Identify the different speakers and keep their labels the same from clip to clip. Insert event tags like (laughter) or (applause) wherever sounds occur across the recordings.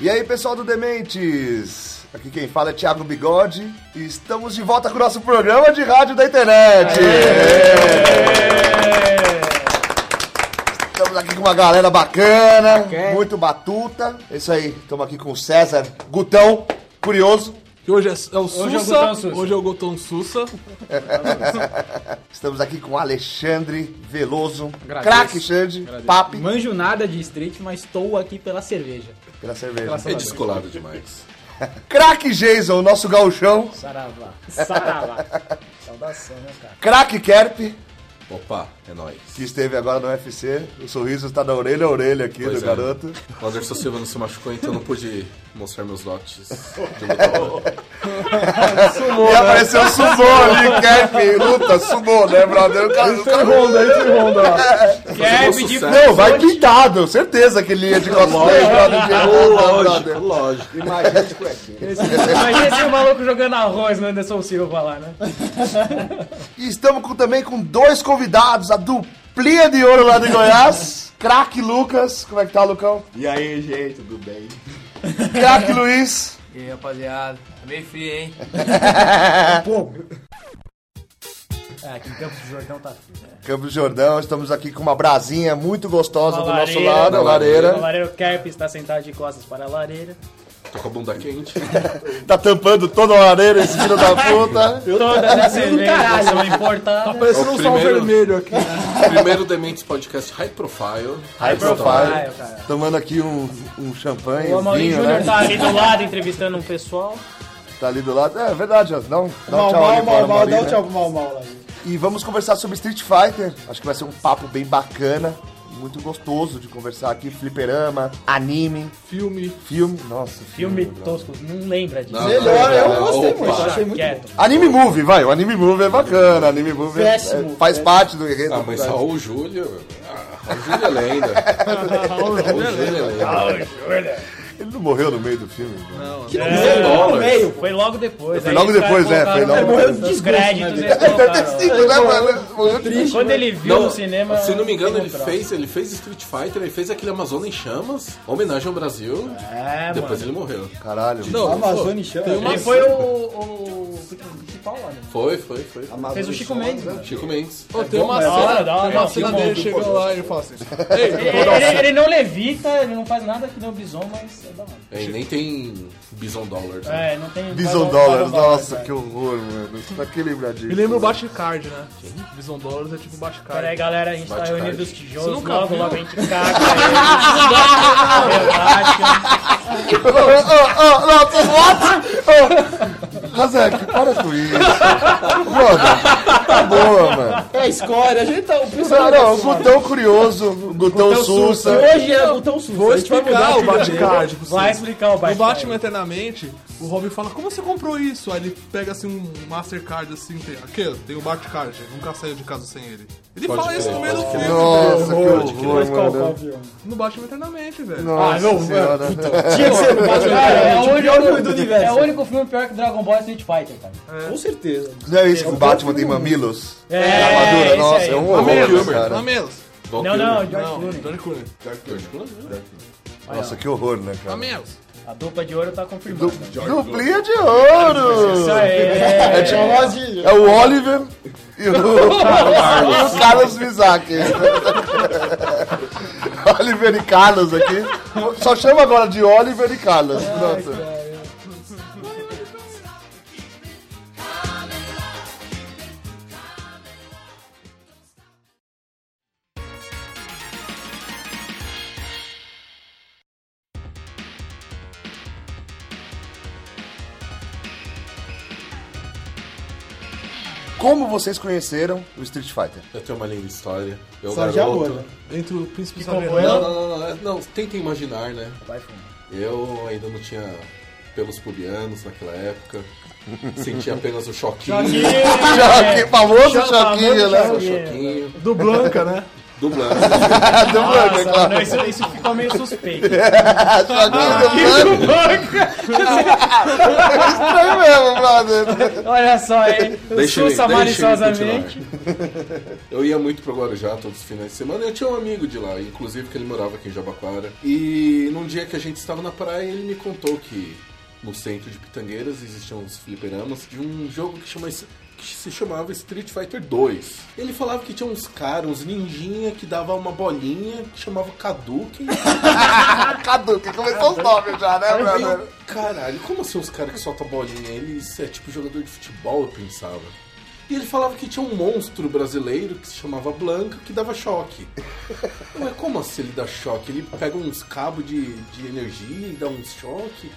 Speaker 1: E aí, pessoal do Dementes? Aqui quem fala é Thiago Bigode e estamos de volta com o nosso programa de rádio da internet. Estamos aqui com uma galera bacana, muito batuta. É isso aí, estamos aqui com o César Gutão, curioso.
Speaker 2: Que hoje é, é o Sussa.
Speaker 3: é o Gotão Sussa.
Speaker 2: Hoje é o Gotão Sussa.
Speaker 1: Estamos aqui com Alexandre Veloso,
Speaker 3: Agradeço.
Speaker 1: craque Xande, papi,
Speaker 3: Manjo nada de street, mas estou aqui pela cerveja.
Speaker 1: pela cerveja.
Speaker 4: É descolado demais.
Speaker 1: Craque Jason, nosso gauchão,
Speaker 3: Saravá. Saravá. Saudação, né, cara?
Speaker 1: craque Kerp,
Speaker 4: Opa, é nóis.
Speaker 1: que esteve agora no UFC. O sorriso está da orelha a orelha aqui
Speaker 4: Pois
Speaker 1: do
Speaker 4: é.
Speaker 1: garoto.
Speaker 4: O Anderson Silva não se machucou, então eu não pude mostrar meus dotes de lutador.
Speaker 1: e apareceu o sumô ali, Kerp, luta, sumô, né, brother? O cara, o cara-
Speaker 3: Quer
Speaker 4: Nosso
Speaker 3: pedir
Speaker 4: sucesso.
Speaker 1: Não, vai pintado, certeza que ele ia de cosplay, brother. de luta, brother.
Speaker 4: Lógico, lógico.
Speaker 3: Imagina se o maluco jogando arroz no Anderson Silva lá, né?
Speaker 1: E estamos com- também com dois convidados, a duplinha de ouro lá de Goiás. Craque Lucas, como é que tá, Lucão?
Speaker 5: E aí, gente, tudo bem?
Speaker 1: (laughs) Craque Luiz.
Speaker 6: E aí, rapaziada? Tá meio frio,
Speaker 1: (laughs)
Speaker 6: hein?
Speaker 3: É, aqui em Campos do Jordão tá frio. Né?
Speaker 1: Campo do Jordão, estamos aqui com uma brasinha muito gostosa
Speaker 3: Uma
Speaker 1: do nosso
Speaker 3: lareira.
Speaker 1: lado, a
Speaker 3: O
Speaker 1: lareira.
Speaker 3: lareiro Kerp está sentado de costas para a lareira.
Speaker 4: Tô com a bunda
Speaker 2: (laughs)
Speaker 4: quente.
Speaker 1: Tá tampando toda a lareira esse filho da puta.
Speaker 3: Todas as cervejas são importadas.
Speaker 2: Parece
Speaker 4: É o
Speaker 2: um sol
Speaker 4: primeiro.
Speaker 2: vermelho aqui.
Speaker 4: Primeiro Dementes Podcast High Profile. Então,
Speaker 1: High
Speaker 3: Ah,
Speaker 1: profile.
Speaker 3: eu, cara.
Speaker 1: Tomando aqui um, um champanhe,
Speaker 3: O
Speaker 1: um
Speaker 3: Amaury
Speaker 1: vinho,
Speaker 3: Júnior
Speaker 1: né?
Speaker 3: é tá ali do (laughs) lado entrevistando um pessoal.
Speaker 1: Tá ali do lado. É verdade, ó. dá um, dá um
Speaker 7: Mal,
Speaker 1: tchau ali
Speaker 7: mal,
Speaker 1: para
Speaker 7: mal, mal,
Speaker 1: Maria,
Speaker 7: dá um
Speaker 1: né?
Speaker 7: tchau pro mal, mal lá.
Speaker 1: E vamos conversar sobre Street Fighter. Acho que vai ser um papo bem bacana, muito gostoso de conversar aqui. Fliperama, anime,
Speaker 2: Filme.
Speaker 1: filme. Nossa,
Speaker 3: Filme tosco, não lembra disso.
Speaker 7: Melhor, eu
Speaker 4: não,
Speaker 7: gostei
Speaker 4: ah, então, opa.
Speaker 7: muito, achei muito
Speaker 3: Quieto.
Speaker 1: Anime Movie, vai. O Anime Movie é bacana. Anime Movie é-
Speaker 7: Péssimo,
Speaker 1: é- faz parte do enredo.
Speaker 4: Ah, mas Raul Júlio. Ah, Raul Júlio é lenda. Raul Júlio é lenda.
Speaker 1: (laughs) Ele não morreu no meio do filme. então.
Speaker 3: É,
Speaker 7: bom. No meio.
Speaker 3: Foi logo depois.
Speaker 1: Foi
Speaker 3: aí
Speaker 1: logo
Speaker 3: os caras
Speaker 1: depois, é, foi
Speaker 3: colocaram
Speaker 1: logo
Speaker 3: nos
Speaker 7: depois.
Speaker 3: créditos, eles
Speaker 1: É (laughs)
Speaker 3: colocaram.
Speaker 1: 85, né, mano? Morreu de-
Speaker 3: Quando ele viu no cinema.
Speaker 4: se não me engano, ele
Speaker 3: comprou.
Speaker 4: fez, ele fez Street Fighter, ele fez aquele Amazônia em Chamas, homenagem ao Brasil.
Speaker 3: É,
Speaker 4: depois
Speaker 3: mano.
Speaker 4: ele morreu.
Speaker 1: Caralho.
Speaker 4: Não,
Speaker 7: Amazônia em Chamas.
Speaker 4: Tem uma
Speaker 3: Ele foi o, o, o principal lá, né?
Speaker 4: Foi, foi, foi.
Speaker 3: Fez o Chico Mendes. mano.
Speaker 4: Chico Mendes.
Speaker 2: Pô, tem uma
Speaker 3: Da hora, da
Speaker 2: cena.
Speaker 3: hora,
Speaker 2: Tem uma
Speaker 3: não,
Speaker 2: cena
Speaker 3: filmou.
Speaker 2: dele chegando lá e ele fala assim.
Speaker 3: Ele, ele- ele não levita, ele não faz nada que dê o bison, mas é da hora.
Speaker 4: É, e nem tem Bison Dollars. né?
Speaker 3: É, não tem.
Speaker 1: Bison
Speaker 3: vai- vai- vai-
Speaker 1: Dollars,
Speaker 3: vai-
Speaker 1: nossa,
Speaker 3: vai-
Speaker 1: que horror, mano. Pra que lembrar disso?
Speaker 2: Me lembra o Bashcard, né? Visão Dólares é tipo Bashcard.
Speaker 3: Pera aí, galera, a gente tá
Speaker 4: Bate
Speaker 3: reunindo
Speaker 4: tarde.
Speaker 3: os tijolos,
Speaker 2: Você nunca
Speaker 3: logo,
Speaker 2: viu?
Speaker 3: logo a gente caga. Relaxa.
Speaker 1: Oh, oh, oh, não, tô- what? Oh. Razek, para com isso. Mano, tá boa, mano.
Speaker 7: É escória, a gente tá. O
Speaker 1: Não,
Speaker 7: pessoal
Speaker 1: não, o Gutão Curioso, o Gutão Sussa.
Speaker 7: Hoje é o tão sujo.
Speaker 2: Vou
Speaker 7: Ah,
Speaker 2: explicar o Bashcard. pro
Speaker 3: Vai
Speaker 2: Tá, tipo, você.
Speaker 3: explicar o
Speaker 2: No
Speaker 3: baixo.
Speaker 2: Batman Eternamente, o Robin fala, como você comprou isso? Aí ele pega assim um Mastercard assim, tem, aqui, ó, tem o Batcard, nunca saiu de casa sem ele. Ele
Speaker 4: Pode
Speaker 2: fala isso no
Speaker 4: crer,
Speaker 2: meio do filme,
Speaker 1: Nossa,
Speaker 2: velho.
Speaker 1: que horror, mano.
Speaker 2: No Batman Eternamente, velho.
Speaker 1: Nossa senhora.
Speaker 7: Tinha que ser o Batman.
Speaker 3: Cara, é, o
Speaker 7: pior filme do
Speaker 3: único, é
Speaker 7: universo.
Speaker 3: o único filme pior que Dragon Ball e Street Fighter, cara.
Speaker 7: Com certeza.
Speaker 1: Não é isso que o Batman tem mamilos?
Speaker 3: É,
Speaker 1: Na armadura,
Speaker 3: esse
Speaker 1: nossa,
Speaker 3: aí.
Speaker 1: é um
Speaker 2: A menos,
Speaker 1: horror,
Speaker 2: a
Speaker 1: cara.
Speaker 2: menos.
Speaker 4: Val
Speaker 3: É. Não, não,
Speaker 4: Kilmer.
Speaker 3: George
Speaker 2: Não,
Speaker 3: Clooney.
Speaker 2: Johnny Clooney.
Speaker 4: George Clooney.
Speaker 1: Nossa, que horror, né,
Speaker 2: A
Speaker 1: cara?
Speaker 2: menos.
Speaker 3: A dupla de ouro tá confirmada.
Speaker 1: Duplinha de ouro!
Speaker 3: Isso aí.
Speaker 1: É, tipo,
Speaker 7: Famosinho.
Speaker 1: é o Oliver e (laughs) o, e o Carlos Mizaki. (laughs) Oliver e Carlos aqui. Só chama agora de Oliver e Carlos.
Speaker 3: É,
Speaker 1: Nossa. Como vocês conheceram o Street Fighter?
Speaker 4: Eu tenho uma linda história. Eu
Speaker 7: Só de amor,
Speaker 4: garoto.
Speaker 7: né?
Speaker 2: Entre o príncipe e o
Speaker 3: Ficou
Speaker 2: Samurai.
Speaker 3: bom.
Speaker 4: Não, não, não, não, é- não, tenta imaginar, né? Eu ainda não tinha pelos pubianos naquela época. Senti apenas o choquinho.
Speaker 3: Choquinho,
Speaker 1: Choquinho, famoso
Speaker 3: Cho-
Speaker 1: Choquinho,
Speaker 3: famoso
Speaker 1: né?
Speaker 3: Choquinho.
Speaker 4: Choquinho.
Speaker 2: Do Blanca, né?
Speaker 4: Dublando.
Speaker 1: Dublando, é
Speaker 3: Nossa, né?
Speaker 1: claro.
Speaker 3: não, isso, isso ficou meio suspeito.
Speaker 1: Só
Speaker 3: (laughs)
Speaker 1: que é dublando. Estranho mesmo, brother.
Speaker 3: Olha só, hein?
Speaker 4: Deixa eu- deixa
Speaker 3: Sussa
Speaker 4: eu
Speaker 3: maliciosamente.
Speaker 4: Eu ia muito pro Guarujá todos os finais de semana. Eu tinha um amigo de lá, inclusive que ele morava aqui em Jabaquara. E num dia que a gente estava na praia, ele me contou que no centro de Pitangueiras existiam uns fliperamas de um jogo que, chama- que se chamava Street Fighter 2. Ele falava que tinha uns caras, uns ninjinha que dava uma bolinha que chamava Kaduken.
Speaker 1: Cadu, que começou os nomes já, né,
Speaker 3: é.
Speaker 4: Aí eu,
Speaker 1: brother?
Speaker 4: Caralho, como assim os caras que soltam bolinha? Eles é tipo jogador de futebol, eu pensava. E ele falava que tinha um monstro brasileiro que se chamava Blanca que dava choque. Ué, como assim ele dá choque? Ele pega uns cabos de, de energia e dá uns choque.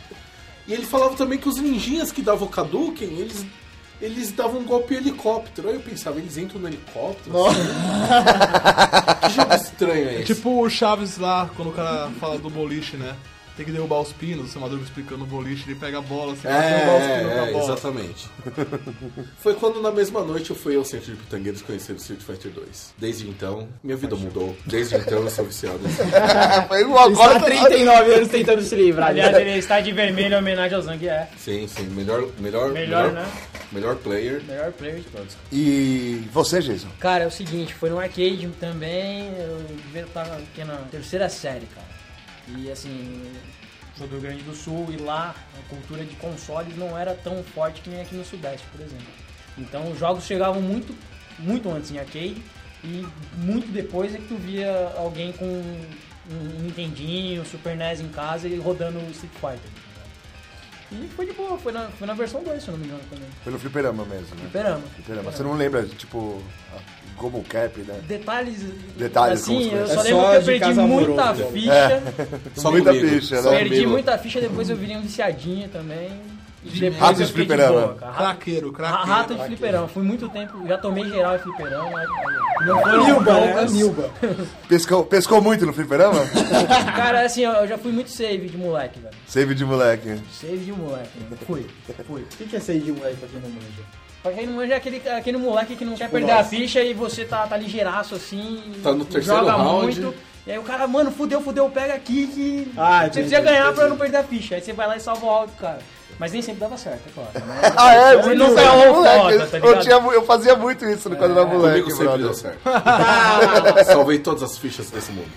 Speaker 4: E ele falava também que os ninjinhas que davam o Kaduken, eles, eles davam um golpe em helicóptero. Aí eu pensava, eles entram no helicóptero? que jogo estranho é esse?
Speaker 2: Tipo o Chaves lá, quando o cara fala do boliche, né? Tem que derrubar os pinos, o seu Madruga explicando o boliche, ele pega a bola, assim, vai derrubar os pinos
Speaker 4: É,
Speaker 2: da
Speaker 4: é,
Speaker 2: bola.
Speaker 4: exatamente. (laughs) Foi quando na mesma noite eu fui ao centro de Pitangueiros conhecer o Street Fighter 2. Desde então, minha vida mudou. Desde então eu sou viciado.
Speaker 1: Foi igual agora.
Speaker 7: Há 39 anos tentando se livrar.
Speaker 3: Aliás, ele está de vermelho em homenagem ao Zang, é.
Speaker 4: Sim, sim. Melhor, melhor,
Speaker 3: Melhor, né?
Speaker 4: melhor player.
Speaker 3: Melhor player de todos.
Speaker 1: E você, Jason?
Speaker 3: Cara, é o seguinte, foi no arcade também, eu devia estar aqui na terceira série, cara. E assim, sou do Rio Grande do Sul e lá a cultura de consoles não era tão forte que nem aqui no Sudeste, por exemplo. Então os jogos chegavam muito, muito antes em arcade e muito depois é que tu via alguém com um Nintendinho, Super NES em casa e rodando o Street Fighter. E foi de boa, foi na, foi na versão 2, se eu não me engano, também.
Speaker 1: Foi no fliperama mesmo, né?
Speaker 3: Fliperama.
Speaker 1: Fliperama. Você não lembra, tipo, a Global Cap, né?
Speaker 3: Detalhes.
Speaker 1: Detalhes,
Speaker 3: Assim,
Speaker 1: como
Speaker 3: eu
Speaker 1: se
Speaker 3: só
Speaker 7: fosse. É
Speaker 3: lembro
Speaker 7: só
Speaker 3: que
Speaker 7: de
Speaker 3: eu
Speaker 7: né?
Speaker 3: perdi
Speaker 7: casa
Speaker 3: muita
Speaker 7: amorosa.
Speaker 3: ficha.
Speaker 4: Só
Speaker 1: Muita
Speaker 4: comigo,
Speaker 1: ficha,
Speaker 4: só
Speaker 1: né?
Speaker 3: Perdi
Speaker 4: comigo.
Speaker 3: muita ficha, depois eu virei um viciadinho também. E depois
Speaker 1: Rato de
Speaker 3: eu fiquei
Speaker 1: fliperama.
Speaker 3: boa, cara. Rato-
Speaker 2: Craqueiro,
Speaker 3: ra-
Speaker 2: craqueiro.
Speaker 3: Rato de fliperama. Fui muito tempo, já tomei geral em fliperama. mas- um
Speaker 7: Nilba, né? A Nilba.
Speaker 1: Pescou, pescou muito no
Speaker 3: (laughs)
Speaker 1: fliperama?
Speaker 3: Cara, assim, ó, eu já fui muito save de moleque, velho.
Speaker 1: Save de moleque.
Speaker 3: Save de moleque, né? Fui, fui.
Speaker 7: O que que é sair de moleque pra quem não manja?
Speaker 3: Pra quem não manja, é aquele, aquele moleque que não quer perder a
Speaker 7: nós.
Speaker 3: ficha e você tá, tá ligeiraço assim.
Speaker 4: Tá no
Speaker 3: e
Speaker 4: terceiro
Speaker 3: joga
Speaker 4: round.
Speaker 3: Muito, e aí o cara, mano, fudeu, fudeu, pega aqui que.
Speaker 7: Ah,
Speaker 3: você
Speaker 7: entendi,
Speaker 3: precisa ganhar pra
Speaker 7: entendi.
Speaker 3: não perder a ficha. Aí você vai lá e salva o round do cara. Mas nem sempre dava certo, é claro.
Speaker 2: (laughs)
Speaker 3: né?
Speaker 1: Ah, é?
Speaker 3: Ele
Speaker 1: muito
Speaker 3: não
Speaker 1: bom,
Speaker 3: ganhou
Speaker 1: moleque.
Speaker 3: foda, tá
Speaker 1: eu,
Speaker 3: ligado? É.
Speaker 1: tinha mu- eu fazia muito isso quando era
Speaker 4: Comigo
Speaker 1: moleque,
Speaker 4: sempre deu
Speaker 1: brother. (laughs)
Speaker 4: certo. Salvei todas as fichas desse mundo.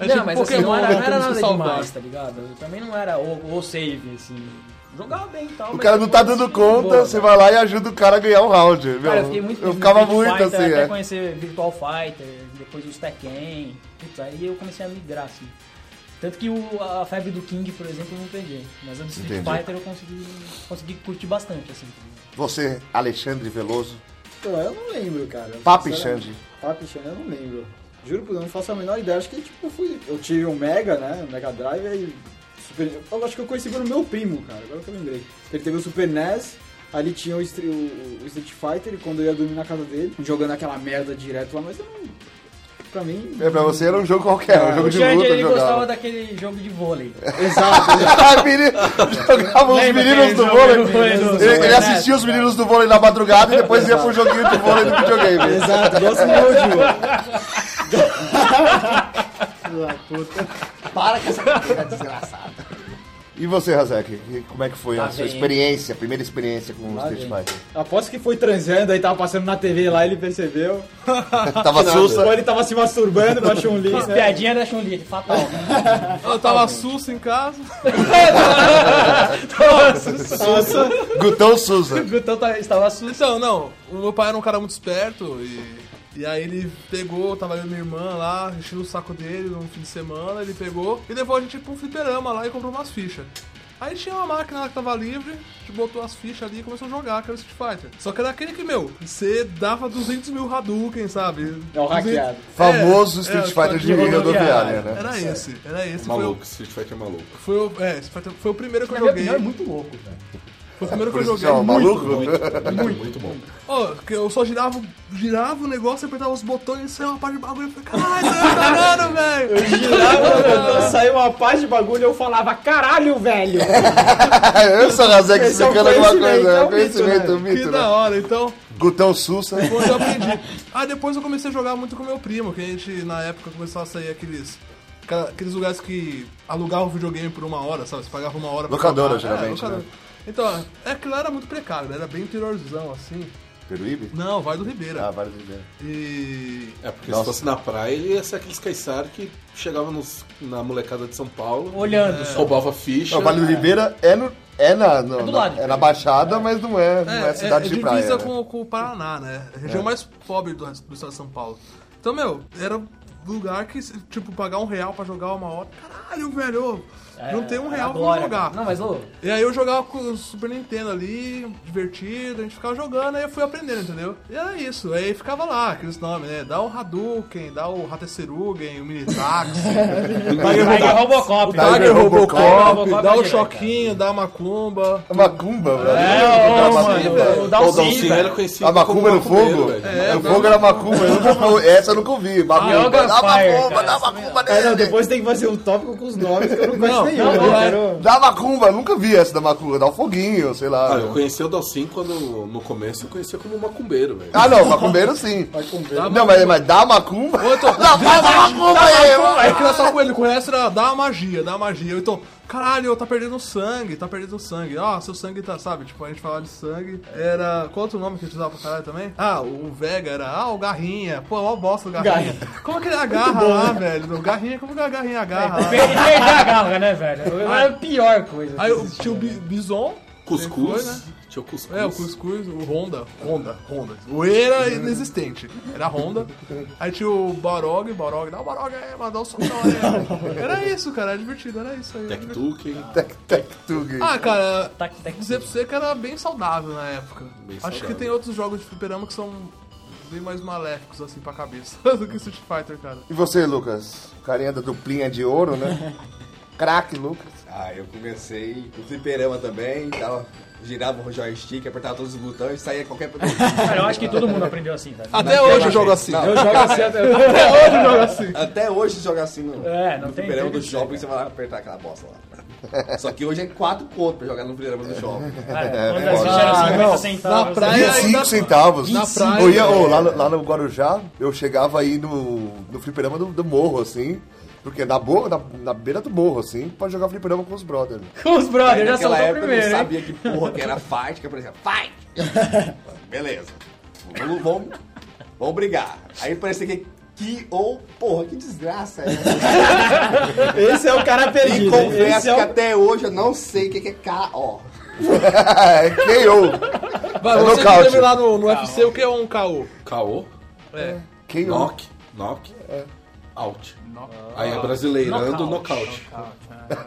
Speaker 2: É
Speaker 3: não,
Speaker 2: tipo
Speaker 3: mas assim,
Speaker 2: Pokémon,
Speaker 3: não era,
Speaker 2: né?
Speaker 3: não era
Speaker 2: Temos que
Speaker 3: nada
Speaker 2: salvar.
Speaker 3: demais, tá ligado? Eu também não era o, o save, assim. Jogava bem e tal.
Speaker 1: O
Speaker 3: mas
Speaker 1: cara não tá
Speaker 3: depois,
Speaker 1: dando
Speaker 3: assim,
Speaker 1: conta,
Speaker 3: boa,
Speaker 1: você vai lá e ajuda o cara a ganhar o round. meu.
Speaker 3: Cara, eu fiquei muito
Speaker 1: eu
Speaker 3: no
Speaker 1: ficava
Speaker 3: Street
Speaker 1: muito
Speaker 3: Fighter,
Speaker 1: assim,
Speaker 3: até
Speaker 1: é.
Speaker 3: conhecer Virtual Fighter, depois os Tekken, putz, aí eu comecei a migrar, assim. Tanto que o, a febre do King, por exemplo, eu não peguei. Mas a do Street
Speaker 1: Entendi.
Speaker 3: Fighter eu consegui, consegui curtir bastante, assim.
Speaker 1: Você, Alexandre Veloso,
Speaker 7: Pô, eu não lembro, cara.
Speaker 1: Papi
Speaker 7: Sinceramente,
Speaker 1: Xande.
Speaker 7: Papi Xande, eu não lembro. Juro por Deus, não faço a menor ideia. Acho que, tipo, eu fui... Eu tive um Mega, né? Um Mega Drive aí... Super... Eu acho que eu conheci pelo meu primo, cara. Agora que eu lembrei. Ele teve o Super NES... Ali tinha o, Stre- o- o Street Fighter e quando eu ia dormir na casa dele, jogando aquela merda direto lá, mas eu não.
Speaker 1: (laughs)
Speaker 7: Pra mim.
Speaker 1: É, pra você era um jogo qualquer, um jogo
Speaker 3: Ah, O
Speaker 1: de
Speaker 3: Xande,
Speaker 1: luta.
Speaker 3: ele gostava
Speaker 1: Jogava.
Speaker 3: daquele jogo de vôlei.
Speaker 1: (laughs)
Speaker 7: Exato,
Speaker 1: Ah, menino- (laughs) jogava os
Speaker 3: Lembra
Speaker 1: meninos
Speaker 3: aquele
Speaker 1: do
Speaker 3: jogo do
Speaker 1: vôlei.
Speaker 3: vôlei do-
Speaker 1: Ele, ele
Speaker 3: do-
Speaker 1: assistia os meninos do vôlei na madrugada e depois ia pro joguinho do vôlei do videogame.
Speaker 7: (laughs) exato, gosto muito. Da puta.
Speaker 1: E você, Razek, que- como é que foi
Speaker 6: Tá
Speaker 1: a sua
Speaker 6: bem.
Speaker 1: experiência, a primeira experiência com o
Speaker 7: Tá
Speaker 1: Street
Speaker 7: bem.
Speaker 1: Fighter?
Speaker 7: (laughs) Aposto que foi transando, aí tava passando na TV lá, ele percebeu.
Speaker 1: Tava
Speaker 7: Ou
Speaker 1: sussa?
Speaker 7: ele tava se masturbando no Chun-Li,
Speaker 3: Fiz
Speaker 7: né?
Speaker 3: piadinha da Chun-Li, fatal. cara.
Speaker 2: Eu tava susto em casa.
Speaker 7: Sussa.
Speaker 1: Gutão
Speaker 7: (laughs)
Speaker 1: Sussa.
Speaker 7: É,
Speaker 3: O Gutão tá- estava susto.
Speaker 2: Então, não, o meu pai era um cara muito esperto e. E aí ele pegou, tava eu e minha irmã lá, enchendo o saco dele num fim de semana, ele pegou e levou a gente pra um fliperama lá e comprou umas fichas. Aí tinha uma máquina lá que tava livre, a gente botou as fichas ali e começou a jogar, que era o Street Fighter. Só que era aquele que, meu, você dava 200 mil Hadouken, sabe?
Speaker 7: É o hackeado.
Speaker 1: Famoso
Speaker 2: É,
Speaker 1: Street
Speaker 2: é,
Speaker 1: Fighter de
Speaker 3: rodoviária.
Speaker 1: rodoviária, né?
Speaker 2: Era esse, era esse. Foi o,
Speaker 4: Maluco, Street Fighter maluco.
Speaker 2: foi o, é, Street Fighter foi o primeiro que
Speaker 3: Na
Speaker 2: eu
Speaker 3: minha
Speaker 2: joguei.
Speaker 3: opinião, é muito louco, velho.
Speaker 2: Foi o primeiro que
Speaker 1: Por
Speaker 2: eu
Speaker 1: isso que
Speaker 2: joguei.
Speaker 1: chama
Speaker 2: muito.
Speaker 1: maluco?
Speaker 4: Muito, muito bom.
Speaker 2: Ô, que eu só girava, girava o negócio, apertava os botões e saiu uma parte de bagulho. Eu falei, caralho, tá andando, velho.
Speaker 7: Eu
Speaker 2: (laughs)
Speaker 7: girava, saiu uma paz de bagulho e eu falava, caralho, velho!
Speaker 1: Eu sou Razek
Speaker 7: Esse é um
Speaker 1: explicando alguma
Speaker 7: conhecimento,
Speaker 1: coisa.
Speaker 7: é
Speaker 1: É
Speaker 7: um
Speaker 1: conhecimento, um
Speaker 2: Que
Speaker 1: mito,
Speaker 2: da
Speaker 1: né?
Speaker 2: hora, então.
Speaker 1: Gutão Sussa.
Speaker 2: Depois eu aprendi. Ah, depois eu comecei a jogar muito com meu primo, que a gente, na época, começou a sair aqueles. aquela- Aqueles lugares que alugavam videogame por uma hora, sabe? Você pagava uma hora pra
Speaker 1: Locadora,
Speaker 2: jogar. É,
Speaker 1: geralmente, né?
Speaker 2: Então, é que lá era muito precário, né? era bem interiorzão, assim.
Speaker 1: Peruíbe?
Speaker 2: Não, vai do Ribeira.
Speaker 1: Ah, vários ideias.
Speaker 2: E.
Speaker 4: É, porque
Speaker 1: Nossa.
Speaker 4: se fosse na praia, ele ia ser aqueles caiçaros que chegavam nos- na molecada de São Paulo,
Speaker 3: Olhando só.
Speaker 4: roubava ficha.
Speaker 1: Não, Vale do Ribeira é, no, é, na, no-
Speaker 3: do
Speaker 1: na-
Speaker 3: lado.
Speaker 1: é na Baixada, mas não é, não é, cidade de praia.
Speaker 2: divisa
Speaker 1: né?
Speaker 2: com, com o Paraná, né? É a região mais pobre do, do estado de São Paulo. Então, meu, era um lugar que, tipo, pagar um real pra jogar uma hora. Caralho, velho!
Speaker 3: É,
Speaker 2: não tem um
Speaker 3: era
Speaker 2: real pra
Speaker 3: glória,
Speaker 2: jogar.
Speaker 3: cara. Não, mas ô,
Speaker 2: E aí eu jogava com o Super Nintendo ali, divertido, a gente ficava jogando, aí eu fui aprendendo, entendeu? E era isso, aí ficava lá, aqueles nomes, né? Dá o Hadouken, dá o Hatteserugen, o Minitax,
Speaker 1: (laughs)
Speaker 3: Tiger é Robocop.
Speaker 2: Tá
Speaker 1: Tiger Robocop,
Speaker 3: Robocop, é
Speaker 2: dá o
Speaker 3: direto,
Speaker 2: Choquinho, dá a Macumba.
Speaker 1: A Macumba, velho.
Speaker 3: É,
Speaker 1: A
Speaker 3: ô,
Speaker 1: Macumba.
Speaker 3: mano, o
Speaker 4: O
Speaker 3: Dalsin,
Speaker 4: Dalcinho
Speaker 3: velho.
Speaker 4: era um conhecido
Speaker 1: A Macumba
Speaker 4: como
Speaker 1: no fogo?
Speaker 4: macumbeiro, velho.
Speaker 1: É, o fogo era Macumba. Eu nunca fui- essa eu nunca ouvi. Macumba,
Speaker 3: Yoga
Speaker 1: dá
Speaker 3: Fire,
Speaker 1: Macumba,
Speaker 3: cara,
Speaker 1: dá
Speaker 3: isso
Speaker 1: Macumba
Speaker 7: É, não,
Speaker 1: nele.
Speaker 7: depois tem que fazer um tópico com os nomes que eu não conheço
Speaker 2: Não,
Speaker 7: nenhum.
Speaker 2: não,
Speaker 7: eu
Speaker 2: não é.
Speaker 7: quero-
Speaker 1: Dá Macumba, nunca vi essa da Macumba. Dá o foguinho, sei lá.
Speaker 4: Ah, eu conheci o Dalcin quando no começo eu conhecia como macumbeiro, velho.
Speaker 1: Ah, não, macumbeiro sim.
Speaker 7: Vai com
Speaker 2: Dá
Speaker 1: Não, mas, mas dá macumba? Não, faz a macumba aí, mano.
Speaker 2: Aí que era só com ele, com essa era dá a magia, dá a magia. Eu, Então, caralho, tá perdendo sangue, tá perdendo sangue. Ah, seu sangue tá, sabe? Tipo, a gente falava de sangue. Era. Qual outro nome que a gente usava pra caralho também? Ah, o Vega era. Ah, o Garrinha. Pô, ó, o bosta do Garrinha. né? Como é que ele agarra lá, velho? O Garrinha, como que a Garrinha agarra lá?
Speaker 3: Perder a garra, né, velho?
Speaker 2: Ah,
Speaker 3: É a pior coisa.
Speaker 2: Aí o- tinha o Bi- Bison.
Speaker 4: Cuscuz.
Speaker 2: Foi, né?
Speaker 4: Tinha o cuscuz.
Speaker 2: É, o cuscuz, o Honda. Honda, Honda. O E era inexistente. Era Honda. Aí tinha o Barog, Barog, dá o Barog um aí, mas dá o som pra lá, né? (laughs) Era isso, cara, era divertido, era isso aí.
Speaker 4: Tectuque.
Speaker 1: Tec, tec, tug.
Speaker 2: Ah, cara,
Speaker 3: Tac, tac.
Speaker 2: dizer pra você que era bem saudável na época.
Speaker 4: Bem
Speaker 2: Acho
Speaker 4: saudável.
Speaker 2: que tem outros jogos de fliperama que são bem mais maléficos, assim, pra cabeça (laughs) do que Street Fighter, cara.
Speaker 1: E você, Lucas? Carinha da duplinha de ouro, né? Craque, Lucas.
Speaker 5: Ah, eu comecei no fliperama também, tava, girava o joystick, apertava todos os botões, saía qualquer...
Speaker 3: Cara, eu acho que todo mundo aprendeu assim, velho.
Speaker 2: Até (laughs) hoje eu jogo assim.
Speaker 5: Não,
Speaker 7: Eu jogo assim até.
Speaker 5: (laughs) até hoje joga assim no,
Speaker 3: É, não
Speaker 5: no
Speaker 3: tem-
Speaker 5: fliperama
Speaker 3: tem
Speaker 5: do
Speaker 3: que
Speaker 5: shopping, você vai lá apertar aquela bosta lá. Só que hoje é 4 conto pra jogar no fliperama do shopping.
Speaker 3: Cara, quando as
Speaker 1: foda.
Speaker 3: fichas eram
Speaker 1: Ah,
Speaker 3: 50
Speaker 2: não.
Speaker 3: centavos.
Speaker 2: Na praia-
Speaker 3: né?
Speaker 1: 25
Speaker 2: ainda-
Speaker 1: centavos.
Speaker 2: na praia,
Speaker 1: Eu ia- ô,
Speaker 2: é.
Speaker 1: lá, no- lá no Guarujá, eu chegava aí no, no fliperama do, do morro, assim. Porque na, bo- na, na beira do morro, assim, pra jogar fliperama com os brothers.
Speaker 3: Com (laughs) os
Speaker 5: Aí
Speaker 3: brothers, Ah, já
Speaker 5: naquela
Speaker 3: soltou
Speaker 5: época eu
Speaker 3: primeiro,
Speaker 5: não
Speaker 3: hein?
Speaker 5: sabia que porra que era fight, que aparecia fight!
Speaker 2: (laughs)
Speaker 5: Beleza. Vamos, vamos, vamos brigar. Aí parecia que que ou porra, que desgraça é
Speaker 2: (laughs)
Speaker 5: essa?
Speaker 7: Esse é o cara
Speaker 5: E
Speaker 7: perdido. hein?
Speaker 5: confesso
Speaker 7: Esse
Speaker 2: né?
Speaker 7: é
Speaker 5: que
Speaker 7: o...
Speaker 5: até hoje eu não sei o que que é K.O.
Speaker 1: é KO.
Speaker 2: Vai,
Speaker 1: É
Speaker 2: você que
Speaker 1: nocaute.
Speaker 2: teve lá no, no UFC, o que é um KO?
Speaker 4: Caô.
Speaker 2: É.
Speaker 1: KO.
Speaker 4: Knock. Knock. Out. Aí é brasileirando, nocaute.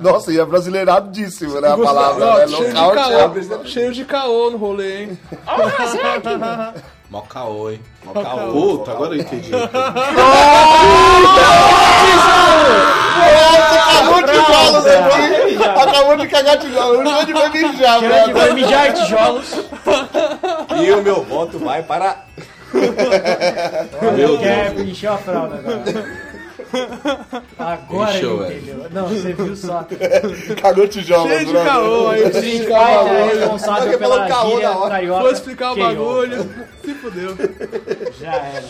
Speaker 1: Nossa, e é brasileiradíssimo, né? A
Speaker 2: Não,
Speaker 1: palavra. Né?
Speaker 2: cheio, de
Speaker 1: Nocaute é
Speaker 2: caô, cheio de caô no rolê, hein?
Speaker 4: Mó caô, hein?
Speaker 5: Mó caô.
Speaker 4: Puta, agora eu entendi.
Speaker 1: Acabou de falar, aqui. Acabou de cagar de galo. Não onde é vai mijar, (laughs)
Speaker 3: Grande
Speaker 1: velho.
Speaker 3: vai mijar tijolos.
Speaker 5: E o meu voto vai para
Speaker 3: Ele quer encher a fralda agora. Agora
Speaker 4: Encheu,
Speaker 3: ele entendeu. Não, você viu só.
Speaker 1: é Cagou tijolo,
Speaker 2: Cheio de
Speaker 1: brother.
Speaker 2: caô aí.
Speaker 3: Street Fighter é responsável
Speaker 5: Porque falou
Speaker 3: pela
Speaker 5: caô na
Speaker 3: gíria
Speaker 5: hora.
Speaker 3: carioca.
Speaker 2: Vou explicar o
Speaker 3: KO.
Speaker 2: bagulho. Se fudeu.
Speaker 3: Já era.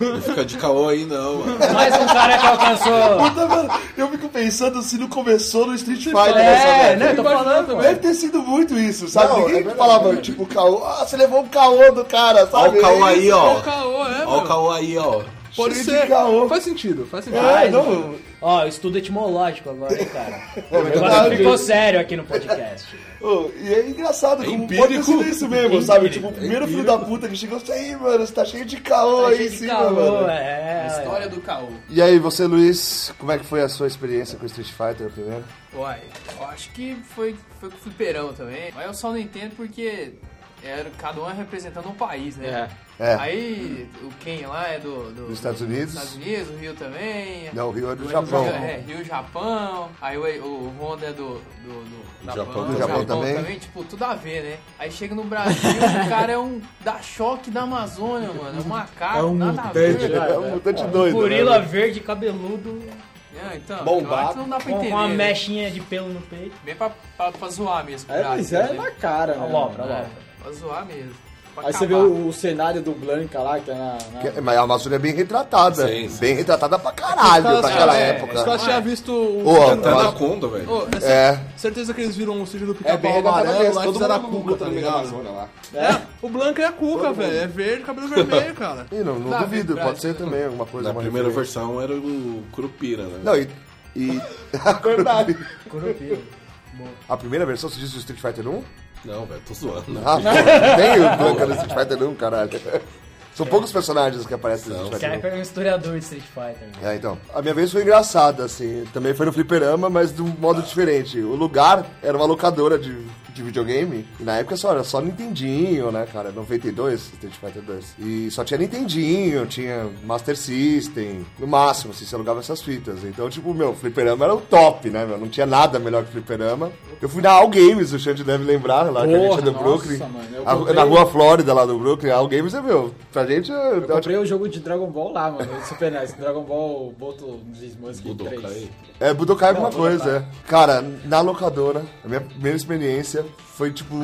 Speaker 4: Não fica de caô aí, não, mano.
Speaker 3: Mais um cara que alcançou.
Speaker 1: Eu fico pensando se não começou no Street Fighter essa
Speaker 3: É,
Speaker 1: merda.
Speaker 3: né? Tô falando, velho.
Speaker 1: Deve ter sido muito isso, sabe?
Speaker 5: Não, é
Speaker 1: Ninguém
Speaker 5: verdade.
Speaker 1: falava, tipo, caô. Ah, você levou um caô do cara,
Speaker 4: Ó
Speaker 1: sabe?
Speaker 4: o caô aí,
Speaker 2: Ó o
Speaker 4: ó.
Speaker 2: caô, é,
Speaker 4: Ó
Speaker 2: meu.
Speaker 4: o caô aí, ó.
Speaker 2: Pode
Speaker 1: Cheio de
Speaker 2: ser.
Speaker 1: caô.
Speaker 2: Faz sentido, faz sentido.
Speaker 1: É, não,
Speaker 3: Ó, eu estudo etimológico agora, hein, cara.
Speaker 1: é
Speaker 3: O negócio
Speaker 1: verdade.
Speaker 3: ficou sério aqui no podcast.
Speaker 1: Ô, e é engraçado,
Speaker 4: É
Speaker 1: como pode ter
Speaker 4: empírico. É
Speaker 1: sido isso mesmo, sabe? Tipo, o primeiro filho da puta que chegou, isso aí, mano, você tá cheio de caô aí em
Speaker 3: Gente,
Speaker 1: cima,
Speaker 3: caô,
Speaker 1: mano.
Speaker 3: é.
Speaker 6: História do caô.
Speaker 1: E aí, você, Luiz, como é que foi a sua experiência com Street Fighter primeiro?
Speaker 6: Uai, eu acho que foi, foi com o fliperão também. Mas eu só não entendo porque era cada um é representando um país, né?
Speaker 1: É.
Speaker 6: Aí o Ken lá é do, do-
Speaker 1: Dos Estados Unidos.
Speaker 6: Estados Unidos, o Rio também.
Speaker 1: Não, o Rio é do Japão.
Speaker 6: É, Rio, Japão. Aí o, o Honda é do, do, do da
Speaker 4: Japão
Speaker 6: banda,
Speaker 4: do
Speaker 6: o
Speaker 1: Japão também.
Speaker 6: Tipo, tudo a ver, né? Aí chega no Brasil, o cara é um da choque da Amazônia, mano. É um macaco,
Speaker 7: É um
Speaker 6: nada a
Speaker 7: mutante,
Speaker 6: ver.
Speaker 7: né?
Speaker 1: (laughs) É um mutante doido.
Speaker 3: Gorila
Speaker 1: né?
Speaker 3: verde, cabeludo,
Speaker 6: É, então,
Speaker 5: Bombado.
Speaker 6: eu acho que não dá pra
Speaker 3: com
Speaker 6: entender.
Speaker 3: uma
Speaker 6: né?
Speaker 3: mechinha de pelo no peito.
Speaker 6: Bem pra, pra, pra zoar mesmo.
Speaker 7: É,
Speaker 2: Ah,
Speaker 6: cara,
Speaker 7: mas é
Speaker 6: entendeu?
Speaker 7: na cara, né?
Speaker 3: Alopra,
Speaker 6: É,
Speaker 3: alopra.
Speaker 6: pra zoar mesmo. pra
Speaker 7: Aí você vê
Speaker 6: acabar.
Speaker 7: o, o cenário do Blanca lá, que é na. na-
Speaker 1: Que- Mas a Amazônia é bem retratada.
Speaker 4: Sim, sim.
Speaker 1: Bem retratada pra caralho, pra aquela
Speaker 2: é,
Speaker 1: época.
Speaker 2: Os caras tinham visto um o.
Speaker 1: Ô,
Speaker 2: tá Ô,
Speaker 4: Tá
Speaker 2: tá
Speaker 4: Até
Speaker 1: mas-
Speaker 4: Anaconda, velho.
Speaker 2: é cer-
Speaker 1: É.
Speaker 2: Certeza que eles viram o sítio do
Speaker 5: É
Speaker 2: pica-pau
Speaker 5: bem regatada
Speaker 2: amarelo
Speaker 5: mesmo.
Speaker 2: lá e
Speaker 5: Todo
Speaker 2: fizeram a
Speaker 5: mundo
Speaker 2: cuca,
Speaker 5: luta
Speaker 2: tá
Speaker 5: no meio da
Speaker 2: ligado?
Speaker 5: Amazônia lá.
Speaker 2: O Blanco é a cuca, velho. É verde, cabelo vermelho, cara.
Speaker 1: E não, não
Speaker 6: Tá,
Speaker 1: duvido,
Speaker 6: Brasil.
Speaker 1: pode ser também alguma coisa.
Speaker 4: Na
Speaker 1: uma
Speaker 4: primeira
Speaker 1: referência.
Speaker 4: versão era o Curupira, né?
Speaker 1: Não, e. (laughs)
Speaker 2: É
Speaker 1: e-
Speaker 5: Verdade.
Speaker 3: Curupira.
Speaker 1: a primeira versão se diz o Street Fighter
Speaker 2: (laughs)
Speaker 1: 1?
Speaker 4: Não, velho, tô zoando. né?
Speaker 1: Ah, pô, tem o Blanca no Street Fighter 1, caralho. São poucos personagens que aparecem no
Speaker 3: O
Speaker 1: Street
Speaker 3: cara
Speaker 1: Fighter
Speaker 3: foi um historiador de Street Fighter. né?
Speaker 1: 1. É, então. A minha vez foi engraçada, assim. Também foi no fliperama, mas de um modo diferente. O lugar era uma locadora de, de videogame. E na época só era só Nintendinho, né, cara? 92, Street Fighter 2. E só tinha Nintendinho, tinha Master System. No máximo, assim, você alugava essas fitas. Então, tipo, meu, fliperama era o top, né, meu? Não tinha nada melhor que fliperama. Eu fui na All Games, o Xande deve lembrar, lá que a gente é do
Speaker 7: nossa,
Speaker 1: Brooklyn.
Speaker 7: mano, eu
Speaker 1: A-
Speaker 7: comprei-
Speaker 1: na rua Flórida, lá do Brooklyn, a All Games é meu. Pra gente é.
Speaker 7: Eu comprei o jogo de Dragon Ball lá, mano, do Super NES, Dragon Ball Boto Dismusky 3.
Speaker 4: Budokai.
Speaker 1: É Budokai alguma coisa, é. Cara, na locadora, a minha primeira experiência foi tipo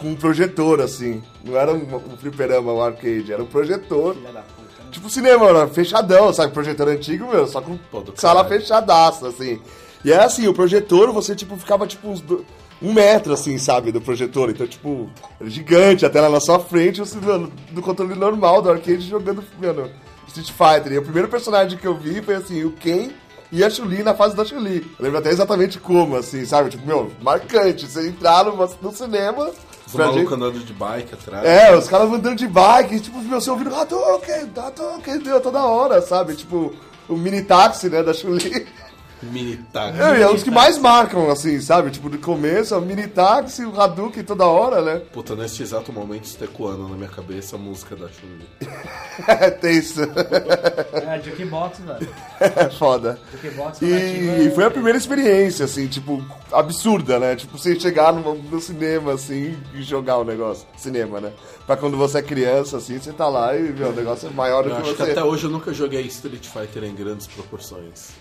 Speaker 1: com um projetor, assim. Não era um, um fliperama, um arcade, era um projetor.
Speaker 4: né?
Speaker 1: Tipo cinema, era fechadão, sabe? Projetor antigo, meu, só com
Speaker 4: Pô, do
Speaker 1: sala
Speaker 4: caralho.
Speaker 1: fechadaça, assim. E era assim, o projetor, você tipo ficava tipo uns. do- Um metro, assim, sabe, do projetor. Então, tipo, era gigante, a tela na sua frente, você, mano, do controle normal do arcade jogando, mano, Street Fighter. E o primeiro personagem que eu vi foi, assim, o Ken e a Chuli na fase da Chuli. Eu lembro até exatamente como, assim, sabe? Tipo, meu, marcante. Você entrar numa- no, cinema.
Speaker 4: Os
Speaker 1: pra
Speaker 4: malucos
Speaker 1: gente-
Speaker 4: andando de bike atrás.
Speaker 1: É, os caras andando de bike, tipo, meu, você ouvindo Hadouken, Hadouken, tá, deu toda hora, sabe? Tipo, o mini táxi, né, da Chuli.
Speaker 4: Mini tá táxi.
Speaker 1: É, e é os que mais marcam, assim, sabe? Tipo, do começo, o mini táxi, o Hadouken toda hora, né? (laughs)
Speaker 4: Puta, nesse exato momento está ecoando na minha cabeça a música da Chun-Li.
Speaker 1: É tenso,
Speaker 3: É, jukebox, velho.
Speaker 1: (laughs) é foda.
Speaker 3: Jukebox nativa
Speaker 1: E foi a primeira experiência, assim, tipo, absurda, né? Tipo, você chegar no, no cinema, assim, e jogar o negócio. Cinema, né? Pra quando você é criança, assim, você tá lá e, meu, o negócio é maior do
Speaker 4: Eu
Speaker 1: que
Speaker 4: acho que
Speaker 1: você.
Speaker 4: até hoje eu nunca joguei Street Fighter em grandes proporções.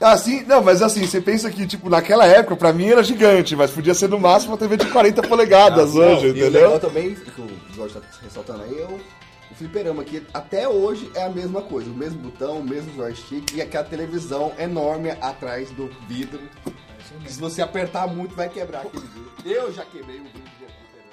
Speaker 1: Assim, não, mas assim, você pensa que, tipo, naquela época, pra mim era gigante, mas podia ser no máximo uma TV de 40 polegadas
Speaker 5: Não,
Speaker 1: hoje,
Speaker 5: E o legal
Speaker 1: entendeu?
Speaker 5: também, que o Jorge tá ressaltando aí, é o, o fliperama, que até hoje é a mesma coisa. O mesmo botão, o mesmo joystick e aquela televisão enorme atrás do vidro. Que se você apertar muito, vai quebrar aquele vidro. Eu já quebrei um vidro de fliperama.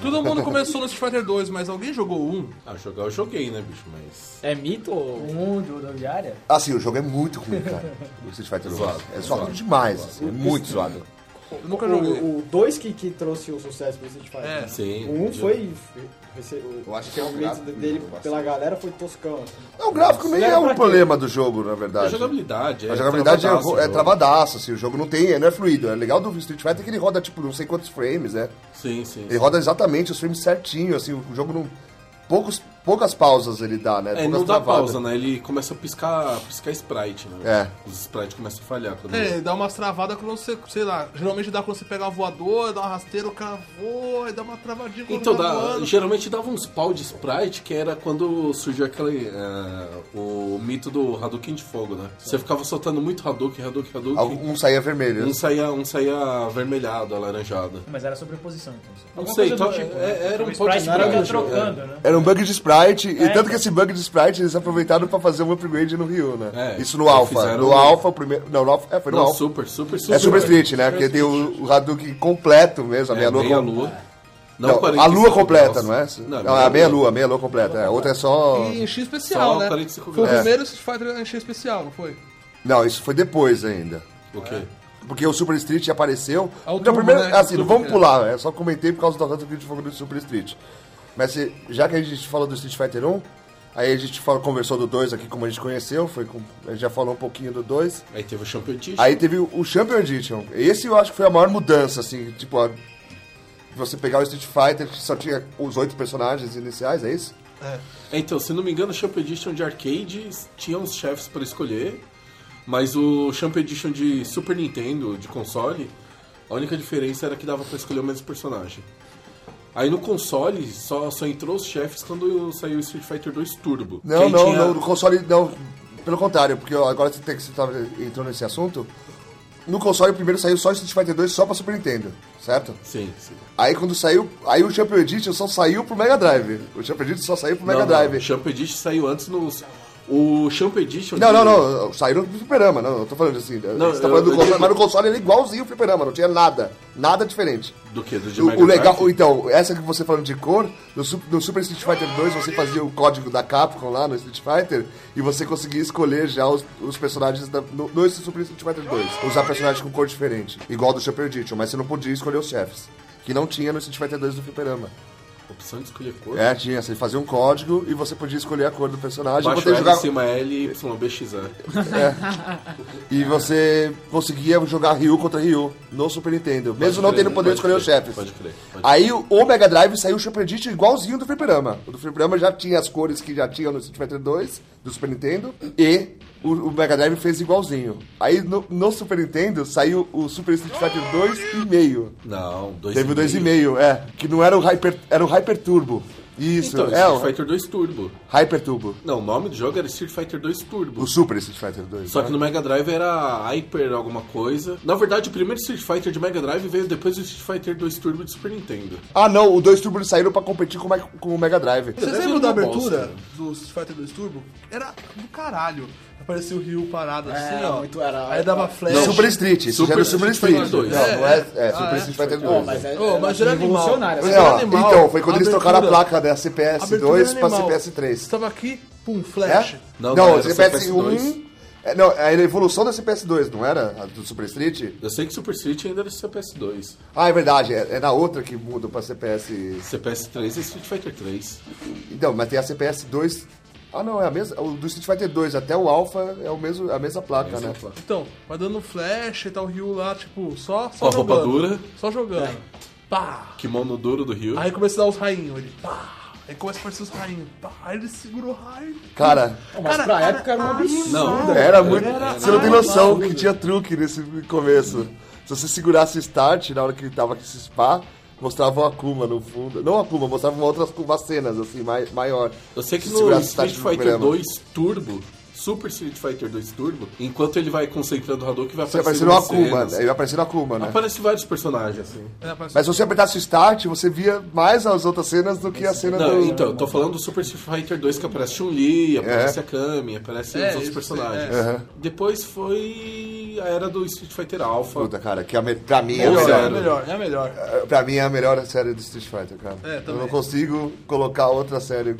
Speaker 2: Todo mundo começou no Street Fighter 2, mas alguém jogou um?
Speaker 4: Ah, jogar eu joguei, né, bicho? Mas.
Speaker 7: É mito ou...
Speaker 3: Um de rodoviária?
Speaker 1: Assim, o jogo é muito ruim, cara. O Street Fighter
Speaker 4: Zoado.
Speaker 1: É zoado demais, assim, é muito zoado.
Speaker 2: Eu nunca joguei.
Speaker 7: O 2 que, que trouxe o sucesso pro Street Fighter.
Speaker 2: É.
Speaker 4: Sim.
Speaker 7: O 1
Speaker 4: já-
Speaker 7: foi... foi- rece- o-
Speaker 5: Eu acho que é um
Speaker 7: o grito
Speaker 5: grave
Speaker 7: dele
Speaker 5: bastante.
Speaker 7: pela galera foi toscão. assim.
Speaker 1: Não, o gráfico nem
Speaker 7: Era
Speaker 1: é um
Speaker 7: pra quê?
Speaker 1: problema do jogo, na
Speaker 4: A
Speaker 1: verdade.
Speaker 4: jogabilidade.
Speaker 1: A jogabilidade é,
Speaker 4: travadaço, né?
Speaker 1: vo- é
Speaker 4: jogo.
Speaker 1: travadaço, assim, o jogo não tem, não é fluido. É legal do Street Fighter que ele roda, tipo, não sei quantos frames, né?
Speaker 4: Sim, sim.
Speaker 1: Ele roda exatamente os frames certinho, assim, o jogo não... Poucos, poucas pausas ele dá, né?
Speaker 4: É,
Speaker 1: poucas
Speaker 4: não dá
Speaker 1: travadas.
Speaker 4: pausa, né? Ele começa a piscar, piscar sprite, né?
Speaker 1: É.
Speaker 4: Os sprites começam a falhar. Quando
Speaker 2: É, dá umas travadas quando você, sei lá, geralmente dá quando você pega uma voadora, dá uma rasteira, o cara voa, e dá uma travadinha quando
Speaker 4: Então,
Speaker 2: tá
Speaker 4: dá,
Speaker 2: voando.
Speaker 4: geralmente dava uns pau de sprite, que era quando surgiu aquele. é, o mito do Hadouken de fogo, né? Você ficava soltando muito Hadouken, Hadouken, Hadouken.
Speaker 1: Algum- Um saía vermelho.
Speaker 4: Um saía, um saía avermelhado, alaranjado.
Speaker 3: Mas era sobreposição, então.
Speaker 4: Não
Speaker 3: Alguma
Speaker 4: sei,
Speaker 3: coisa
Speaker 4: então,
Speaker 3: do tipo,
Speaker 4: é-
Speaker 3: né?
Speaker 4: era um
Speaker 3: O
Speaker 4: pouco
Speaker 3: Sprite
Speaker 4: de
Speaker 3: fica
Speaker 4: laranja,
Speaker 3: trocando, né?
Speaker 1: Era um bug de sprite, e
Speaker 3: É,
Speaker 1: tanto que esse bug de sprite eles aproveitaram pra fazer um upgrade no Rio, né?
Speaker 4: É,
Speaker 1: Isso no Alpha.
Speaker 4: fizeram
Speaker 1: No
Speaker 4: um-
Speaker 1: Alpha, o primeiro... Não, no Alpha... É, foi no
Speaker 4: Não,
Speaker 1: Alpha.
Speaker 4: super, super, super.
Speaker 1: É Super Street, né? Porque tem o, o Hadouken completo mesmo, a
Speaker 4: É,
Speaker 1: meia lua.
Speaker 4: meia
Speaker 1: com-
Speaker 4: lua.
Speaker 1: Não, a
Speaker 4: 45
Speaker 1: lua completa, não é?
Speaker 4: graus.
Speaker 1: Não, é a meia lua, a meia lua completa. É, a outra é só...
Speaker 2: E enchia especial,
Speaker 4: Só
Speaker 2: né?
Speaker 4: 45
Speaker 2: Foi o
Speaker 4: graus.
Speaker 2: primeiro Street Fighter a encher especial, não foi?
Speaker 1: Não, isso foi depois ainda.
Speaker 4: O quê?
Speaker 1: Porque o Super Street apareceu.
Speaker 2: Ah, o
Speaker 1: então,
Speaker 2: turbo,
Speaker 1: primeiro,
Speaker 2: né?
Speaker 1: assim,
Speaker 2: O
Speaker 1: não
Speaker 2: turbo,
Speaker 1: vamos
Speaker 2: é.
Speaker 1: pular, eu só comentei por causa do Tanto de Fogo do Super Street. Mas se- já que a gente falou do Street Fighter 1, Aí a gente fala, conversou do 2 aqui, como a gente conheceu, foi com- a gente já falou um pouquinho do 2.
Speaker 4: Aí teve o Champion Edition.
Speaker 1: Aí teve o o Champion Edition. Esse eu acho que foi a maior mudança, assim, tipo, a- você pegar o Street Fighter, que só tinha os oito personagens iniciais, é isso?
Speaker 4: Então, se não me engano, o Champion Edition de arcade tinha uns chefes pra escolher, mas o Champion Edition de Super Nintendo, de console, a única diferença era que dava pra escolher o mesmo personagem. Aí no console só, só entrou os chefes quando saiu o Street Fighter 2 Turbo.
Speaker 1: Não,
Speaker 4: Quem
Speaker 1: não,
Speaker 4: tinha-
Speaker 1: não, no console não. Pelo contrário, porque ó, agora você tem que você tava entrando nesse assunto. No console primeiro saiu só Street Fighter 2 só pra Super Nintendo, certo?
Speaker 4: Sim, sim.
Speaker 1: Aí quando saiu, aí o Champion Edition só saiu pro Mega Drive. O Champion Edition só saiu pro Mega
Speaker 4: Não, não,
Speaker 1: é Drive.
Speaker 4: O Champion Edition saiu antes no. O Champion Edition.
Speaker 1: Não, não,
Speaker 4: de-
Speaker 1: não, saiu no fliperama, não, eu tô falando assim,
Speaker 4: Não,
Speaker 1: você tá falando
Speaker 4: eu-
Speaker 1: do
Speaker 4: eu
Speaker 1: console,
Speaker 4: digo-
Speaker 1: mas no console ele é igualzinho o fliperama, não tinha nada, nada diferente.
Speaker 4: Do que? Do de Mega
Speaker 1: O, o legal,
Speaker 4: Drive?
Speaker 1: então, essa que você falando de cor, no, Su- no Super Street Fighter 2 você fazia o código da Capcom lá no Street Fighter e você conseguia escolher já os, os personagens da, no, no Super Street Fighter 2. Usar personagens com cor diferente, igual do Champion Edition, mas você não podia escolher os chefes, que não tinha no Street Fighter 2 do fliperama.
Speaker 4: Opção de escolher cor.
Speaker 1: É, tinha, você fazia um código e você podia escolher a cor do personagem
Speaker 4: Baixo
Speaker 1: É, poder
Speaker 4: L, cima L, YBXA.
Speaker 1: E você conseguia jogar Ryu contra Ryu no Super Nintendo, mesmo não
Speaker 4: crer,
Speaker 1: tendo poder de escolher
Speaker 4: pode
Speaker 1: os
Speaker 4: crer,
Speaker 1: chefes.
Speaker 4: pode crer, pode
Speaker 1: Aí o o Mega Drive saiu o Super Edition igualzinho do Fliperama. O do Fliperama já tinha as cores que já tinha no Street Fighter 2 do Super Nintendo e o, o Mega Drive fez igualzinho. Aí no, no Super Nintendo saiu o Super Street Fighter 2 e meio.
Speaker 4: Não, 2,5.
Speaker 1: Teve o 2,5, é, que não era o Hyper, era o Hyper Turbo. Isso,
Speaker 4: Então,
Speaker 1: é
Speaker 4: Street
Speaker 1: o
Speaker 4: Fighter 2 Turbo.
Speaker 1: Hyper Turbo.
Speaker 4: Não, o nome do jogo era Street Fighter 2 Turbo.
Speaker 1: O Super Street Fighter 2.
Speaker 4: Só
Speaker 1: né?
Speaker 4: que no Mega Drive era Hyper alguma coisa. Na verdade, o primeiro Street Fighter de Mega Drive veio depois do Street Fighter 2 Turbo de Super Nintendo.
Speaker 1: Ah, não, o 2 Turbo eles saíram pra competir com o Mega- com o Mega Drive.
Speaker 4: Deve
Speaker 2: Vocês lembram
Speaker 4: ser
Speaker 2: da
Speaker 4: uma
Speaker 2: abertura
Speaker 4: bosta.
Speaker 2: do Street Fighter 2 Turbo? Era do caralho. Aparecia o Ryu parado assim,
Speaker 7: Era
Speaker 2: ó.
Speaker 7: muito- era-
Speaker 2: aí dava
Speaker 7: Não,
Speaker 2: flash.
Speaker 1: Não, Super Street. Super, já
Speaker 4: Super
Speaker 1: era Super
Speaker 4: Street
Speaker 1: Street.
Speaker 4: Fighter
Speaker 1: Não, não é. É, Super
Speaker 2: é?
Speaker 1: Street Fighter 2.
Speaker 7: Pô, mas é,
Speaker 2: Ô,
Speaker 7: é
Speaker 2: mas era animal.
Speaker 7: revolucionário.
Speaker 2: Mas
Speaker 7: assim.
Speaker 2: era
Speaker 1: Ó,
Speaker 2: animal.
Speaker 1: então, foi quando eles
Speaker 2: Abertura.
Speaker 1: trocaram a placa da
Speaker 2: Abertura
Speaker 1: CPS2 pra
Speaker 2: animal. Então,
Speaker 1: CPS3.
Speaker 2: Estava aqui, pum, flash.
Speaker 1: É? Não,
Speaker 4: Não, não, era
Speaker 1: CPS1.
Speaker 4: CPS2.
Speaker 1: é, Não, era a evolução da CPS2, não era? A do Super Street?
Speaker 4: Eu sei que Super Street ainda era CPS2.
Speaker 1: Ah, é verdade. É, é na outra que muda pra CPS.
Speaker 4: CPS3 é Street Fighter 3.
Speaker 1: Então, mas tem a CPS2. Ah, não, é a mesma. O do Street Fighter 2 até o Alpha é o mesmo, a mesma placa, né?
Speaker 2: Então, vai dando flash e tal, o Ryu lá, tipo, só,
Speaker 4: Com
Speaker 2: só
Speaker 4: a roupa
Speaker 2: jogando.
Speaker 4: dura,
Speaker 2: Só jogando. Pá!
Speaker 4: kimono duro do Ryu.
Speaker 2: Aí começa a dar os rainhos, ele pá! Aí começa a aparecer os rainhos, pá! Aí ele segura o raio.
Speaker 1: Cara,
Speaker 7: Mas pra época era um absurdo.
Speaker 4: Não,
Speaker 1: Era muito. você não tem noção que tinha truque nesse começo. Se você segurasse start na hora que ele tava com esse spa, mostrava o Akuma no fundo. Não o Akuma, mostrava uma outras umas cenas assim, mai- maior.
Speaker 4: Eu sei que
Speaker 1: Se
Speaker 4: no
Speaker 1: segurasse start
Speaker 4: Street
Speaker 1: no
Speaker 4: Fighter
Speaker 1: programa.
Speaker 4: 2 Turbo, Super Street Fighter 2 Turbo, enquanto ele vai concentrando o Hadouken, vai
Speaker 1: Você
Speaker 4: aparecendo
Speaker 1: apareceu no
Speaker 4: umas
Speaker 1: Akuma,
Speaker 4: tá cenas.
Speaker 1: né? ele apareceu no Akuma, né?
Speaker 4: Aparece vários personagens, assim.
Speaker 2: Aí aparece-
Speaker 1: Mas se você apertasse o start, você via mais as outras cenas do que a cena
Speaker 4: Não,
Speaker 1: do.
Speaker 4: então, eu tô falando do Super Street Fighter 2 que aparece Chun-Li,
Speaker 1: É.
Speaker 4: aparece a Kami, aparece
Speaker 2: É,
Speaker 4: os outros
Speaker 2: isso,
Speaker 4: personagens.
Speaker 2: é.
Speaker 4: Depois foi a era do Street Fighter Alpha.
Speaker 1: Puta, cara, que a me... pra mim é a
Speaker 4: Ou
Speaker 2: Melhor,
Speaker 1: melhor.
Speaker 4: zero.
Speaker 2: é melhor, é a melhor.
Speaker 1: Pra mim é a melhor série do Street Fighter, cara.
Speaker 2: É,
Speaker 1: eu
Speaker 2: também.
Speaker 1: não consigo colocar outra série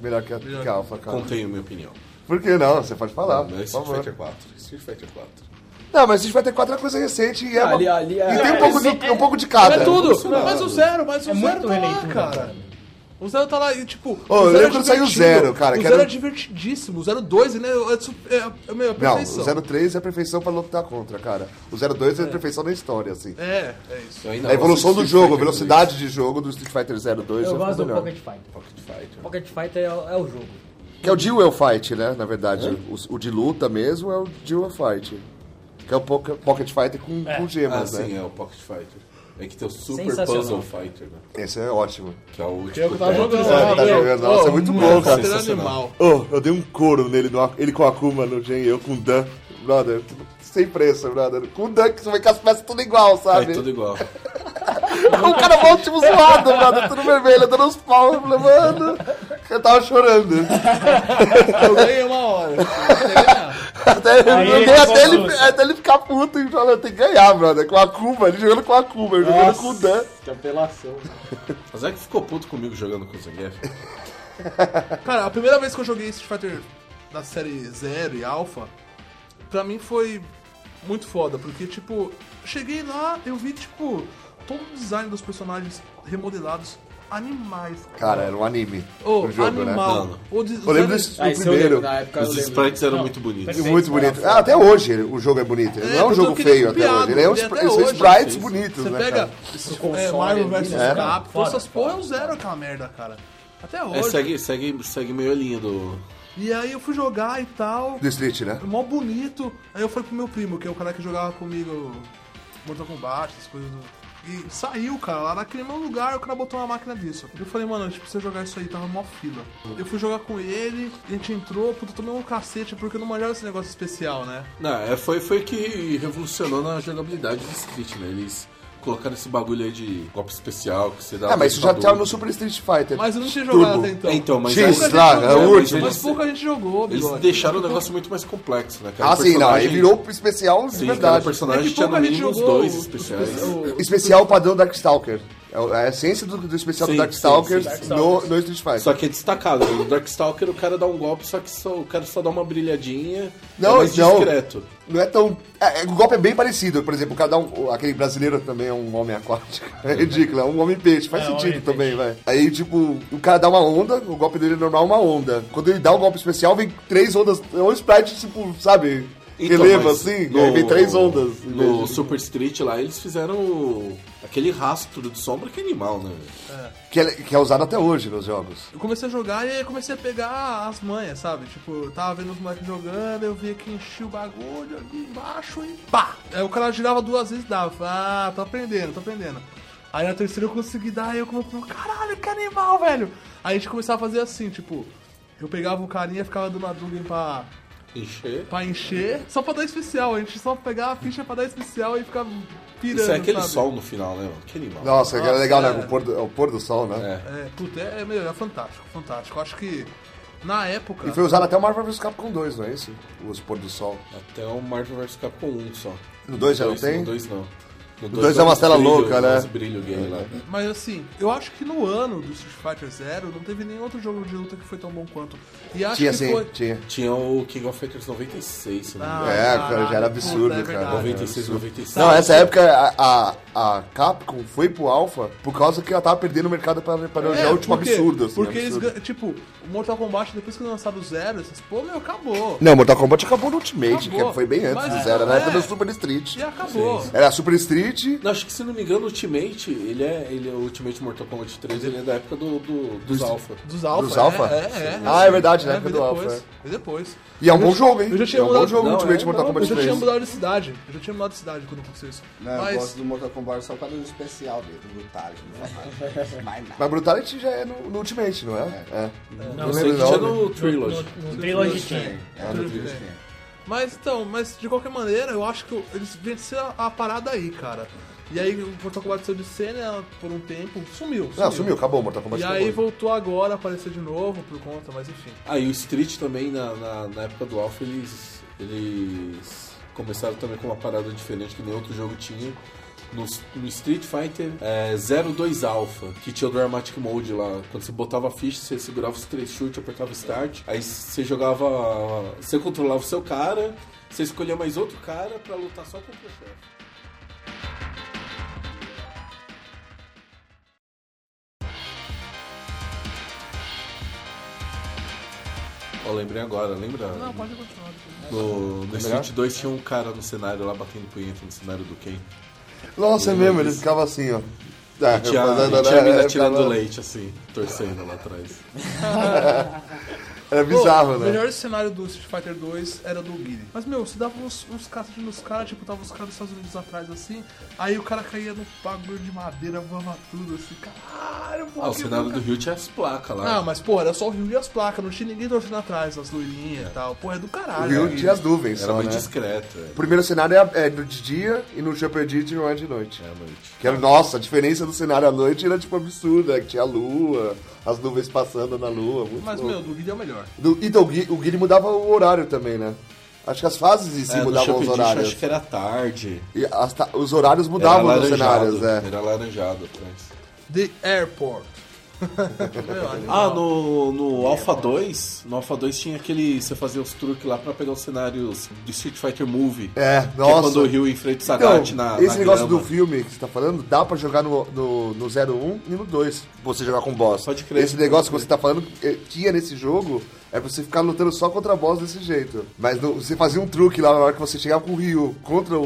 Speaker 1: melhor que a, que a Alpha, cara.
Speaker 4: Contenho minha opinião.
Speaker 1: Por que não? Você pode falar.
Speaker 4: Não, é
Speaker 1: por
Speaker 4: Street
Speaker 1: favor.
Speaker 4: Fighter 4. Street Fighter 4.
Speaker 1: Não, mas Street Fighter 4 é coisa recente e é uma-
Speaker 7: Ali, ali,
Speaker 1: E
Speaker 7: é-
Speaker 1: tem um pouco, de, um pouco de cada.
Speaker 2: É tudo! Mas o zero, mas o
Speaker 3: É
Speaker 2: zero
Speaker 3: muito
Speaker 2: tá lá,
Speaker 3: releitura,
Speaker 2: cara.
Speaker 3: cara.
Speaker 2: O zero tá lá e, tipo.
Speaker 1: Ô,
Speaker 2: o
Speaker 1: eu
Speaker 2: zero
Speaker 1: lembro
Speaker 2: é
Speaker 1: quando saiu o
Speaker 2: divertido.
Speaker 1: zero, cara,
Speaker 2: O
Speaker 1: que
Speaker 2: zero
Speaker 1: era-
Speaker 2: é divertidíssimo. O zero dois, né? É, su- é, é, meu, é
Speaker 1: Não, o
Speaker 2: perfeição.
Speaker 1: 03 é a perfeição pra lutar contra, cara. O 02 é a perfeição da história, assim.
Speaker 2: É, é isso.
Speaker 4: Eu ainda
Speaker 1: a evolução
Speaker 4: gosto
Speaker 1: do
Speaker 4: Street
Speaker 1: jogo, a
Speaker 4: Fighter
Speaker 1: velocidade de jogo do Street Fighter 02
Speaker 3: Eu
Speaker 1: é
Speaker 3: gosto um
Speaker 1: o
Speaker 3: do
Speaker 1: melhor.
Speaker 3: Pocket Fighter.
Speaker 4: 2, Pocket Fighter.
Speaker 3: Pocket Fighter é, o- é o jogo.
Speaker 1: Que é o Duel Fight, né? Na verdade, o, o de luta mesmo é o Duel Fight. Que é o Poca- Pocket Fighter com, com
Speaker 4: Ah,
Speaker 1: gemas,
Speaker 4: sim,
Speaker 1: né?
Speaker 4: é o Pocket Fighter. É que tem o Super
Speaker 3: Sensacional.
Speaker 4: Puzzle Fighter, né?
Speaker 1: Esse é ótimo.
Speaker 4: Que é o
Speaker 2: Eu
Speaker 4: tipo...
Speaker 2: que tava
Speaker 4: é,
Speaker 2: jogando.
Speaker 1: é,
Speaker 2: né?
Speaker 1: tá jogando. Nossa, é
Speaker 2: Ô,
Speaker 1: muito bom, cara.
Speaker 2: Era
Speaker 4: Sensacional.
Speaker 2: animal.
Speaker 1: Oh, eu dei um couro nele, no, ele com a Akuma no Gen, eu com o Dan. Brother, tipo, sem preço, brother. Com o Dan que você vai com as peças tudo igual,
Speaker 4: Tá
Speaker 1: sabe?
Speaker 4: tudo igual.
Speaker 1: O cara volta tipo zoado, brother, tudo vermelho, dando uns pau. Eu falei, mano, eu tava chorando.
Speaker 2: Eu ganhei uma hora.
Speaker 1: Até, eu
Speaker 3: Aí
Speaker 1: dei
Speaker 3: ele
Speaker 1: até,
Speaker 3: ficou
Speaker 1: ele,
Speaker 3: susto.
Speaker 1: até ele ficar puto e falar, tem que ganhar, brother. Com a Cuba, ele jogando com a Cuba, eu jogando com o Dan.
Speaker 7: Que apelação.
Speaker 4: Mas é que ficou puto comigo jogando com o Zangief.
Speaker 2: Cara, a primeira vez que eu joguei Street Fighter da série Zero e Alpha, pra mim foi muito foda, porque, tipo, cheguei lá, eu vi, tipo, todo o design dos personagens remodelados, animais.
Speaker 1: Cara, era um anime.
Speaker 2: Ô,
Speaker 1: o jogo,
Speaker 2: animal.
Speaker 1: né?
Speaker 4: Não.
Speaker 2: O des-
Speaker 1: Eu lembro
Speaker 2: sabe-
Speaker 1: desse do
Speaker 7: Ah, esse eu
Speaker 1: primeiro.
Speaker 7: lembro,
Speaker 2: é
Speaker 7: na época eu
Speaker 4: Os
Speaker 7: lembro.
Speaker 2: né?
Speaker 4: sprites eram
Speaker 3: Não,
Speaker 4: muito bonitos.
Speaker 3: perfeito,
Speaker 1: muito bonito.
Speaker 3: cara.
Speaker 1: Ah, até hoje ele- o jogo é bonito. Ele não
Speaker 2: É,
Speaker 1: é um
Speaker 2: tanto
Speaker 1: jogo
Speaker 2: que ele é
Speaker 1: feio até
Speaker 2: copiado,
Speaker 1: hoje. Ele é um,
Speaker 2: ele é
Speaker 1: spr-
Speaker 2: até
Speaker 1: são
Speaker 2: hoje,
Speaker 1: sprites
Speaker 4: sim.
Speaker 1: bonitos,
Speaker 2: é- Você
Speaker 1: né,
Speaker 2: pega
Speaker 1: cara?
Speaker 2: esses-
Speaker 3: console
Speaker 2: é, Marvel
Speaker 3: ali,
Speaker 2: vs
Speaker 3: né?
Speaker 2: Capcom,
Speaker 3: Foda,
Speaker 2: essas
Speaker 3: foda.
Speaker 2: porra eu zero aquela merda, cara. Até
Speaker 4: É,
Speaker 2: hoje.
Speaker 4: segue, segue, segue meio a linha do.
Speaker 2: E aí eu fui jogar e tal.
Speaker 1: Do Street, né?
Speaker 2: Mó bonito. Aí eu falei pro meu primo, que é o cara que jogava comigo Mortal Kombat, essas coisas. do- E saiu, cara, lá naquele mesmo lugar, o cara botou uma máquina disso. Eu falei, mano, a gente precisa jogar isso aí, tava mó fila. Eu fui jogar com ele, a gente entrou, puta, tomei um cacete, porque eu não manjava esse negócio especial, né?
Speaker 4: Não, é, foi, foi que revolucionou na jogabilidade de Street, né? Eles colocaram esse bagulho aí de golpe especial que você dá.
Speaker 1: Ah, mas isso já
Speaker 4: apertador.
Speaker 1: tá no Super Street Fighter.
Speaker 2: Mas eu não tinha
Speaker 1: Turbo.
Speaker 2: jogado até então.
Speaker 4: É, então, mas
Speaker 1: X,
Speaker 4: aí-
Speaker 1: lá,
Speaker 4: mas
Speaker 1: é o
Speaker 4: eles-
Speaker 1: último.
Speaker 2: Mas pouco a gente jogou,
Speaker 4: Eles
Speaker 2: bigode.
Speaker 4: deixaram o negócio muito mais complexo, né? Cada
Speaker 1: Ah, sim, não. Aí
Speaker 4: personagem-
Speaker 1: virou especial de
Speaker 4: Sim, cada
Speaker 1: verdade.
Speaker 2: É
Speaker 4: personagem
Speaker 2: que
Speaker 4: tinha
Speaker 2: pouco
Speaker 4: no
Speaker 2: a gente
Speaker 4: mínimo uns
Speaker 2: jogou
Speaker 4: dois
Speaker 2: os-
Speaker 4: especiais.
Speaker 2: o-
Speaker 1: Especial padrão Darkstalker. É o- é a essência do, do especial
Speaker 4: Sim,
Speaker 1: do Darkstalker
Speaker 4: sim, sim,
Speaker 3: sim.
Speaker 1: no, no Street Fighter.
Speaker 4: Só que é destacado, né? no Darkstalker o cara dá um golpe, só que só, o cara só dá uma brilhadinha,
Speaker 1: Não,
Speaker 4: é mais
Speaker 1: não.
Speaker 4: discreto.
Speaker 1: Não é tão. é, é, o golpe é bem parecido, por exemplo, cada um. Aquele brasileiro também é um homem aquático. (laughs) É ridículo, é um homem peixe, faz
Speaker 3: É,
Speaker 1: sentido
Speaker 3: homem
Speaker 1: também, vai. Aí, tipo, o cara dá uma onda, o golpe dele é normal é uma onda. Quando ele dá um golpe especial, vem três ondas. É um sprite, tipo, sabe?
Speaker 4: Então,
Speaker 1: releva
Speaker 4: mas
Speaker 1: assim,
Speaker 4: no-
Speaker 1: e aí vem três ondas. em vez
Speaker 4: No
Speaker 1: de-
Speaker 4: Super Street lá, eles fizeram o- aquele rastro de sombra que é animal, né? velho?
Speaker 1: Que, é, que é usado até hoje nos jogos.
Speaker 2: Eu comecei a jogar e aí comecei a pegar as manhas, sabe? Tipo, eu tava vendo os moleques jogando, eu via que enchia o bagulho ali embaixo e pá! Aí o cara girava duas vezes e dava. Eu falei, Ah, tô aprendendo, tô aprendendo. Aí na terceira eu consegui dar e eu comecei, caralho, que animal, velho! Aí a gente começava a fazer assim, tipo, eu pegava o carinha, ficava dando a Dugan pra,
Speaker 4: Encher.
Speaker 2: pra encher, só pra dar especial, a gente só pegava a ficha pra dar especial e ficava pirando,
Speaker 4: Isso é aquele
Speaker 2: sabe?
Speaker 4: sol no final, né? mano? Que animal.
Speaker 1: Nossa, que era
Speaker 2: Nossa,
Speaker 1: legal,
Speaker 2: é.
Speaker 1: né? Com O pôr do, é o pôr do sol, né?
Speaker 4: É.
Speaker 2: É, puta, é, é, meu, é fantástico, fantástico. Eu acho que na época...
Speaker 1: E foi usado até o Marvel vs Capcom 2, não é isso? Os pôr do sol.
Speaker 4: Até o Marvel vs Capcom 1 só.
Speaker 1: No 2 já não
Speaker 4: Dois-
Speaker 1: tem?
Speaker 4: No 2 não. No
Speaker 1: dois
Speaker 4: dá
Speaker 1: é uma
Speaker 4: uns
Speaker 1: tela
Speaker 4: brilho-
Speaker 1: louca, né?
Speaker 4: uns brilho gay lá.
Speaker 2: Mas assim, eu acho que no ano do Street Fighter Zero não teve nenhum outro jogo de luta que foi tão bom quanto. E acho
Speaker 1: Tinha
Speaker 2: que
Speaker 1: sim,
Speaker 2: foi.
Speaker 1: tinha.
Speaker 4: Tinha o King of Fighters 96, se não me
Speaker 2: Ah,
Speaker 4: engano.
Speaker 1: É,
Speaker 2: caralho,
Speaker 1: cara, já era
Speaker 2: puta,
Speaker 1: absurdo,
Speaker 2: é
Speaker 1: cara.
Speaker 2: verdade.
Speaker 4: 96, 97.
Speaker 1: Não, essa é- época a, a, a Capcom foi pro Alpha por causa que ela tava perdendo o mercado pra, pra
Speaker 2: É,
Speaker 1: é, o último
Speaker 2: porque-
Speaker 1: absurdo, assim.
Speaker 2: Porque eles
Speaker 1: absurdo.
Speaker 2: ganham. Tipo, o Mortal Kombat, depois que lançaram o Zero, essas pô, meu, acabou.
Speaker 1: Não, Mortal Kombat acabou no Ultimate,
Speaker 2: Acabou.
Speaker 1: que foi bem antes
Speaker 2: Mas,
Speaker 1: do Zero, na
Speaker 2: é.
Speaker 1: época do Super Street.
Speaker 2: E acabou.
Speaker 1: Era Super Street,
Speaker 4: Não, acho que se não me engano, o Ultimate, ele é, ele é o Ultimate Mortal Kombat 3, ele é da época do, do- dos Alpha.
Speaker 2: Dos Alpha.
Speaker 1: Dos Alpha?
Speaker 2: É, é, é.
Speaker 1: Ah, é verdade, né,
Speaker 2: É,
Speaker 1: que
Speaker 2: veio
Speaker 1: do Alpha,
Speaker 2: depois.
Speaker 1: é.
Speaker 2: veio depois.
Speaker 1: e é um
Speaker 2: Eu
Speaker 1: bom
Speaker 2: já-
Speaker 1: jogo, hein?
Speaker 2: Eu já tinha
Speaker 1: é um bom
Speaker 2: mudado-
Speaker 1: jogo
Speaker 4: Não,
Speaker 1: Ultimate
Speaker 4: é,
Speaker 1: Mortal
Speaker 4: não,
Speaker 2: Eu
Speaker 1: Kombat
Speaker 2: já tinha
Speaker 1: 3.
Speaker 2: mudado de cidade. Eu já tinha mudado de cidade quando aconteceu isso.
Speaker 5: Não, eu
Speaker 2: Mas.
Speaker 5: gosto do Mortal Kombat só por causa do especial dele, do Brutality, não
Speaker 1: (laughs)
Speaker 5: faz nada. Mais nada.
Speaker 1: Mas Brutality já é no, no Ultimate, não é? É.
Speaker 4: Não,
Speaker 1: lembro
Speaker 4: sei que
Speaker 1: não,
Speaker 4: tinha
Speaker 1: né?
Speaker 4: no Trilogy.
Speaker 3: No Trilogy tinha.
Speaker 5: É, no Trilogy tem.
Speaker 2: Mas então, mas de qualquer maneira, eu acho que eles venceram a parada aí, cara. E aí o Mortal Kombat saiu de cena por um tempo, sumiu. sumiu.
Speaker 1: Não, Ah, sumiu, acabou o Mortal Kombat.
Speaker 2: E
Speaker 1: acabou.
Speaker 2: aí voltou agora a aparecer de novo por conta, mas enfim.
Speaker 4: Ah, e o Street também, na, na, na época do Alpha, eles, eles começaram também com uma parada diferente que nenhum outro jogo tinha. No, no Street Fighter é, 02 Alpha, que tinha o Dramatic Mode lá. Quando você botava a ficha, você segurava os três chutes, apertava Start. Aí você jogava. Você controlava o seu cara, você escolhia mais outro cara pra lutar só contra o chefe. Ó, lembrei agora, lembra?
Speaker 2: Não, pode continuar.
Speaker 4: No, no Street 2 tinha um cara no cenário lá batendo punheta no cenário do Ken.
Speaker 1: Nossa, é mesmo, eles ficavam assim, ó. É,
Speaker 4: Tinha,
Speaker 1: fazendo-
Speaker 4: tinha a mina
Speaker 1: é,
Speaker 4: tirando
Speaker 1: ficava-
Speaker 4: leite, assim, torcendo lá atrás.
Speaker 1: Era
Speaker 2: Pô,
Speaker 1: bizarro,
Speaker 2: O
Speaker 1: né?
Speaker 2: melhor cenário do Street Fighter 2 era do Guile. Mas, meu, você dava uns, uns cacetes nos caras, tipo, tava os caras dos Estados Unidos atrás, assim, aí o cara caía no bagulho de madeira, voava tudo, assim, caralho, pô.
Speaker 4: Ah, o
Speaker 2: que
Speaker 4: cenário
Speaker 2: bom,
Speaker 4: do Rio tinha as placas lá.
Speaker 2: Ah, mas pô, era só o Rio e as placas, não tinha ninguém torcendo atrás, as loirinhas e tal. Pô, é do
Speaker 1: O
Speaker 2: caralho.
Speaker 1: Ryu
Speaker 2: né?
Speaker 1: tinha as nuvens,
Speaker 4: Era
Speaker 1: só,
Speaker 4: mais
Speaker 1: né?
Speaker 4: discreto, é,
Speaker 1: O primeiro cenário é, é de dia e no Champion Edition não é de noite.
Speaker 4: é à noite.
Speaker 1: Que era, nossa, a diferença do cenário à noite era tipo absurda, que tinha a lua, as nuvens passando na lua. Muito
Speaker 2: Mas,
Speaker 1: louco.
Speaker 2: meu, do Guile é o melhor.
Speaker 1: Do, então, o Gui- o Guilherme mudava o horário também, né? Acho que as fases em si
Speaker 4: É, no
Speaker 1: mudavam os
Speaker 4: Champions League, acho
Speaker 1: horários.
Speaker 4: que era tarde.
Speaker 1: E as ta- os é. horários
Speaker 4: Era
Speaker 1: mudavam nos
Speaker 4: alaranjado,
Speaker 1: cenários, é.
Speaker 4: Era laranjado atrás. (laughs)
Speaker 2: The Airport.
Speaker 4: Ah, no, no Alpha 2, no Alpha 2 tinha aquele. Você fazia os truques lá pra pegar os cenários de Street Fighter Movie.
Speaker 1: É,
Speaker 4: que
Speaker 1: nossa.
Speaker 4: é quando o Ryu enfrenta o
Speaker 1: Então,
Speaker 4: Sagat na.
Speaker 1: esse
Speaker 4: na
Speaker 1: negócio
Speaker 4: grama.
Speaker 1: do filme que você tá falando, dá pra jogar no, no, no 01 e no 2, você jogar com boss.
Speaker 4: Pode crer.
Speaker 1: Esse negócio que você tá falando, eh, tinha nesse jogo, é pra você ficar lutando só contra boss desse jeito. Mas no- você fazia um truque lá na hora que você chegava com o Ryu contra o,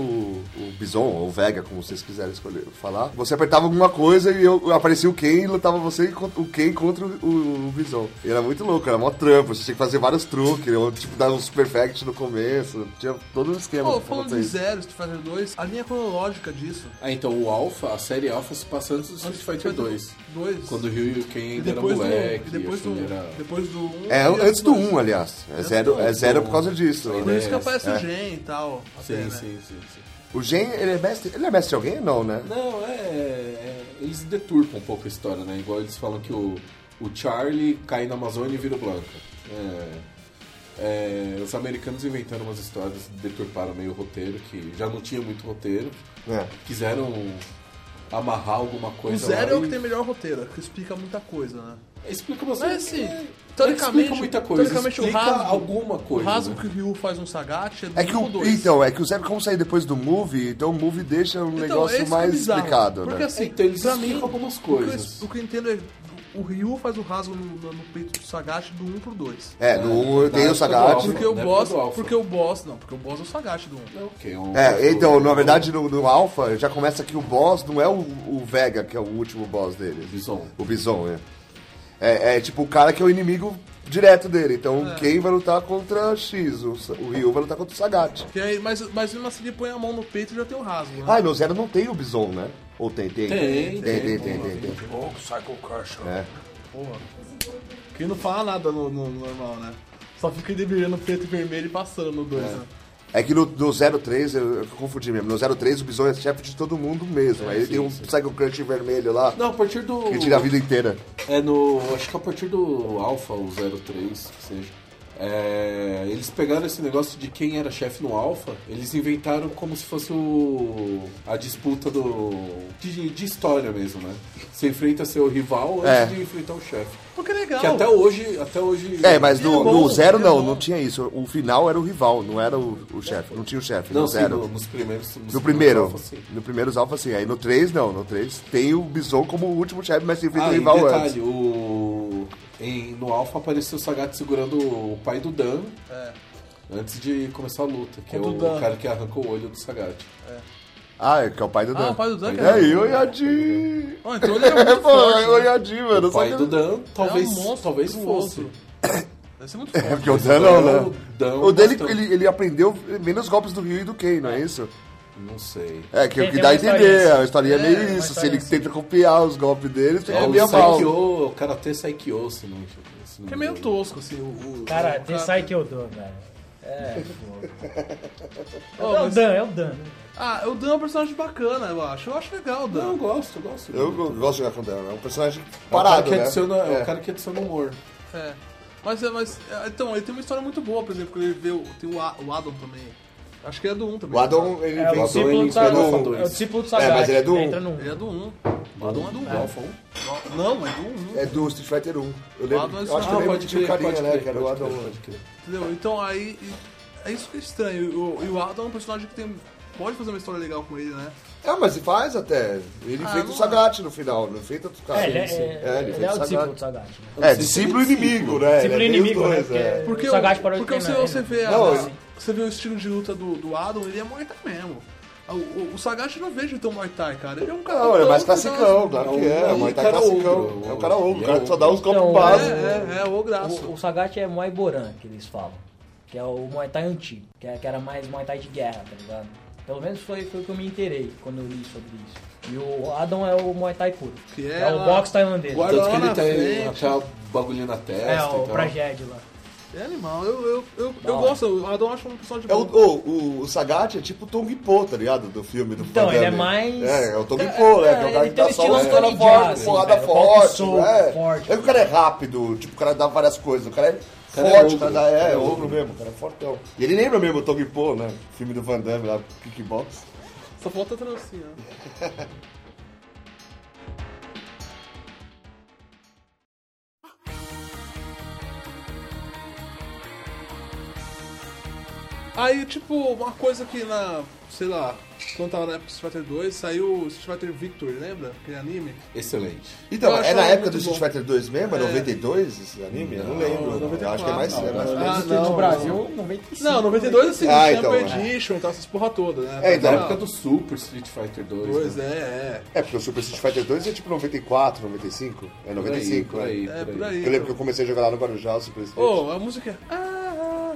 Speaker 1: o Bison, ou o Vega, como vocês quiserem escolher falar. Você apertava alguma coisa e eu, aparecia o Ken e lutava você contra- o Ken contra o, o, o Bison. E era muito louco, era mó trampo, você tinha que fazer vários truques, ou tipo, dar uns perfect no começo, tinha todo um esquema.
Speaker 2: Pô,
Speaker 1: pra
Speaker 2: falando
Speaker 1: fazer
Speaker 2: de
Speaker 1: isso.
Speaker 2: zero, Street Fighter 2, a linha cronológica disso.
Speaker 4: Ah, então o Alpha, a série Alpha se passa antes do Street Fighter 2.
Speaker 2: 2.
Speaker 4: Quando o Ryu e o Ken
Speaker 2: e
Speaker 4: ainda eram
Speaker 2: depois do,
Speaker 4: moleque.
Speaker 2: e depois do,
Speaker 4: assim, era-
Speaker 2: depois do 1.
Speaker 1: É antes do 1, aliás. É zero, é zero por causa disso.
Speaker 2: Por isso que
Speaker 4: É, Ah,
Speaker 2: aparece o Gen e tal. até,
Speaker 4: Sim,
Speaker 2: né?
Speaker 4: sim, sim, sim.
Speaker 1: O Gen, ele é mestre. Ele é mestre de alguém? Não, né?
Speaker 4: Não, é, é- Eles deturpam um pouco a história, né? Igual eles falam que o, o Charlie cai na Amazônia e vira o Blanca. É, é, os americanos inventaram umas histórias, deturparam meio o roteiro, que já não tinha muito roteiro.
Speaker 1: É.
Speaker 4: Quiseram amarrar alguma coisa.
Speaker 2: O zero é
Speaker 4: lá
Speaker 2: o que
Speaker 4: e-
Speaker 2: tem melhor roteiro, que explica muita coisa, né?
Speaker 4: Explica você.
Speaker 2: Mas, assim,
Speaker 4: é,
Speaker 2: teoricamente-
Speaker 4: não explica muita coisa.
Speaker 2: teoricamente, o
Speaker 4: explica
Speaker 2: rasgo-
Speaker 4: alguma coisa.
Speaker 2: o rasgo
Speaker 4: né?
Speaker 2: que o Ryu faz um Sagat é do
Speaker 1: É que
Speaker 2: um ou
Speaker 1: o,
Speaker 2: dois.
Speaker 1: então, é que o Zero, como sair depois do movie, então o movie deixa um negócio
Speaker 2: esse que é
Speaker 1: mais
Speaker 2: bizarro,
Speaker 1: explicado,
Speaker 2: Porque
Speaker 1: né?
Speaker 2: assim,
Speaker 4: Então, eles
Speaker 2: pra mim,
Speaker 4: explicam algumas
Speaker 2: o que eu-
Speaker 4: coisas.
Speaker 2: O que eu entendo é. O Ryu faz o rasgo no, no peito do Sagat do 1 pro 2.
Speaker 1: É, no 1 tem
Speaker 4: Na
Speaker 1: o Sagat.
Speaker 4: época do
Speaker 2: Porque o
Speaker 4: Na época
Speaker 2: boss.
Speaker 4: do Alpha.
Speaker 2: Porque o boss. Não, porque o boss é o Sagat do 1.
Speaker 4: É, ok, é um-
Speaker 1: É, então, na verdade, no, no Alpha já começa que o boss não é o, o Vega, que é o último boss dele.
Speaker 4: Bison.
Speaker 1: O Bison, é. é. é tipo o cara que é o inimigo direto dele. Então,
Speaker 2: É.
Speaker 1: quem vai lutar contra X? O, Sa- o Ryu vai lutar contra o Sagat.
Speaker 2: Que aí, mas, mas mesmo assim ele põe a mão no peito e já tem o rasgo, né?
Speaker 1: Ah, e no Zero não tem o Bison, né? Ou tem? Tem,
Speaker 4: Tem,
Speaker 1: tem, tem.
Speaker 4: tem,
Speaker 1: tem, tem, tem. É.
Speaker 2: Que não fala nada no, no normal, né? Só fica debrilhando preto e vermelho e passando no 2, né?
Speaker 1: É que no, no 03, eu, eu confundi mesmo, no 03 o Bison é chefe de todo mundo mesmo. Aí ele tem um Psycho Crunch vermelho lá,
Speaker 4: É, Não, a partir do.
Speaker 1: que tira a vida inteira.
Speaker 4: É no. Acho que a partir do Alpha, o 03, que seja. é, eles pegaram esse negócio de quem era chefe no Alpha, eles inventaram como se fosse o. a disputa do. de, de história mesmo, né? Você enfrenta seu rival antes
Speaker 1: É.
Speaker 4: de enfrentar o chefe.
Speaker 2: Porque é legal.
Speaker 4: Que até hoje. Até hoje.
Speaker 1: É, mas no,
Speaker 2: é bom,
Speaker 1: no Zero
Speaker 2: é
Speaker 1: não,
Speaker 2: bom.
Speaker 1: não tinha isso. O final era o rival, não era o, o chefe. Não tinha o chefe,
Speaker 4: Não,
Speaker 1: no
Speaker 4: sim,
Speaker 1: Zero.
Speaker 4: no- assim. nos primeiros. Nos
Speaker 1: No
Speaker 4: primeiros
Speaker 1: primeiro,
Speaker 4: Alpha, sim.
Speaker 1: no primeiro os Alpha sim. Aí no 3 não, no 3 tem o Bison como o último chefe, mas se enfrenta
Speaker 4: Ah,
Speaker 1: o
Speaker 4: e
Speaker 1: rival
Speaker 4: detalhe,
Speaker 1: antes.
Speaker 4: o. em- no Alpha apareceu o Sagat segurando o pai do Dan. Antes de começar a luta, que é
Speaker 2: É. O
Speaker 4: o
Speaker 2: do Dan.
Speaker 4: cara que arranca o olho do Sagat.
Speaker 1: Ah, é que é o pai do Dan. É,
Speaker 2: o pai do Dan,
Speaker 1: E
Speaker 2: cara.
Speaker 1: aí, olhadinho.
Speaker 2: Ó, então ele é muito
Speaker 1: (laughs) Pô,
Speaker 2: forte. né?
Speaker 1: olhadinho, mano.
Speaker 4: O
Speaker 1: só
Speaker 4: pai
Speaker 1: que-
Speaker 4: do Dan talvez,
Speaker 2: é um monstro,
Speaker 4: talvez
Speaker 2: um
Speaker 4: fosse.
Speaker 2: monstro. Deve ser muito forte.
Speaker 1: É porque o Dan não, né?
Speaker 4: O Dan é um
Speaker 1: O dele,
Speaker 4: bastante.
Speaker 1: ele, ele aprendeu menos golpes do Ryu e do Ken, não é isso?
Speaker 4: Não sei.
Speaker 1: É, que
Speaker 3: Tem-
Speaker 1: o que
Speaker 3: tem
Speaker 1: dá a
Speaker 3: uma
Speaker 1: entender,
Speaker 3: historinha.
Speaker 1: a historinha é
Speaker 3: É,
Speaker 1: meio
Speaker 3: uma
Speaker 1: isso. Se
Speaker 3: historinha
Speaker 1: ele
Speaker 3: assim.
Speaker 1: tenta copiar os golpes dele, tem
Speaker 4: É,
Speaker 1: que
Speaker 4: o
Speaker 1: copiar mal.
Speaker 4: Saikyo, o Karatê Saikyo, se não se não
Speaker 2: Que é
Speaker 4: me
Speaker 2: meio
Speaker 4: engano.
Speaker 2: tosco, assim. O, o-
Speaker 3: Cara,
Speaker 2: o
Speaker 3: tem sai que eu dou, velho. É, pô.
Speaker 2: Ô,
Speaker 3: é o
Speaker 2: mas-
Speaker 3: Dan, é o Dan.
Speaker 2: Ah, o Dan é um personagem bacana, eu acho. Eu acho legal o Dan.
Speaker 4: Não, eu gosto, eu gosto.
Speaker 1: Eu go- gosto de jogar com o Dan, é um personagem
Speaker 4: É o cara
Speaker 1: parado,
Speaker 4: que
Speaker 1: né?
Speaker 4: adiciona- é
Speaker 1: É.
Speaker 4: o cara que adiciona humor.
Speaker 2: É. Mas, é, mas é, então, ele tem uma história muito boa, por exemplo, quando ele vê o, tem o, A- o Adam também. Acho que ele é do 1 também.
Speaker 1: O Adam, ele
Speaker 3: É o
Speaker 1: vem...
Speaker 4: ele
Speaker 3: discípulo do
Speaker 4: entra no
Speaker 3: Sagat.
Speaker 4: Alpha
Speaker 3: É o discípulo do
Speaker 1: É,
Speaker 3: Sagat.
Speaker 1: mas ele é do
Speaker 3: que
Speaker 1: um.
Speaker 3: entra num.
Speaker 2: Ele é do 1. O Adam é do 1.
Speaker 4: Alpha 1.
Speaker 2: Não, é do 1.
Speaker 1: É do Street Fighter 1. Eu lembro,
Speaker 2: Adam
Speaker 1: eu
Speaker 2: é
Speaker 1: acho que eu
Speaker 2: só-
Speaker 1: lembro que tinha um carinha, né, que era o
Speaker 4: pode
Speaker 1: Adam.
Speaker 4: crer, pode crer.
Speaker 2: Entendeu? Então aí. e- É isso que é estranho. E o- E o Adam é um personagem que tem. Pode fazer uma história legal com ele, né?
Speaker 1: É, mas ele faz até. Ele
Speaker 2: Ah,
Speaker 5: é.
Speaker 1: enfrenta o
Speaker 2: não-
Speaker 1: Sagat no final, não enfrenta outro cara.
Speaker 3: É, ele é,
Speaker 1: É, ele
Speaker 3: ele é
Speaker 1: fez
Speaker 3: o discípulo
Speaker 1: Sagat.
Speaker 3: do Sagat. né?
Speaker 1: É, discípulo e inimigo, né?
Speaker 3: Discípulo
Speaker 1: Ele é meio
Speaker 3: e
Speaker 1: os
Speaker 3: inimigo, né?
Speaker 1: dois, é.
Speaker 3: Porque-
Speaker 2: Porque,
Speaker 3: O Sagat parou de né?
Speaker 2: porque você, é
Speaker 3: treinar ele.
Speaker 2: você vê a-
Speaker 1: Não,
Speaker 2: a-
Speaker 1: ele-
Speaker 2: você vê o estilo de luta do, do Adam, ele é Muay Thai mesmo. Ah, O, o, o Sagat eu não vejo tão Muay Thai, cara. Ele é um cara.
Speaker 1: Não, ele é mais
Speaker 2: tão- tão-
Speaker 1: classicão, claro que é.
Speaker 4: É
Speaker 1: É
Speaker 4: um
Speaker 1: um cara
Speaker 4: cara
Speaker 1: classicão.
Speaker 4: ogro.
Speaker 1: É um cara ogro,
Speaker 4: E
Speaker 1: o
Speaker 4: é
Speaker 1: cara que só dá uns golpes
Speaker 3: Então,
Speaker 1: básicos.
Speaker 2: É, é, é, o graço.
Speaker 3: O, o Sagat é Muay Boran, que eles falam. Que é o Muay Thai antigo, que, é- que era mais Muay Thai de guerra, tá ligado? Pelo menos foi, foi o que eu me inteirei quando eu li sobre isso. E o Adam é o Muay Thai puro.
Speaker 2: Que
Speaker 3: é,
Speaker 2: é
Speaker 3: o
Speaker 2: lá-
Speaker 3: boxe tailandês.
Speaker 2: Guarda-
Speaker 4: Tanto que
Speaker 2: lá
Speaker 4: ele
Speaker 2: na
Speaker 4: tem
Speaker 2: frente.
Speaker 4: até o bagulho na testa
Speaker 3: É,
Speaker 4: e
Speaker 3: o
Speaker 4: tal.
Speaker 3: Prajed lá.
Speaker 2: É animal. Eu, eu, eu, eu
Speaker 3: Não.
Speaker 2: gosto, o Adam eu acho um personagem
Speaker 1: É o,
Speaker 2: bom.
Speaker 1: o, o- o Sagat é tipo o Tong Po, tá ligado? Do filme do
Speaker 3: Então,
Speaker 1: Van
Speaker 3: ele é
Speaker 1: Damme.
Speaker 3: mais-
Speaker 1: É, é o Tong Po, né? Que é o
Speaker 3: É,
Speaker 1: cara
Speaker 3: ele
Speaker 1: que
Speaker 3: tem
Speaker 1: dá
Speaker 3: um
Speaker 1: só
Speaker 3: estilo
Speaker 1: uma porrada
Speaker 3: Anthony
Speaker 1: forte,
Speaker 3: Jazz,
Speaker 1: porrada
Speaker 3: cara, o golpe
Speaker 1: forte.
Speaker 3: soco,
Speaker 1: é.
Speaker 3: forte.
Speaker 1: É que o cara é rápido, tipo, o cara dá várias coisas. O cara é
Speaker 4: cara é
Speaker 1: forte, o
Speaker 4: ogro.
Speaker 1: cara dá, é, é ogro mesmo, o cara é fortão. E ele lembra mesmo o Tong Po, né? Filme do Van Damme lá, Kickbox.
Speaker 2: Só falta a trancinha. (laughs) Aí, tipo, uma coisa que na. Sei lá, quando tava na época do Street Fighter 2, saiu o Street Fighter Victory, lembra? Aquele anime?
Speaker 4: Excelente.
Speaker 2: Eu
Speaker 1: Então, é
Speaker 2: achava
Speaker 1: na época
Speaker 2: muito
Speaker 1: do Street
Speaker 2: bom.
Speaker 1: Fighter 2 mesmo? É 92 esse anime? Eu não lembro. Eu acho que é mais.
Speaker 5: né?
Speaker 1: é mais-
Speaker 2: Ah,
Speaker 7: Mas
Speaker 2: não,
Speaker 7: no Brasil, 95.
Speaker 2: Não, 92 é assim,
Speaker 1: Ah,
Speaker 2: Champion
Speaker 1: então, é.
Speaker 2: Edition e tal, essas porra toda, né?
Speaker 1: É, então.
Speaker 4: Na
Speaker 2: Tá,
Speaker 4: época do Super Street Fighter 2.
Speaker 2: Pois
Speaker 4: né?
Speaker 2: é,
Speaker 1: É, porque o Super Street Fighter 2 é tipo 94, 95? É
Speaker 4: Por aí,
Speaker 1: 95,
Speaker 4: por aí.
Speaker 2: é. É, por
Speaker 1: é.
Speaker 2: aí.
Speaker 1: Eu lembro que eu comecei a jogar lá no Guarujá, o Super Street.
Speaker 2: Ô, a música é. Ah, ah,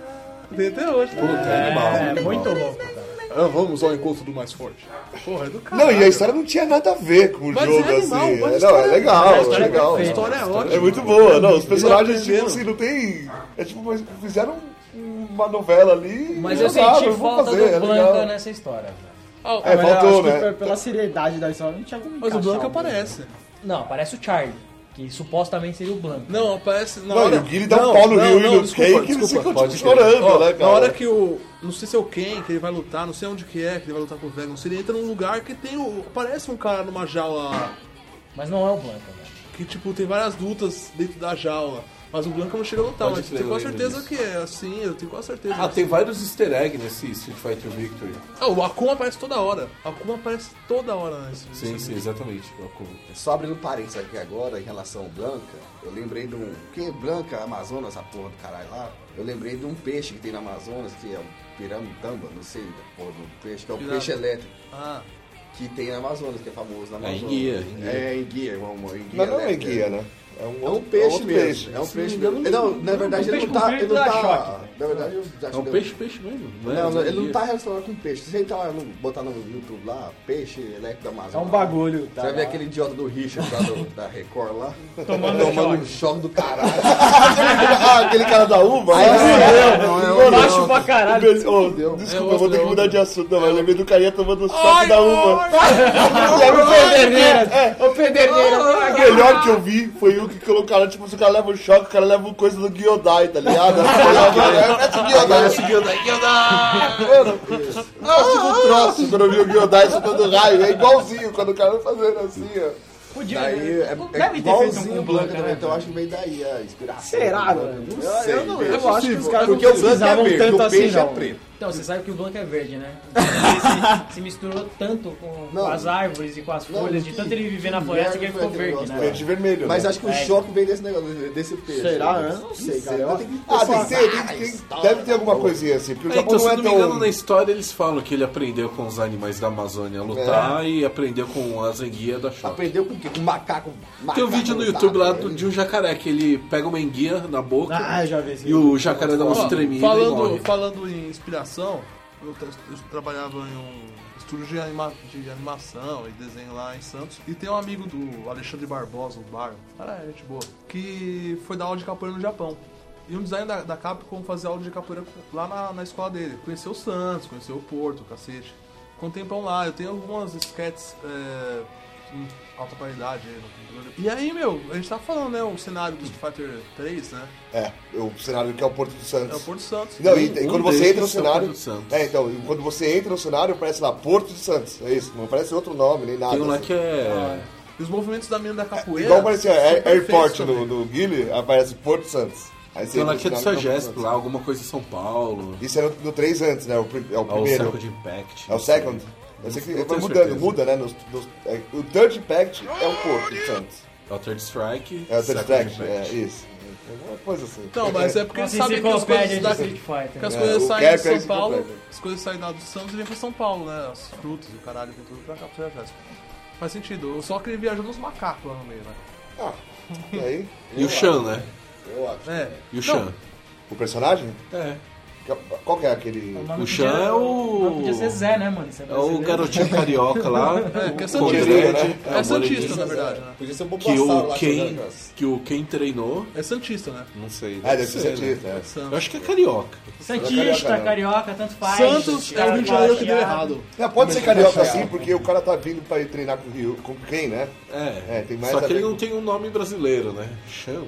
Speaker 2: ah. Tem até hoje, né?
Speaker 1: Puta, animal,
Speaker 3: É
Speaker 1: animal.
Speaker 3: muito louco, cara.
Speaker 2: Ah, vamos ao encontro do mais forte. Porra, é do cara.
Speaker 1: Não, e a história não tinha nada a ver com o
Speaker 2: Mas
Speaker 1: jogo,
Speaker 2: é animal,
Speaker 1: assim.
Speaker 2: mas
Speaker 1: É,
Speaker 2: a
Speaker 1: não, é
Speaker 2: história-
Speaker 1: legal,
Speaker 3: a
Speaker 1: é
Speaker 3: história é
Speaker 1: legal.
Speaker 2: A
Speaker 3: perfeita.
Speaker 2: história é ótima.
Speaker 1: É muito boa, não, os personagens, tipo
Speaker 2: aprenderam.
Speaker 1: assim, não tem... É tipo, mas fizeram uma novela ali e
Speaker 3: Mas eu
Speaker 1: jogaram,
Speaker 3: senti
Speaker 1: vamos
Speaker 3: falta
Speaker 1: fazer, é
Speaker 3: do Blanca né?
Speaker 1: legal.
Speaker 3: nessa história. velho.
Speaker 2: Ah, o-
Speaker 1: É,
Speaker 7: Mas eu
Speaker 1: faltou,
Speaker 7: acho que
Speaker 1: né?
Speaker 7: pe- Pela seriedade da história, não tinha como
Speaker 2: Mas o
Speaker 7: encaixar
Speaker 2: Blanca
Speaker 7: o Blanca.
Speaker 2: aparece.
Speaker 3: Não, parece o Charlie, que supostamente seria o Blanca.
Speaker 2: Não, aparece na
Speaker 1: Não,
Speaker 2: hora...
Speaker 1: e o Guile dá
Speaker 2: Não,
Speaker 1: um pau no
Speaker 2: não,
Speaker 1: Ryu e
Speaker 2: não,
Speaker 1: no
Speaker 2: desculpa,
Speaker 1: Ken que eles
Speaker 2: desculpa,
Speaker 1: ficam
Speaker 2: pode
Speaker 1: tipo,
Speaker 2: crer.
Speaker 1: chorando,
Speaker 2: Ó,
Speaker 1: né, cara?
Speaker 2: Na hora que o... Não sei se é o Ken que ele vai lutar, não sei onde que é que ele vai lutar com o Vega, não sei, ele entra num lugar que tem o... Aparece um cara numa jaula
Speaker 3: Mas não é o Blanca, velho.
Speaker 2: que, tipo, tem várias lutas dentro da jaula. Mas o Blanca não chega a lutar,
Speaker 4: Pode
Speaker 2: mas eu
Speaker 4: crer,
Speaker 2: tenho quase
Speaker 4: eu lembro
Speaker 2: certeza que é assim, eu tenho quase certeza.
Speaker 4: Ah, tem vários easter eggs nesse Street Fighter Victory.
Speaker 2: Ah, o Akuma aparece toda hora. O Akuma aparece toda hora né, nesse
Speaker 4: Sim,
Speaker 2: nesse
Speaker 4: sim, É exatamente. Eu acordo.
Speaker 5: Só abrindo um parênteses aqui agora em relação ao Blanca, eu lembrei de um. Quem é Blanca, Amazonas, essa porra do caralho lá? Eu lembrei de um peixe que tem na Amazonas, que é o piramidamba, não sei da porra do peixe, que é o
Speaker 2: Pirata.
Speaker 5: peixe elétrico
Speaker 2: Ah,
Speaker 5: que tem na Amazonas, que é famoso na
Speaker 4: É
Speaker 5: Amazonas.
Speaker 4: enguia, enguia.
Speaker 5: É enguia, irmão, uma enguia.
Speaker 1: Mas não é
Speaker 5: elétrica.
Speaker 1: guia, né? um,
Speaker 5: É um
Speaker 1: outro-
Speaker 5: peixe
Speaker 1: outro
Speaker 5: mesmo.
Speaker 1: peixe.
Speaker 5: É um peixe
Speaker 7: engano,
Speaker 5: mesmo. Não, na verdade
Speaker 3: um
Speaker 5: ele
Speaker 3: peixe
Speaker 5: não tá.
Speaker 3: comprido
Speaker 5: Ele não
Speaker 3: dá
Speaker 5: tá.
Speaker 3: choque.
Speaker 5: Na verdade eu já
Speaker 4: É um peixe, peixe mesmo. Não, é?
Speaker 5: Não, não, ele
Speaker 4: enguia.
Speaker 5: não tá relacionado com peixe. Se você entrar lá, no, botar no YouTube lá, peixe elétrico da
Speaker 7: É
Speaker 5: Amazonas.
Speaker 7: um bagulho, tá?
Speaker 5: Você vai ver
Speaker 7: lá.
Speaker 5: aquele idiota do Richard lá do- da Record lá.
Speaker 3: Tomando
Speaker 5: Tomando um
Speaker 3: choque.
Speaker 5: choque do caralho.
Speaker 1: (laughs) Ah, aquele cara da uva?
Speaker 5: Aí
Speaker 1: né?
Speaker 5: fudeu, não, é um-
Speaker 3: Baixo pra caralho.
Speaker 1: Ô, desculpa, eu vou ter que mudar de assunto. Não, eu lembrei do carinha tomando o saco da uva.
Speaker 7: Ô, Pederneira!
Speaker 1: O melhor que eu vi foi o que colocaram, tipo, se o cara leva um choque, o cara leva uma coisa do Giodai, tá ligado? Parece o Giodai, esse Giodai, Giodai! Mano, eu fico um troço quando eu vi o Giodai soltando raio, é igualzinho quando o cara vai fazendo assim, ó.
Speaker 3: Podia,
Speaker 5: Daí é,
Speaker 3: não
Speaker 5: é
Speaker 3: deve ter feito um
Speaker 5: igualzinho
Speaker 3: com
Speaker 5: o
Speaker 3: o
Speaker 5: Blanca
Speaker 3: Blanca,
Speaker 5: também,
Speaker 3: né?
Speaker 5: então eu acho que veio daí a inspiração.
Speaker 7: Será,
Speaker 5: Eu-
Speaker 7: mano?
Speaker 5: Eu, eu não
Speaker 7: Eu acho que os caras
Speaker 5: Porque o Blanca é
Speaker 7: precisavam
Speaker 5: verde,
Speaker 7: tanto
Speaker 5: o peixe
Speaker 7: assim,
Speaker 5: é
Speaker 7: não.
Speaker 5: preto.
Speaker 3: Então, você sabe que o Blanca é verde, né? Ele se, se misturou tanto com, com
Speaker 5: Não.
Speaker 3: as árvores e com as
Speaker 5: Não,
Speaker 3: folhas, de
Speaker 5: que-
Speaker 3: tanto ele viver na
Speaker 5: que
Speaker 3: floresta que ele
Speaker 5: merda
Speaker 3: ficou
Speaker 5: foi
Speaker 3: verde,
Speaker 5: aquele
Speaker 3: né?
Speaker 1: Verde e vermelho,
Speaker 5: Mas
Speaker 1: né?
Speaker 5: acho que o
Speaker 3: É.
Speaker 5: choque veio desse negócio, desse peixe.
Speaker 7: Será? Eu não sei, cara. Eu-
Speaker 5: tem que-
Speaker 1: Ah, tem que ser, tem, tem, deve ter alguma coisinha assim, porque o
Speaker 4: É,
Speaker 1: Japão
Speaker 4: então, tá.
Speaker 1: não é
Speaker 4: se não me engano, na
Speaker 1: tão...
Speaker 4: história eles falam que ele aprendeu com os animais da Amazônia a lutar e aprendeu com as enguias da choque.
Speaker 5: Aprendeu com o quê? Com macaco.
Speaker 4: Tem um
Speaker 5: macaco
Speaker 4: vídeo no
Speaker 5: lutado,
Speaker 4: YouTube lá
Speaker 5: né?
Speaker 4: do- de um jacaré que ele pega uma enguia na boca
Speaker 7: Ah, eu já vi esse
Speaker 4: e o jacaré dá umas
Speaker 2: Ó,
Speaker 4: tremidas e
Speaker 2: falando,
Speaker 4: morre.
Speaker 2: falando em inspiração, eu, tra- eu trabalhava em um estúdio de, anima- de animação e desenho lá em Santos. E tem um amigo do Alexandre Barbosa, o Bar, cara, é gente boa, que foi dar aula de capoeira no Japão. E um design da, da Capcom fazia aula de capoeira com- lá na, na escola dele. Conheceu o Santos, conheceu o Porto, o cacete. Com um tempão lá, eu tenho algumas sketches é, em alta qualidade. aí no computador. E aí, meu, a gente tá falando, né, o cenário do Street Fighter 3, né?
Speaker 1: É, o cenário que é o Porto do
Speaker 2: É o
Speaker 1: Santos.
Speaker 2: Porto Santos.
Speaker 1: Não, e,
Speaker 4: Um-
Speaker 1: e
Speaker 4: um
Speaker 1: quando você
Speaker 4: deles
Speaker 1: entra no
Speaker 4: é o
Speaker 1: cenário.
Speaker 4: Porto de Santos.
Speaker 1: É, então, e quando você entra no cenário, aparece lá Porto de Santos. É isso, não aparece outro nome nem nada.
Speaker 4: Tem um lá
Speaker 1: assim.
Speaker 4: que é...
Speaker 2: E os movimentos da mina da capoeira.
Speaker 1: Igual aparecia
Speaker 2: são
Speaker 1: Air-
Speaker 2: perfeitos
Speaker 1: Airport
Speaker 2: também.
Speaker 1: no, no Guile, aparece Porto de Santos. Aí você
Speaker 4: Tem um lá
Speaker 1: entra
Speaker 4: que é
Speaker 1: no
Speaker 4: do
Speaker 1: cenário, é o Porto de
Speaker 4: Sagesp, lá alguma coisa em São Paulo.
Speaker 1: Santos. Isso é no, no 3 antes, né? O prim- é o
Speaker 4: Ah, o
Speaker 1: primeiro.
Speaker 4: Second Impact.
Speaker 1: É o second. Eu sei que
Speaker 4: Não
Speaker 1: vai
Speaker 4: tenho
Speaker 1: mudando,
Speaker 4: certeza.
Speaker 1: muda, né? Nos, nos- é, o Third Impact é o Porto de Santos.
Speaker 4: É o Third Strike.
Speaker 1: É o Third
Speaker 4: Second
Speaker 1: Impact, é isso. É uma coisa assim.
Speaker 2: Então, mas é porque
Speaker 3: Nossa
Speaker 2: eles sabem que as coisas
Speaker 3: enciclopédia de
Speaker 2: da...
Speaker 3: Street
Speaker 2: que as
Speaker 1: É,
Speaker 3: Fighter. né?
Speaker 2: coisas
Speaker 1: o
Speaker 2: saem de
Speaker 1: Cap é
Speaker 2: São Paulo,
Speaker 1: enciclopédia.
Speaker 2: as coisas saem lá do Santos e vêm pra São Paulo, né? As frutas e o caralho, vem tudo pra cá, pra Sagesp. Faz sentido. Só que ele viajou nos macacos lá no meio, né?
Speaker 1: Ah, e aí?
Speaker 4: E o Shan, né?
Speaker 5: Eu acho.
Speaker 2: É.
Speaker 4: E o Shan.
Speaker 1: O personagem?
Speaker 4: É.
Speaker 1: Qual que é aquele.
Speaker 3: nome
Speaker 4: O
Speaker 3: podia-
Speaker 4: Chan é o-
Speaker 3: nome Podia ser Zé, né, mano? Isso
Speaker 4: É o
Speaker 3: brasileiro.
Speaker 4: garotinho carioca lá.
Speaker 2: (laughs) É, que é
Speaker 4: o
Speaker 2: Santista,
Speaker 4: Conrad,
Speaker 1: né?
Speaker 4: é
Speaker 2: É
Speaker 4: o moreninho,
Speaker 2: Santista, na verdade,
Speaker 1: assim.
Speaker 2: né?
Speaker 5: Podia ser um
Speaker 4: Que
Speaker 5: bombassauro
Speaker 4: o
Speaker 5: lá. né?
Speaker 4: Ken,
Speaker 5: jogando as-
Speaker 4: que o Ken treinou,
Speaker 2: É Santista, né?
Speaker 4: não sei.
Speaker 1: Ah, deve ser
Speaker 4: né?
Speaker 1: Santista, é.
Speaker 4: Eu
Speaker 2: Santos.
Speaker 4: acho que é carioca.
Speaker 1: Carioca,
Speaker 3: Santista,
Speaker 1: não.
Speaker 3: carioca, tanto faz.
Speaker 2: Santos
Speaker 3: tá
Speaker 2: é o Rio de Janeiro que deu errado.
Speaker 1: É, pode ser carioca assim, porque o cara tá vindo pra ir treinar com o Rio, com quem, né?
Speaker 4: É.
Speaker 1: É, tem mais
Speaker 4: Só
Speaker 1: a
Speaker 4: que ele
Speaker 1: ver.
Speaker 4: não tem um nome brasileiro, né? Chão.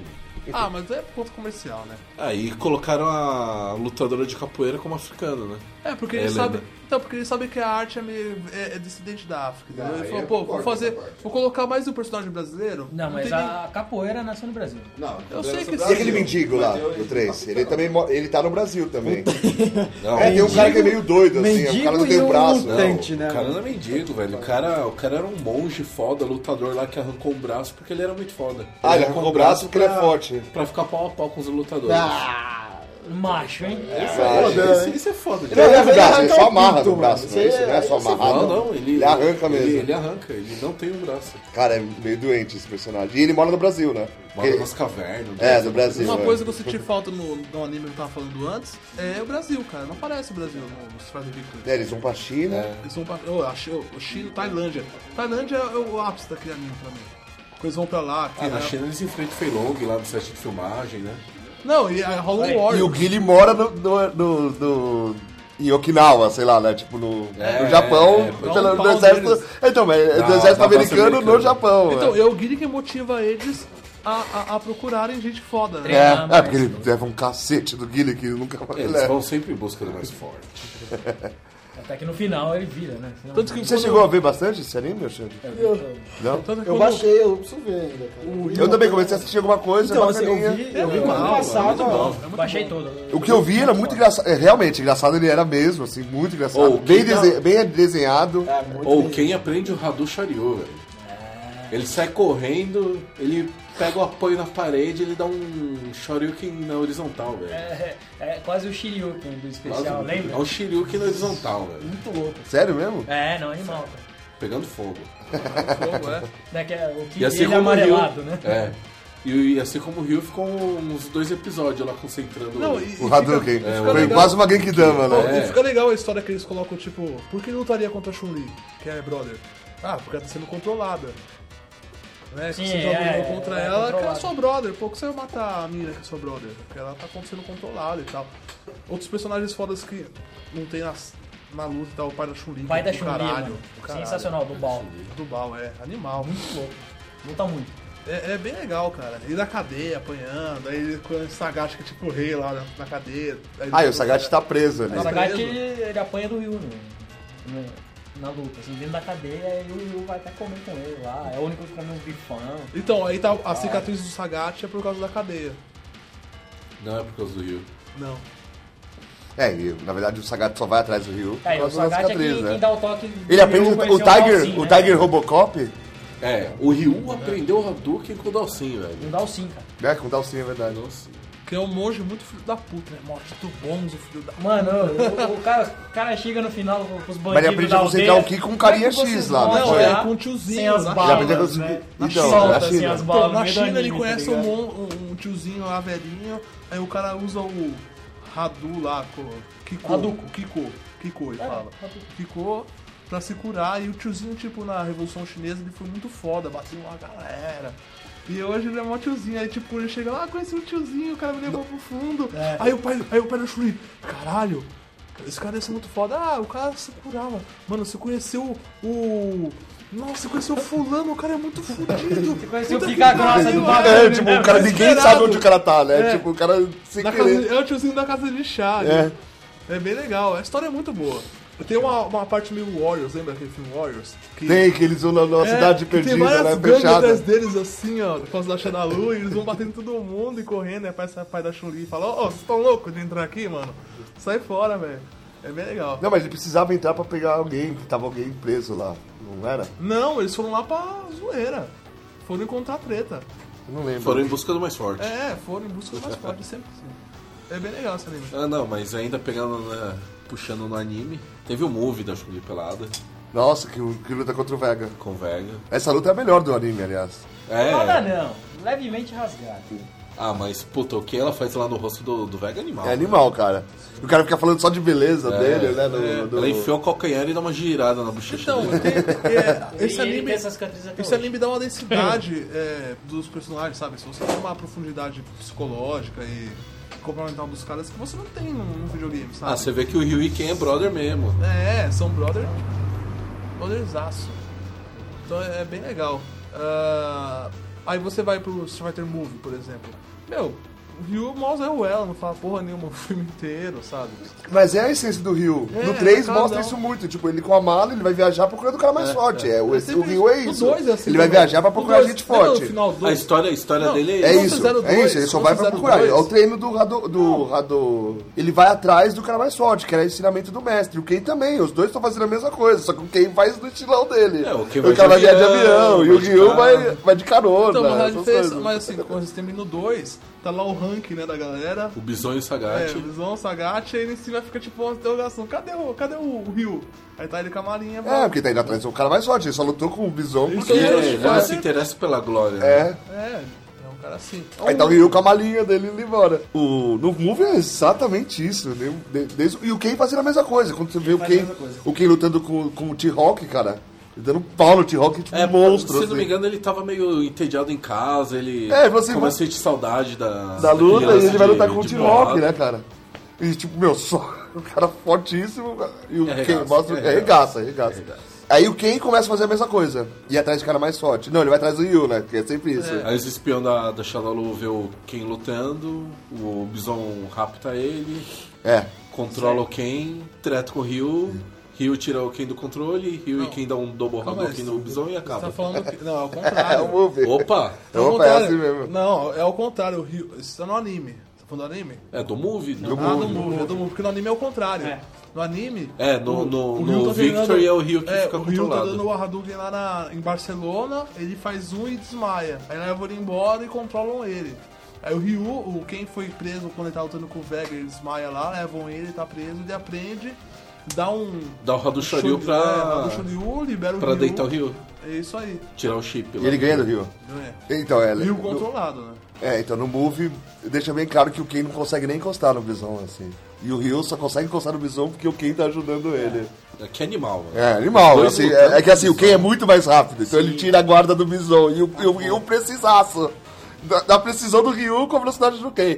Speaker 2: Ah, mas é ponto comercial, né?
Speaker 4: Aí colocaram a lutadora de capoeira como africana, né?
Speaker 2: É, porque
Speaker 4: É,
Speaker 2: ele
Speaker 4: Helena.
Speaker 2: sabe. Então, porque ele sabe que a arte é, meio, é, é descendente da África. entendeu?
Speaker 5: Ah,
Speaker 2: ele
Speaker 5: eu
Speaker 2: falou, pô,
Speaker 5: concordo,
Speaker 2: vou fazer.
Speaker 5: concordo.
Speaker 2: Vou colocar mais um personagem brasileiro.
Speaker 3: Não, mas
Speaker 2: tem
Speaker 3: a capoeira nasceu no Brasil.
Speaker 5: Não,
Speaker 2: Eu sei que
Speaker 1: E aquele mendigo lá, do 3? Ele também mo- ele tá no Brasil também. (laughs)
Speaker 4: Não,
Speaker 1: É, tem um cara que é meio doido, assim,
Speaker 7: mendigo
Speaker 1: o cara não
Speaker 7: e
Speaker 1: tem
Speaker 7: um
Speaker 1: um braço.
Speaker 4: não,
Speaker 1: Não.
Speaker 7: mutante, né?
Speaker 4: O cara não é mendigo, velho. O cara, o cara era um monge foda, lutador lá que arrancou um braço porque ele era muito foda.
Speaker 1: Ah, ele arrancou o braço porque ele é forte.
Speaker 4: Pra ficar pau a pau com os lutadores.
Speaker 7: Ah,
Speaker 3: Macho, hein?
Speaker 4: Foda, isso é foda.
Speaker 1: Ele não
Speaker 4: cara.
Speaker 1: leva o braço, ele só amarra no braço, não é isso? Não é só
Speaker 4: Não,
Speaker 1: amarrado.
Speaker 4: não, ele,
Speaker 1: Ele arranca mesmo.
Speaker 4: Ele, ele arranca, ele não tem um braço.
Speaker 1: Cara, é meio doente esse personagem. E ele mora no Brasil, né?
Speaker 4: Mora
Speaker 1: Ele-
Speaker 4: nas cavernas. né?
Speaker 1: É, do Brasil.
Speaker 2: Uma
Speaker 1: é.
Speaker 2: coisa que eu senti falta no, no anime que eu tava falando antes é o Brasil, cara. Não aparece o Brasil no- nos Fred Victor.
Speaker 1: É, eles vão pra China.
Speaker 2: Eles vão pra. Oh, a Chi- oh, o Chile, Tailândia. Tailândia é o ápice daquele anime pra mim. Porque eles vão pra lá. que
Speaker 4: Ah, na
Speaker 2: é-
Speaker 4: China eles enfrentam o Fei Long lá no set de filmagem, né?
Speaker 2: Não, e aí rola um
Speaker 1: E o
Speaker 2: Warrior.
Speaker 1: Guile mora no, no, no- no- em Okinawa, sei lá, né? Tipo no,
Speaker 4: É,
Speaker 1: no Japão,
Speaker 4: é,
Speaker 1: pelo-
Speaker 2: dá um
Speaker 1: no
Speaker 2: pau
Speaker 1: exército.
Speaker 2: neles.
Speaker 1: Então, mas é do
Speaker 4: Dá-
Speaker 1: exército
Speaker 4: dá pra
Speaker 1: americano
Speaker 4: americano.
Speaker 1: no Japão.
Speaker 2: Então,
Speaker 1: é.
Speaker 2: é o Guiri que motiva eles a, a, a procurarem gente foda, né?
Speaker 1: É,
Speaker 3: Ah,
Speaker 1: é,
Speaker 3: mas-
Speaker 1: porque ele leva um cacete do Guile que nunca vai
Speaker 4: Eles
Speaker 1: levar.
Speaker 4: vão sempre em busca do mais forte.
Speaker 3: Até Tá que no final ele vira, né? Senão-
Speaker 2: Tanto que
Speaker 1: Você
Speaker 2: quando-
Speaker 1: chegou a ver bastante esse anime, Xande?
Speaker 7: É.
Speaker 1: Não?
Speaker 2: Tanto que
Speaker 7: Eu
Speaker 2: quando-
Speaker 7: baixei, eu preciso ver ainda, cara.
Speaker 1: Eu também comecei a assistir alguma coisa,
Speaker 7: Então, assim, eu
Speaker 1: bacaninha.
Speaker 7: vi, eu vi
Speaker 2: muito
Speaker 7: quando
Speaker 2: bom,
Speaker 7: passava.
Speaker 3: Baixei todo.
Speaker 1: O que eu vi era muito engraçado. É, realmente, engraçado ele era mesmo, assim, muito engraçado.
Speaker 4: Ou,
Speaker 1: bem,
Speaker 4: quem tá-
Speaker 1: dese- bem desenhado.
Speaker 7: É, muito
Speaker 4: Ou
Speaker 7: bem. É.
Speaker 4: quem aprende o Radu Shariu, velho. Ele sai correndo, ele pega o apoio na parede, ele dá um Shoryuken na horizontal, velho.
Speaker 3: É, é quase o Shiryuken
Speaker 4: Nossa,
Speaker 3: do especial, né?
Speaker 4: é
Speaker 3: lembra?
Speaker 4: um Shoryuken na horizontal, velho.
Speaker 3: Muito louco.
Speaker 1: Sério mesmo?
Speaker 3: É, não, animal. cara.
Speaker 4: Pegando fogo.
Speaker 2: Fogo, é.
Speaker 3: Né, que é o que
Speaker 4: E assim
Speaker 3: ele é
Speaker 4: como o Ryu.
Speaker 3: amarelado, né?
Speaker 4: É. E, e assim como o Ryu ficou uns dois episódios lá concentrando.
Speaker 2: Não, e- e
Speaker 1: O
Speaker 2: fica-
Speaker 1: Hadouken.
Speaker 2: É, fica
Speaker 1: Foi
Speaker 2: legal- É.
Speaker 1: quase uma Genkidama,
Speaker 2: Bom,
Speaker 1: né?
Speaker 2: E fica legal a história que eles colocam, tipo, por que lutaria contra a Chun-Li, que é brother? Ah, porque ela tá sendo controlada. Né? Se
Speaker 3: Sim,
Speaker 2: você joga
Speaker 3: é,
Speaker 2: um jogo contra
Speaker 3: é
Speaker 2: ela, que ela é
Speaker 3: controlada.
Speaker 2: sua brother. Pô, por que você vai matar a mina que é sua brother? Porque ela tá sendo controlada e tal. Outros personagens fodas que não tem nas, na luta e tal, o pai da Chun-Li.
Speaker 3: Vai
Speaker 2: que é
Speaker 3: da
Speaker 2: do
Speaker 3: chun mano.
Speaker 2: caralho, do caralho.
Speaker 3: Sensacional, do bal.
Speaker 2: Do Bal, é. Animal. Muito louco.
Speaker 3: Luta muito.
Speaker 2: É, é bem legal, cara. E na cadeia, apanhando, aí ele com o Sagat que é tipo o rei lá na, na cadeia. Aí
Speaker 1: Ah, e o Sagat tá preso ali.
Speaker 3: O
Speaker 2: Tá
Speaker 3: Sagat,
Speaker 2: preso?
Speaker 3: ele, ele apanha do Ryu, né? No- Na luta, assim, dentro da cadeia, e o Ryu vai até comer com ele lá. É o único que come um bifão.
Speaker 2: Então, aí tá a cicatriz do Sagat é por causa da cadeia.
Speaker 4: Não é por causa do Ryu.
Speaker 2: Não.
Speaker 1: É, e na verdade o Sagat só vai atrás do Ryu.
Speaker 3: Aí,
Speaker 1: por causa
Speaker 3: o
Speaker 1: das
Speaker 3: Sagat é
Speaker 1: cicatrizes,
Speaker 3: quem,
Speaker 1: né?
Speaker 3: quem dá um o toque.
Speaker 1: Ele aprende o, o Tiger,
Speaker 3: né?
Speaker 1: o Tiger Robocop, né?
Speaker 4: É, o Ryu aprendeu o Hadouken com o Dalsin, velho.
Speaker 3: Não dá o sim, cara.
Speaker 1: né? Com o Dalsin, é verdade.
Speaker 4: Nossa.
Speaker 2: Que é um monge muito filho da puta, né? Maldito bonzo, filho da
Speaker 3: Mano, o, o cara, o cara chega no final com os bandidos.
Speaker 1: Mas ele aprende
Speaker 3: da
Speaker 1: a concentrar
Speaker 3: aldeia.
Speaker 1: o Ki com um carinha
Speaker 3: Como é
Speaker 1: X
Speaker 3: que vocês
Speaker 1: lá,
Speaker 3: vão
Speaker 1: né?
Speaker 2: Não,
Speaker 3: olhar
Speaker 2: é com um tiozinho,
Speaker 3: Sem as
Speaker 2: na
Speaker 1: Já aprendeu a
Speaker 3: balas,
Speaker 1: conseguir-
Speaker 3: né?
Speaker 1: Então,
Speaker 3: Solta,
Speaker 1: na
Speaker 3: assim,
Speaker 1: China.
Speaker 3: as
Speaker 2: Então,
Speaker 3: balas. no
Speaker 2: na
Speaker 3: meio do
Speaker 2: China ele
Speaker 3: anime,
Speaker 2: conhece
Speaker 3: tá
Speaker 2: um,
Speaker 3: ligado?
Speaker 2: mon- um, um tiozinho lá, velhinho, aí o cara usa o Hadu lá, co- Kiko,
Speaker 3: Hadouken.
Speaker 2: Kiko, Kiko, ele
Speaker 3: É,
Speaker 2: fala.
Speaker 3: Hadouken.
Speaker 2: Kiko pra se curar, e o tiozinho, tipo, na Revolução Chinesa, ele foi muito foda, bateu uma galera. E hoje ele é mó tiozinho, aí tipo, ele chega lá, ah, conheci um tiozinho, o cara me levou pro fundo.
Speaker 3: É.
Speaker 2: Aí o pai, aí o pai da Shuri, caralho, esse cara deve ser muito foda. Ah, o cara se curava. Mano, você conheceu o. Nossa, você conheceu o fulano, o cara é
Speaker 3: (laughs)
Speaker 2: muito fudido. Você
Speaker 3: conheceu o pica grossa do bagulho, né?
Speaker 1: É, tipo, o cara ninguém
Speaker 2: né? desesperado.
Speaker 1: sabe onde o cara tá, né?
Speaker 2: É.
Speaker 1: Tipo, o cara sem
Speaker 2: Na
Speaker 1: querer.
Speaker 2: casa- é o tiozinho da casa de chá.
Speaker 1: É.
Speaker 2: né? É bem legal, a história é muito boa. Tem uma, uma parte meio Warriors, lembra aquele filme Warriors? Que-
Speaker 1: Tem que eles vão na, na
Speaker 2: É,
Speaker 1: cidade
Speaker 2: que
Speaker 1: perdida,
Speaker 2: Tem várias
Speaker 1: né?
Speaker 2: gangues
Speaker 1: Fechada.
Speaker 2: atrás deles, assim, ó, por causa da Xanalu, e eles vão batendo em todo mundo e correndo, e aparece o pai da Chun-Li e fala, ó, vocês estão loucos de entrar aqui, mano? Sai fora, velho. É bem legal.
Speaker 1: Não, mas ele precisava entrar pra pegar alguém, que tava alguém preso lá. Não era?
Speaker 2: Não, eles foram lá pra zoeira. Foram encontrar treta.
Speaker 1: Eu não lembro.
Speaker 4: Foram em busca do mais forte.
Speaker 2: É, foram em busca do mais forte, sempre assim. É bem legal esse anime.
Speaker 4: Ah, não, mas ainda pegando, na- puxando no anime, teve o move da Chun-Li pelada
Speaker 1: Nossa, que, que luta contra o Vega.
Speaker 4: com Vega.
Speaker 1: Essa luta é a melhor do anime, aliás.
Speaker 3: Nada
Speaker 4: É.
Speaker 3: não, levemente rasgado.
Speaker 4: Ah, mas puta, o que ela faz lá no rosto do, do Vega é animal.
Speaker 1: É animal, cara. O cara fica falando só de beleza dele, né? Do, do-
Speaker 4: é, Ela enfia o calcanhar e dá uma girada na bochecha
Speaker 2: Então,
Speaker 4: dele.
Speaker 2: tem- é, esse
Speaker 3: E ele
Speaker 2: anime.
Speaker 3: tem essas cicatrizes até
Speaker 2: Esse é
Speaker 3: hoje.
Speaker 2: anime dá uma densidade é, dos personagens, sabe? Se você tem uma profundidade psicológica e comportamental dos caras que você não tem num, num videogame, sabe?
Speaker 4: Ah, você vê que o Ryu e Ken é brother mesmo.
Speaker 2: É, são brother. Brotherzaço. é Então é bem legal. Ah, aí você vai pro Street Fighter Movie, por exemplo. Meu, o Ryu mal é o ela, não fala porra nenhuma o filme inteiro, sabe?
Speaker 1: Mas é a essência do Ryu.
Speaker 2: É,
Speaker 1: no 3
Speaker 2: claro,
Speaker 1: mostra
Speaker 2: não.
Speaker 1: isso muito. Tipo, ele com a mala, ele vai viajar procurando o cara mais forte. É, o,
Speaker 2: É
Speaker 1: o
Speaker 2: sempre
Speaker 1: Ryu é
Speaker 2: isso.
Speaker 1: isso.
Speaker 2: O dois é assim
Speaker 1: ele vai
Speaker 2: também.
Speaker 1: viajar pra
Speaker 2: O
Speaker 1: procurar
Speaker 2: dois-
Speaker 1: gente
Speaker 2: lembra o
Speaker 1: forte.
Speaker 2: final
Speaker 4: A
Speaker 2: dois?
Speaker 4: história, a história
Speaker 2: Não,
Speaker 4: dele é,
Speaker 1: É
Speaker 4: isso.
Speaker 1: isso,
Speaker 2: 02,
Speaker 1: é isso, ele só vai pra
Speaker 2: 02.
Speaker 1: procurar. É o treino do, Rado, do, Rado. Ele vai atrás do cara mais forte, que era o ensinamento do mestre. O Ken também, os dois estão fazendo a mesma coisa, só que o Ken faz no estilão dele.
Speaker 4: É, o Ken
Speaker 1: o
Speaker 4: vai
Speaker 1: cara vai
Speaker 4: de
Speaker 1: viajar de
Speaker 4: avião,
Speaker 1: avião, e o
Speaker 4: vai de
Speaker 1: Ryu
Speaker 4: carro.
Speaker 1: vai, vai de carona.
Speaker 2: Então, mas, a
Speaker 1: essas
Speaker 2: diferença,
Speaker 1: coisas.
Speaker 2: mas assim, quando você termina no 2, tá lá o ranking né, da galera.
Speaker 4: O Bison e o
Speaker 2: É,
Speaker 4: Sagat.
Speaker 2: o Bison, o Sagat, aí ele se vai ficar tipo uma interrogação. Cadê o, cadê o Ryu? Aí tá ele com a malinha,
Speaker 1: É,
Speaker 2: volta.
Speaker 1: porque tá indo atrás do cara mais forte, ele só lutou com o Bison porque.
Speaker 4: Porque
Speaker 2: Isso,
Speaker 4: ele não se interessa pela glória. né?
Speaker 1: É.
Speaker 2: É, é um cara assim.
Speaker 1: Aí tá o Ryu com a malinha dele indo embora. O, no movie é exatamente isso. né? De- desde- e o Ken fazendo a mesma coisa. Quando você vê o
Speaker 7: faz a
Speaker 1: Ken,
Speaker 7: mesma coisa.
Speaker 1: o Ken lutando com, com o T-Hawk, cara. ele Dando um pau no T-Hawk, tipo um monstro.
Speaker 4: É, Se
Speaker 1: assim.
Speaker 4: não me engano, ele tava meio entediado em casa, ele
Speaker 1: É, você-
Speaker 4: começa a sentir saudade da,
Speaker 1: da luta
Speaker 4: criança
Speaker 1: e ele vai
Speaker 4: de-
Speaker 1: lutar com o
Speaker 4: de
Speaker 1: T-Rock,
Speaker 4: porrada.
Speaker 1: né, cara? E tipo, meu, (laughs) só o cara fortíssimo e o
Speaker 4: Arregaça,
Speaker 1: Ken mostra é, arregaça, arregaça. Aí o Ken começa a fazer a mesma coisa. Ir atrás de cara mais forte. Não, ele vai atrás do Ryu, né? Que é sempre isso.
Speaker 4: Aí os espião da, da Shadaloo vê o Ken lutando, o Bison rapta ele,
Speaker 1: É.
Speaker 4: controla o Ken, treta com o Ryu, Ryu tira o Ken do controle, Ryu e Ken dá um double
Speaker 2: Calma aí,
Speaker 4: Hadouken no Bison e
Speaker 2: Você tá
Speaker 4: acaba.
Speaker 2: falando
Speaker 1: (laughs)
Speaker 2: que. Não, é o
Speaker 1: É
Speaker 2: contrário.
Speaker 1: o movie.
Speaker 4: Opa!
Speaker 2: É o
Speaker 1: Opa,
Speaker 2: contrário.
Speaker 1: é assim mesmo.
Speaker 2: Não, é o contrário. O Ryu, isso tá no anime. Você tá falando do anime?
Speaker 4: É do movie? né?
Speaker 1: Do
Speaker 2: Ah, do movie, é do movie, porque no anime é o contrário.
Speaker 3: É.
Speaker 2: No anime.
Speaker 4: É, no,
Speaker 2: o
Speaker 4: no,
Speaker 2: Ryu
Speaker 4: no
Speaker 2: tá
Speaker 4: Victory
Speaker 2: treinando-
Speaker 4: é o Ryu que
Speaker 2: é,
Speaker 4: fica
Speaker 2: o Ryu tá dando
Speaker 4: controlado.
Speaker 2: o Hadouken lá na- em Barcelona, ele faz um e desmaia. Aí levam ele embora e controlam ele. Aí o Ryu, o quem foi preso quando ele tá lutando com o Vega, ele desmaia lá, levam ele, ele tá preso, ele aprende, dá um.
Speaker 4: Dá o Hadouken
Speaker 2: Shuri- é, dá
Speaker 4: pra,
Speaker 2: um Shoryu, libera o
Speaker 4: pra
Speaker 2: Ryu.
Speaker 4: deitar o Ryu,
Speaker 2: É isso aí.
Speaker 4: tirar o chip
Speaker 1: E
Speaker 4: lá.
Speaker 1: ele ganha né? do Ryu.
Speaker 2: não é?
Speaker 1: Então, é.
Speaker 2: Ryu
Speaker 1: no-
Speaker 2: controlado, né?
Speaker 1: É, então no movie deixa bem claro que o Ken não consegue nem encostar no Bison, assim. E o Ryu só consegue encostar no Bison porque o Ken tá ajudando ele.
Speaker 4: É, Que animal, velho.
Speaker 1: É, animal.
Speaker 4: Dois
Speaker 1: assim,
Speaker 4: lutando
Speaker 1: é, é que assim,
Speaker 4: com
Speaker 1: o Ken é muito mais rápido, então ele tira a guarda do Bison. E o, e o
Speaker 4: Ah.
Speaker 1: Ryu precisaço. Da, da precisão do Ryu com a velocidade do Ken.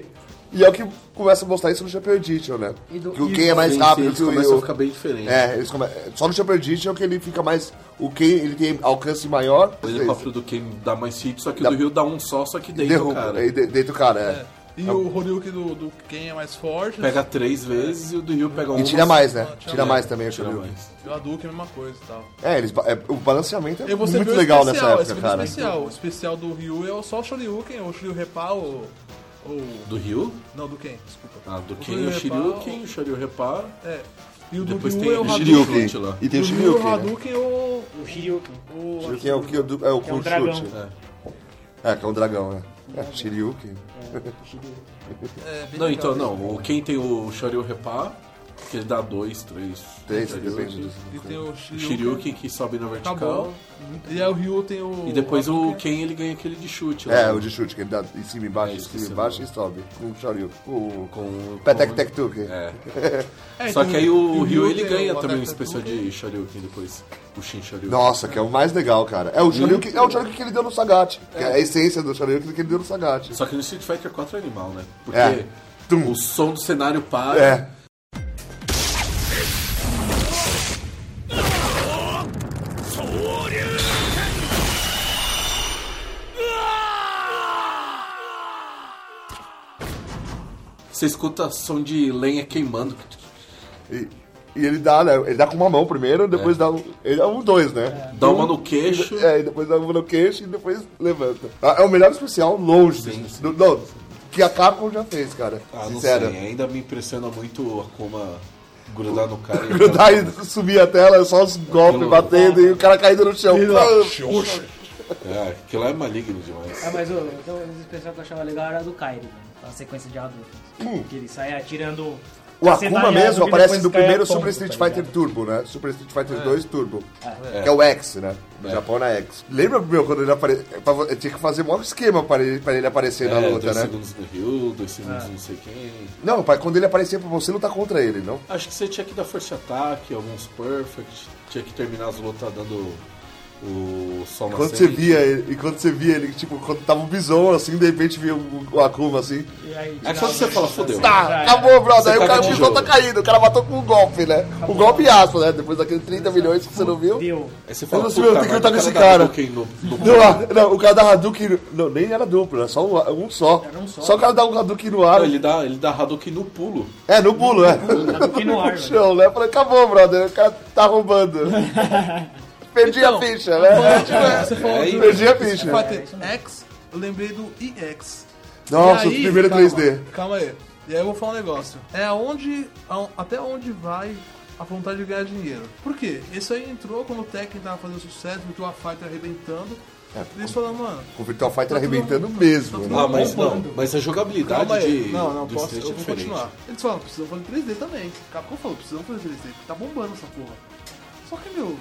Speaker 1: E é o que começa a mostrar isso no Champion Edition, né?
Speaker 3: E do-
Speaker 1: que o
Speaker 3: e
Speaker 1: Ken é mais
Speaker 4: Sim,
Speaker 1: rápido
Speaker 4: eles
Speaker 1: que o
Speaker 4: começam a
Speaker 1: Ryu.
Speaker 4: ficar bem diferente.
Speaker 1: É, eles come... só no Champion Edition que ele fica mais. O Ken ele tem alcance maior.
Speaker 4: O helicóptero do Ken dá mais hit, só que
Speaker 1: Dá-
Speaker 4: o do Rio dá um só, só que deita o
Speaker 1: Derruba,
Speaker 4: cara.
Speaker 1: aí de- deita o cara, é.
Speaker 2: E o Horyuki do, do Ken é mais forte.
Speaker 4: Pega três vezes e o do Rio pega um.
Speaker 1: E tira mais, né?
Speaker 2: Ah, tira
Speaker 1: Tira mais
Speaker 4: É,
Speaker 1: também, acho
Speaker 4: tira
Speaker 1: que
Speaker 4: mais.
Speaker 2: E o Hadouken é a mesma coisa e tal.
Speaker 1: É, eles, ba- é, o balanceamento é
Speaker 2: E você
Speaker 1: muito
Speaker 2: viu
Speaker 1: legal
Speaker 2: o
Speaker 1: nessa
Speaker 2: especial,
Speaker 1: época, cara.
Speaker 2: Esse especial. O especial do Ryu é o só o Shoryuken, o Shoryu Repa, o... o...
Speaker 4: Do Rio?
Speaker 2: Não, do Ken, desculpa.
Speaker 4: Ah, do Ken,
Speaker 2: Ryu
Speaker 4: o
Speaker 2: Repar,
Speaker 4: Shiryuken, o Shiryu Repar.
Speaker 2: É. E o do
Speaker 4: Depois
Speaker 2: Ryu
Speaker 4: tem
Speaker 2: é o
Speaker 4: o
Speaker 2: Hadouken.
Speaker 4: Shiryu.
Speaker 1: Shuriken.
Speaker 4: chute lá.
Speaker 1: E tem o
Speaker 2: Do Ryu é o
Speaker 1: Shuriken, né?
Speaker 2: Hadouken ou...
Speaker 3: O Shiryu.
Speaker 2: o-
Speaker 1: Shuriken é o que o- é o
Speaker 3: Que é um
Speaker 1: com
Speaker 3: dragão.
Speaker 1: chute.
Speaker 4: É.
Speaker 1: É, que é um dragão, né? É, Shuriken.
Speaker 2: É, bem
Speaker 4: Não,
Speaker 2: legal
Speaker 4: então
Speaker 2: isso.
Speaker 4: não. O Ken tem o Shiryu Repar, que ele dá dois, três.
Speaker 1: Três,
Speaker 4: três
Speaker 1: depende
Speaker 4: vezes.
Speaker 1: disso.
Speaker 2: E tem o
Speaker 4: O
Speaker 2: Shiryuken.
Speaker 4: Shiryuken que sobe
Speaker 2: Tá
Speaker 4: na vertical.
Speaker 2: Acabou. E aí o Ryu tem o...
Speaker 4: E depois o
Speaker 2: Hadouken.
Speaker 4: Ken ele ganha aquele de chute lá.
Speaker 1: É, o de chute, que ele dá em cima e embaixo,
Speaker 4: É,
Speaker 1: em cima e
Speaker 4: esqueci
Speaker 1: embaixo
Speaker 4: o
Speaker 1: e sobe. Com o Shuriken. Com o
Speaker 4: Com o.
Speaker 1: Petec-tec-tuc.
Speaker 4: É.
Speaker 2: É,
Speaker 4: Só
Speaker 2: tem
Speaker 4: que aí o
Speaker 2: e
Speaker 4: Ryu
Speaker 2: Ryu
Speaker 4: ele
Speaker 2: tem
Speaker 4: ganha
Speaker 2: o
Speaker 4: também um
Speaker 2: Attack
Speaker 4: especial
Speaker 2: Hadouken.
Speaker 4: de Shoryuken depois. O Shin Shoryuken.
Speaker 1: Nossa, que é o mais legal, cara. É o Shuriken, é o Shuriken que ele deu no Sagat. Que é a essência do Shuriken que ele deu no Sagat.
Speaker 4: Só que no Street Fighter 4 é animal, né? Porque
Speaker 1: É. Tum.
Speaker 4: o som do cenário para.
Speaker 1: É.
Speaker 4: Você escuta som de lenha queimando.
Speaker 1: E, e ele dá, né? Ele dá com uma mão primeiro, depois dá um. Ele dá um dois, né?
Speaker 4: Dá uma no É. queixo.
Speaker 1: É, e depois dá uma no queixo e depois levanta. Ah, É o melhor especial, longe.
Speaker 4: Sim, sim.
Speaker 1: Do, não, que a Capcom já fez, cara.
Speaker 4: Ah, não
Speaker 1: Sincero. (laughs)
Speaker 4: sei. Ainda me impressiona muito o Akuma grudar no cara. e-
Speaker 1: (laughs) Grudar e subir a tela, é só os golpes
Speaker 4: Aquilo-
Speaker 1: batendo e o cara caindo no chão. Ah,
Speaker 4: É, aquilo lá é maligno demais.
Speaker 3: Ah, mas ô, então, os especial que eu achava legal era a do Kairi, né? a sequência de Hadouken.
Speaker 1: Hum.
Speaker 3: Que ele sai atirando...
Speaker 1: O Akuma
Speaker 3: cacetariado
Speaker 1: mesmo
Speaker 3: e
Speaker 1: aparece
Speaker 3: tá depois
Speaker 1: no
Speaker 3: cai
Speaker 1: primeiro
Speaker 3: a tomba,
Speaker 1: Super Street
Speaker 3: tá
Speaker 1: Fighter
Speaker 3: ligado?
Speaker 1: Turbo, né? Super Street Fighter 2 Turbo. Que é o X, né? No Japão é X. Lembra, meu, quando ele apareceu. Tinha que fazer um esquema pra ele, pra ele aparecer na
Speaker 4: É,
Speaker 1: luta,
Speaker 4: dois
Speaker 1: né?
Speaker 4: segundos no Ryu, dois segundos não sei quem.
Speaker 1: Não, pai, quando ele aparecer pra você lutar contra ele, não?
Speaker 4: Acho que você tinha que dar força de ataque, alguns perfect, tinha que terminar as lutas dando O Sol
Speaker 1: Quando
Speaker 4: Nascente.
Speaker 1: você via ele, e quando você via ele, tipo, quando tava um bison, assim, de repente via o, o Akuma, assim.
Speaker 3: E aí,
Speaker 4: É só que você fala, fodeu.
Speaker 1: Tá, acabou, brother. Aí
Speaker 4: Você
Speaker 1: o cara, o
Speaker 4: caga
Speaker 1: bison tá
Speaker 4: tijolo.
Speaker 1: caindo, o cara matou com um golpe, né? O golpe e aspas, né? Depois daqueles 30 milhões que você não viu.
Speaker 3: Deu.
Speaker 4: Aí você
Speaker 1: Eu
Speaker 4: fala,
Speaker 1: não sei, eu tenho que
Speaker 4: mas
Speaker 1: lutar
Speaker 4: o
Speaker 1: com esse
Speaker 4: dá
Speaker 1: cara.
Speaker 4: Hadouken no- no-
Speaker 1: Não, ah, não, o cara da Hadouken. Não, nem era duplo, era só um, um só.
Speaker 3: Era um só.
Speaker 1: o cara dá um Hadouken no ar.
Speaker 4: Não, ele dá, ele dá Hadouken no pulo.
Speaker 1: É, no pulo, é.
Speaker 3: Tá aqui no (laughs) ar,
Speaker 1: (laughs) No
Speaker 3: velho.
Speaker 1: chão, né? Eu Falei, acabou, brother. O cara tá
Speaker 3: (laughs)
Speaker 1: roubando. Perdi a ficha, né? Tipo, é,
Speaker 2: Você falou
Speaker 4: É,
Speaker 2: do
Speaker 1: Perdi a
Speaker 2: Street
Speaker 1: ficha.
Speaker 2: Fighter X, eu lembrei do EX.
Speaker 1: Nossa,
Speaker 2: E
Speaker 1: o
Speaker 2: aí-
Speaker 1: primeiro
Speaker 2: calma,
Speaker 1: 3D.
Speaker 2: Calma aí. E aí eu vou falar um negócio. É aonde, a- até onde vai a vontade de ganhar dinheiro. Por quê? Esse aí entrou quando o Tekken tava fazendo sucesso, Virtua Fighter arrebentando.
Speaker 1: É.
Speaker 2: e eles falaram, mano,
Speaker 1: Com o Virtual Fighter arrebentando mesmo, né?
Speaker 4: Ah, mas não. Mas a jogabilidade
Speaker 2: calma aí.
Speaker 4: de,
Speaker 2: não, não,
Speaker 4: do
Speaker 2: posso,
Speaker 4: Street
Speaker 2: eu
Speaker 4: é
Speaker 2: vou
Speaker 4: diferente.
Speaker 2: continuar. Eles falaram, precisam fazer 3D também. Capcom falou, precisam fazer 3D, porque tá bombando essa porra. Só que, meu,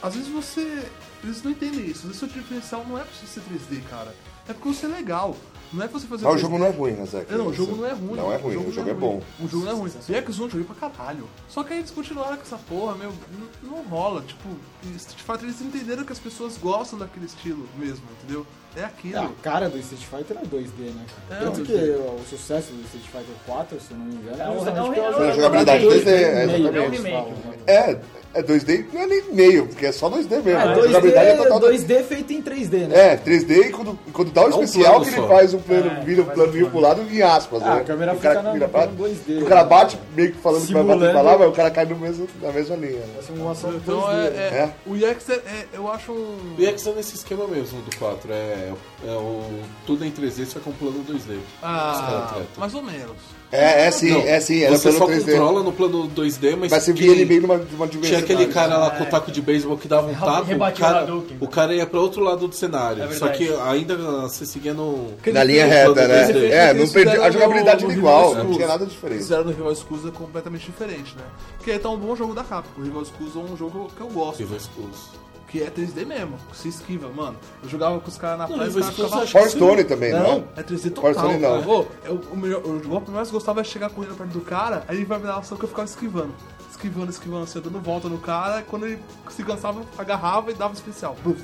Speaker 2: às vezes você... Eles não entendem isso. Às vezes seu diferencial não é pra você ser 3D, cara. É porque você é legal. Não é pra você fazer
Speaker 1: Mas o
Speaker 2: 3D.
Speaker 1: jogo não é ruim, né, Zé?
Speaker 2: É, Não, o jogo não é ruim.
Speaker 1: Não é ruim, o jogo é
Speaker 2: não
Speaker 1: bom.
Speaker 2: O jogo não é ruim. Black Zone eu joguei pra caralho. Só que aí eles continuaram com essa porra, meu, n- não rola. Tipo, Street Fighter eles entenderam que as pessoas gostam daquele estilo mesmo, entendeu? É aquilo.
Speaker 7: É,
Speaker 1: Tá.
Speaker 7: a cara do Street Fighter é 2D, né? cara?
Speaker 2: É,
Speaker 7: Tanto
Speaker 2: o
Speaker 7: que o sucesso do Street Fighter 4, se eu não me engano,
Speaker 3: É o-
Speaker 7: justamente
Speaker 3: é o-
Speaker 7: pela
Speaker 3: é o-
Speaker 1: Foi
Speaker 7: jogabilidade.
Speaker 1: a jogabilidade
Speaker 3: é o
Speaker 1: 2D, é,
Speaker 7: Meio,
Speaker 1: exatamente.
Speaker 7: né,
Speaker 3: é o
Speaker 7: eles
Speaker 3: remake,
Speaker 7: falam, né?
Speaker 1: É, é 2D, não é nem meio, porque é só 2D mesmo.
Speaker 3: um
Speaker 7: É,
Speaker 1: A
Speaker 7: 2D,
Speaker 1: jogabilidade é total.
Speaker 7: 2D feito em 3D, né?
Speaker 1: É, 3D e quando, quando dá o
Speaker 4: É um
Speaker 1: especial
Speaker 4: plano
Speaker 1: que ele
Speaker 4: só.
Speaker 1: faz um plano,
Speaker 3: É,
Speaker 1: vira um
Speaker 3: faz um
Speaker 1: planinho
Speaker 3: plano.
Speaker 1: pro lado e em aspas,
Speaker 7: Ah,
Speaker 1: né?
Speaker 7: a câmera
Speaker 1: o cara
Speaker 7: fica
Speaker 1: que
Speaker 7: na-
Speaker 1: vira pra-
Speaker 7: no 2D,
Speaker 1: O cara
Speaker 7: né?
Speaker 1: bate meio que falando que vai bater pra lá,
Speaker 7: Simulando.
Speaker 1: mas o cara cai no mesmo, na mesma linha. né?
Speaker 7: É uma ação
Speaker 2: Então
Speaker 7: 2D,
Speaker 2: é,
Speaker 7: né?
Speaker 2: é- O EX é, é- eu acho um.
Speaker 4: O EX é nesse esquema mesmo do 4. É, é o tudo em 3D, só com um plano 2D. Os caras
Speaker 2: Ah,
Speaker 4: tratam.
Speaker 2: mais ou menos.
Speaker 1: É, é sim,
Speaker 4: Não,
Speaker 1: é sim, era
Speaker 4: Você
Speaker 1: pelo
Speaker 4: só
Speaker 1: 3D.
Speaker 4: controla no plano 2D, mas.
Speaker 1: Mas você
Speaker 4: quem-
Speaker 1: via ele meio numa, numa
Speaker 4: Tinha
Speaker 1: diversidade.
Speaker 4: aquele cara lá com o taco de beisebol que dava um taco, o
Speaker 3: É, Rebatia o
Speaker 4: cara,
Speaker 3: Hadouken.
Speaker 4: o cara ia pra outro lado do cenário.
Speaker 3: É
Speaker 4: só que
Speaker 3: verdade.
Speaker 4: ainda se seguia no.
Speaker 1: Na linha
Speaker 4: Aquele
Speaker 1: reta,
Speaker 4: plano
Speaker 1: né?
Speaker 4: 2D.
Speaker 1: É,
Speaker 2: Eles
Speaker 1: não perdi,
Speaker 2: fizeram
Speaker 1: a jogabilidade
Speaker 2: no-
Speaker 1: era
Speaker 2: no
Speaker 1: igual, né?
Speaker 2: Rival
Speaker 1: não tinha
Speaker 2: Schools.
Speaker 1: nada diferente.
Speaker 2: Fizeram no Rival Schools é completamente diferente, né? Porque aí tá um bom jogo da Capcom. O Rival Schools é um jogo que eu gosto,
Speaker 4: Rival Schools.
Speaker 2: que é 3D mesmo, que se esquiva, mano. Eu jogava com os caras na
Speaker 4: Não,
Speaker 2: praia e os
Speaker 4: Rival
Speaker 2: caras
Speaker 4: Schools
Speaker 2: ficavam
Speaker 4: acho
Speaker 1: Force
Speaker 4: que
Speaker 1: Stone também,
Speaker 2: Não,
Speaker 1: né?
Speaker 2: é 3D total.
Speaker 1: Force Tone não.
Speaker 2: cara. Ô, eu- o, melhor, o golpe que eu mais gostava é chegar correndo perto do cara, aí ele vai me dar uma ação que eu ficava esquivando. Esquivando, esquivando, assim, eu dando volta no cara, e quando ele se cansava, eu agarrava e dava especial. Buf.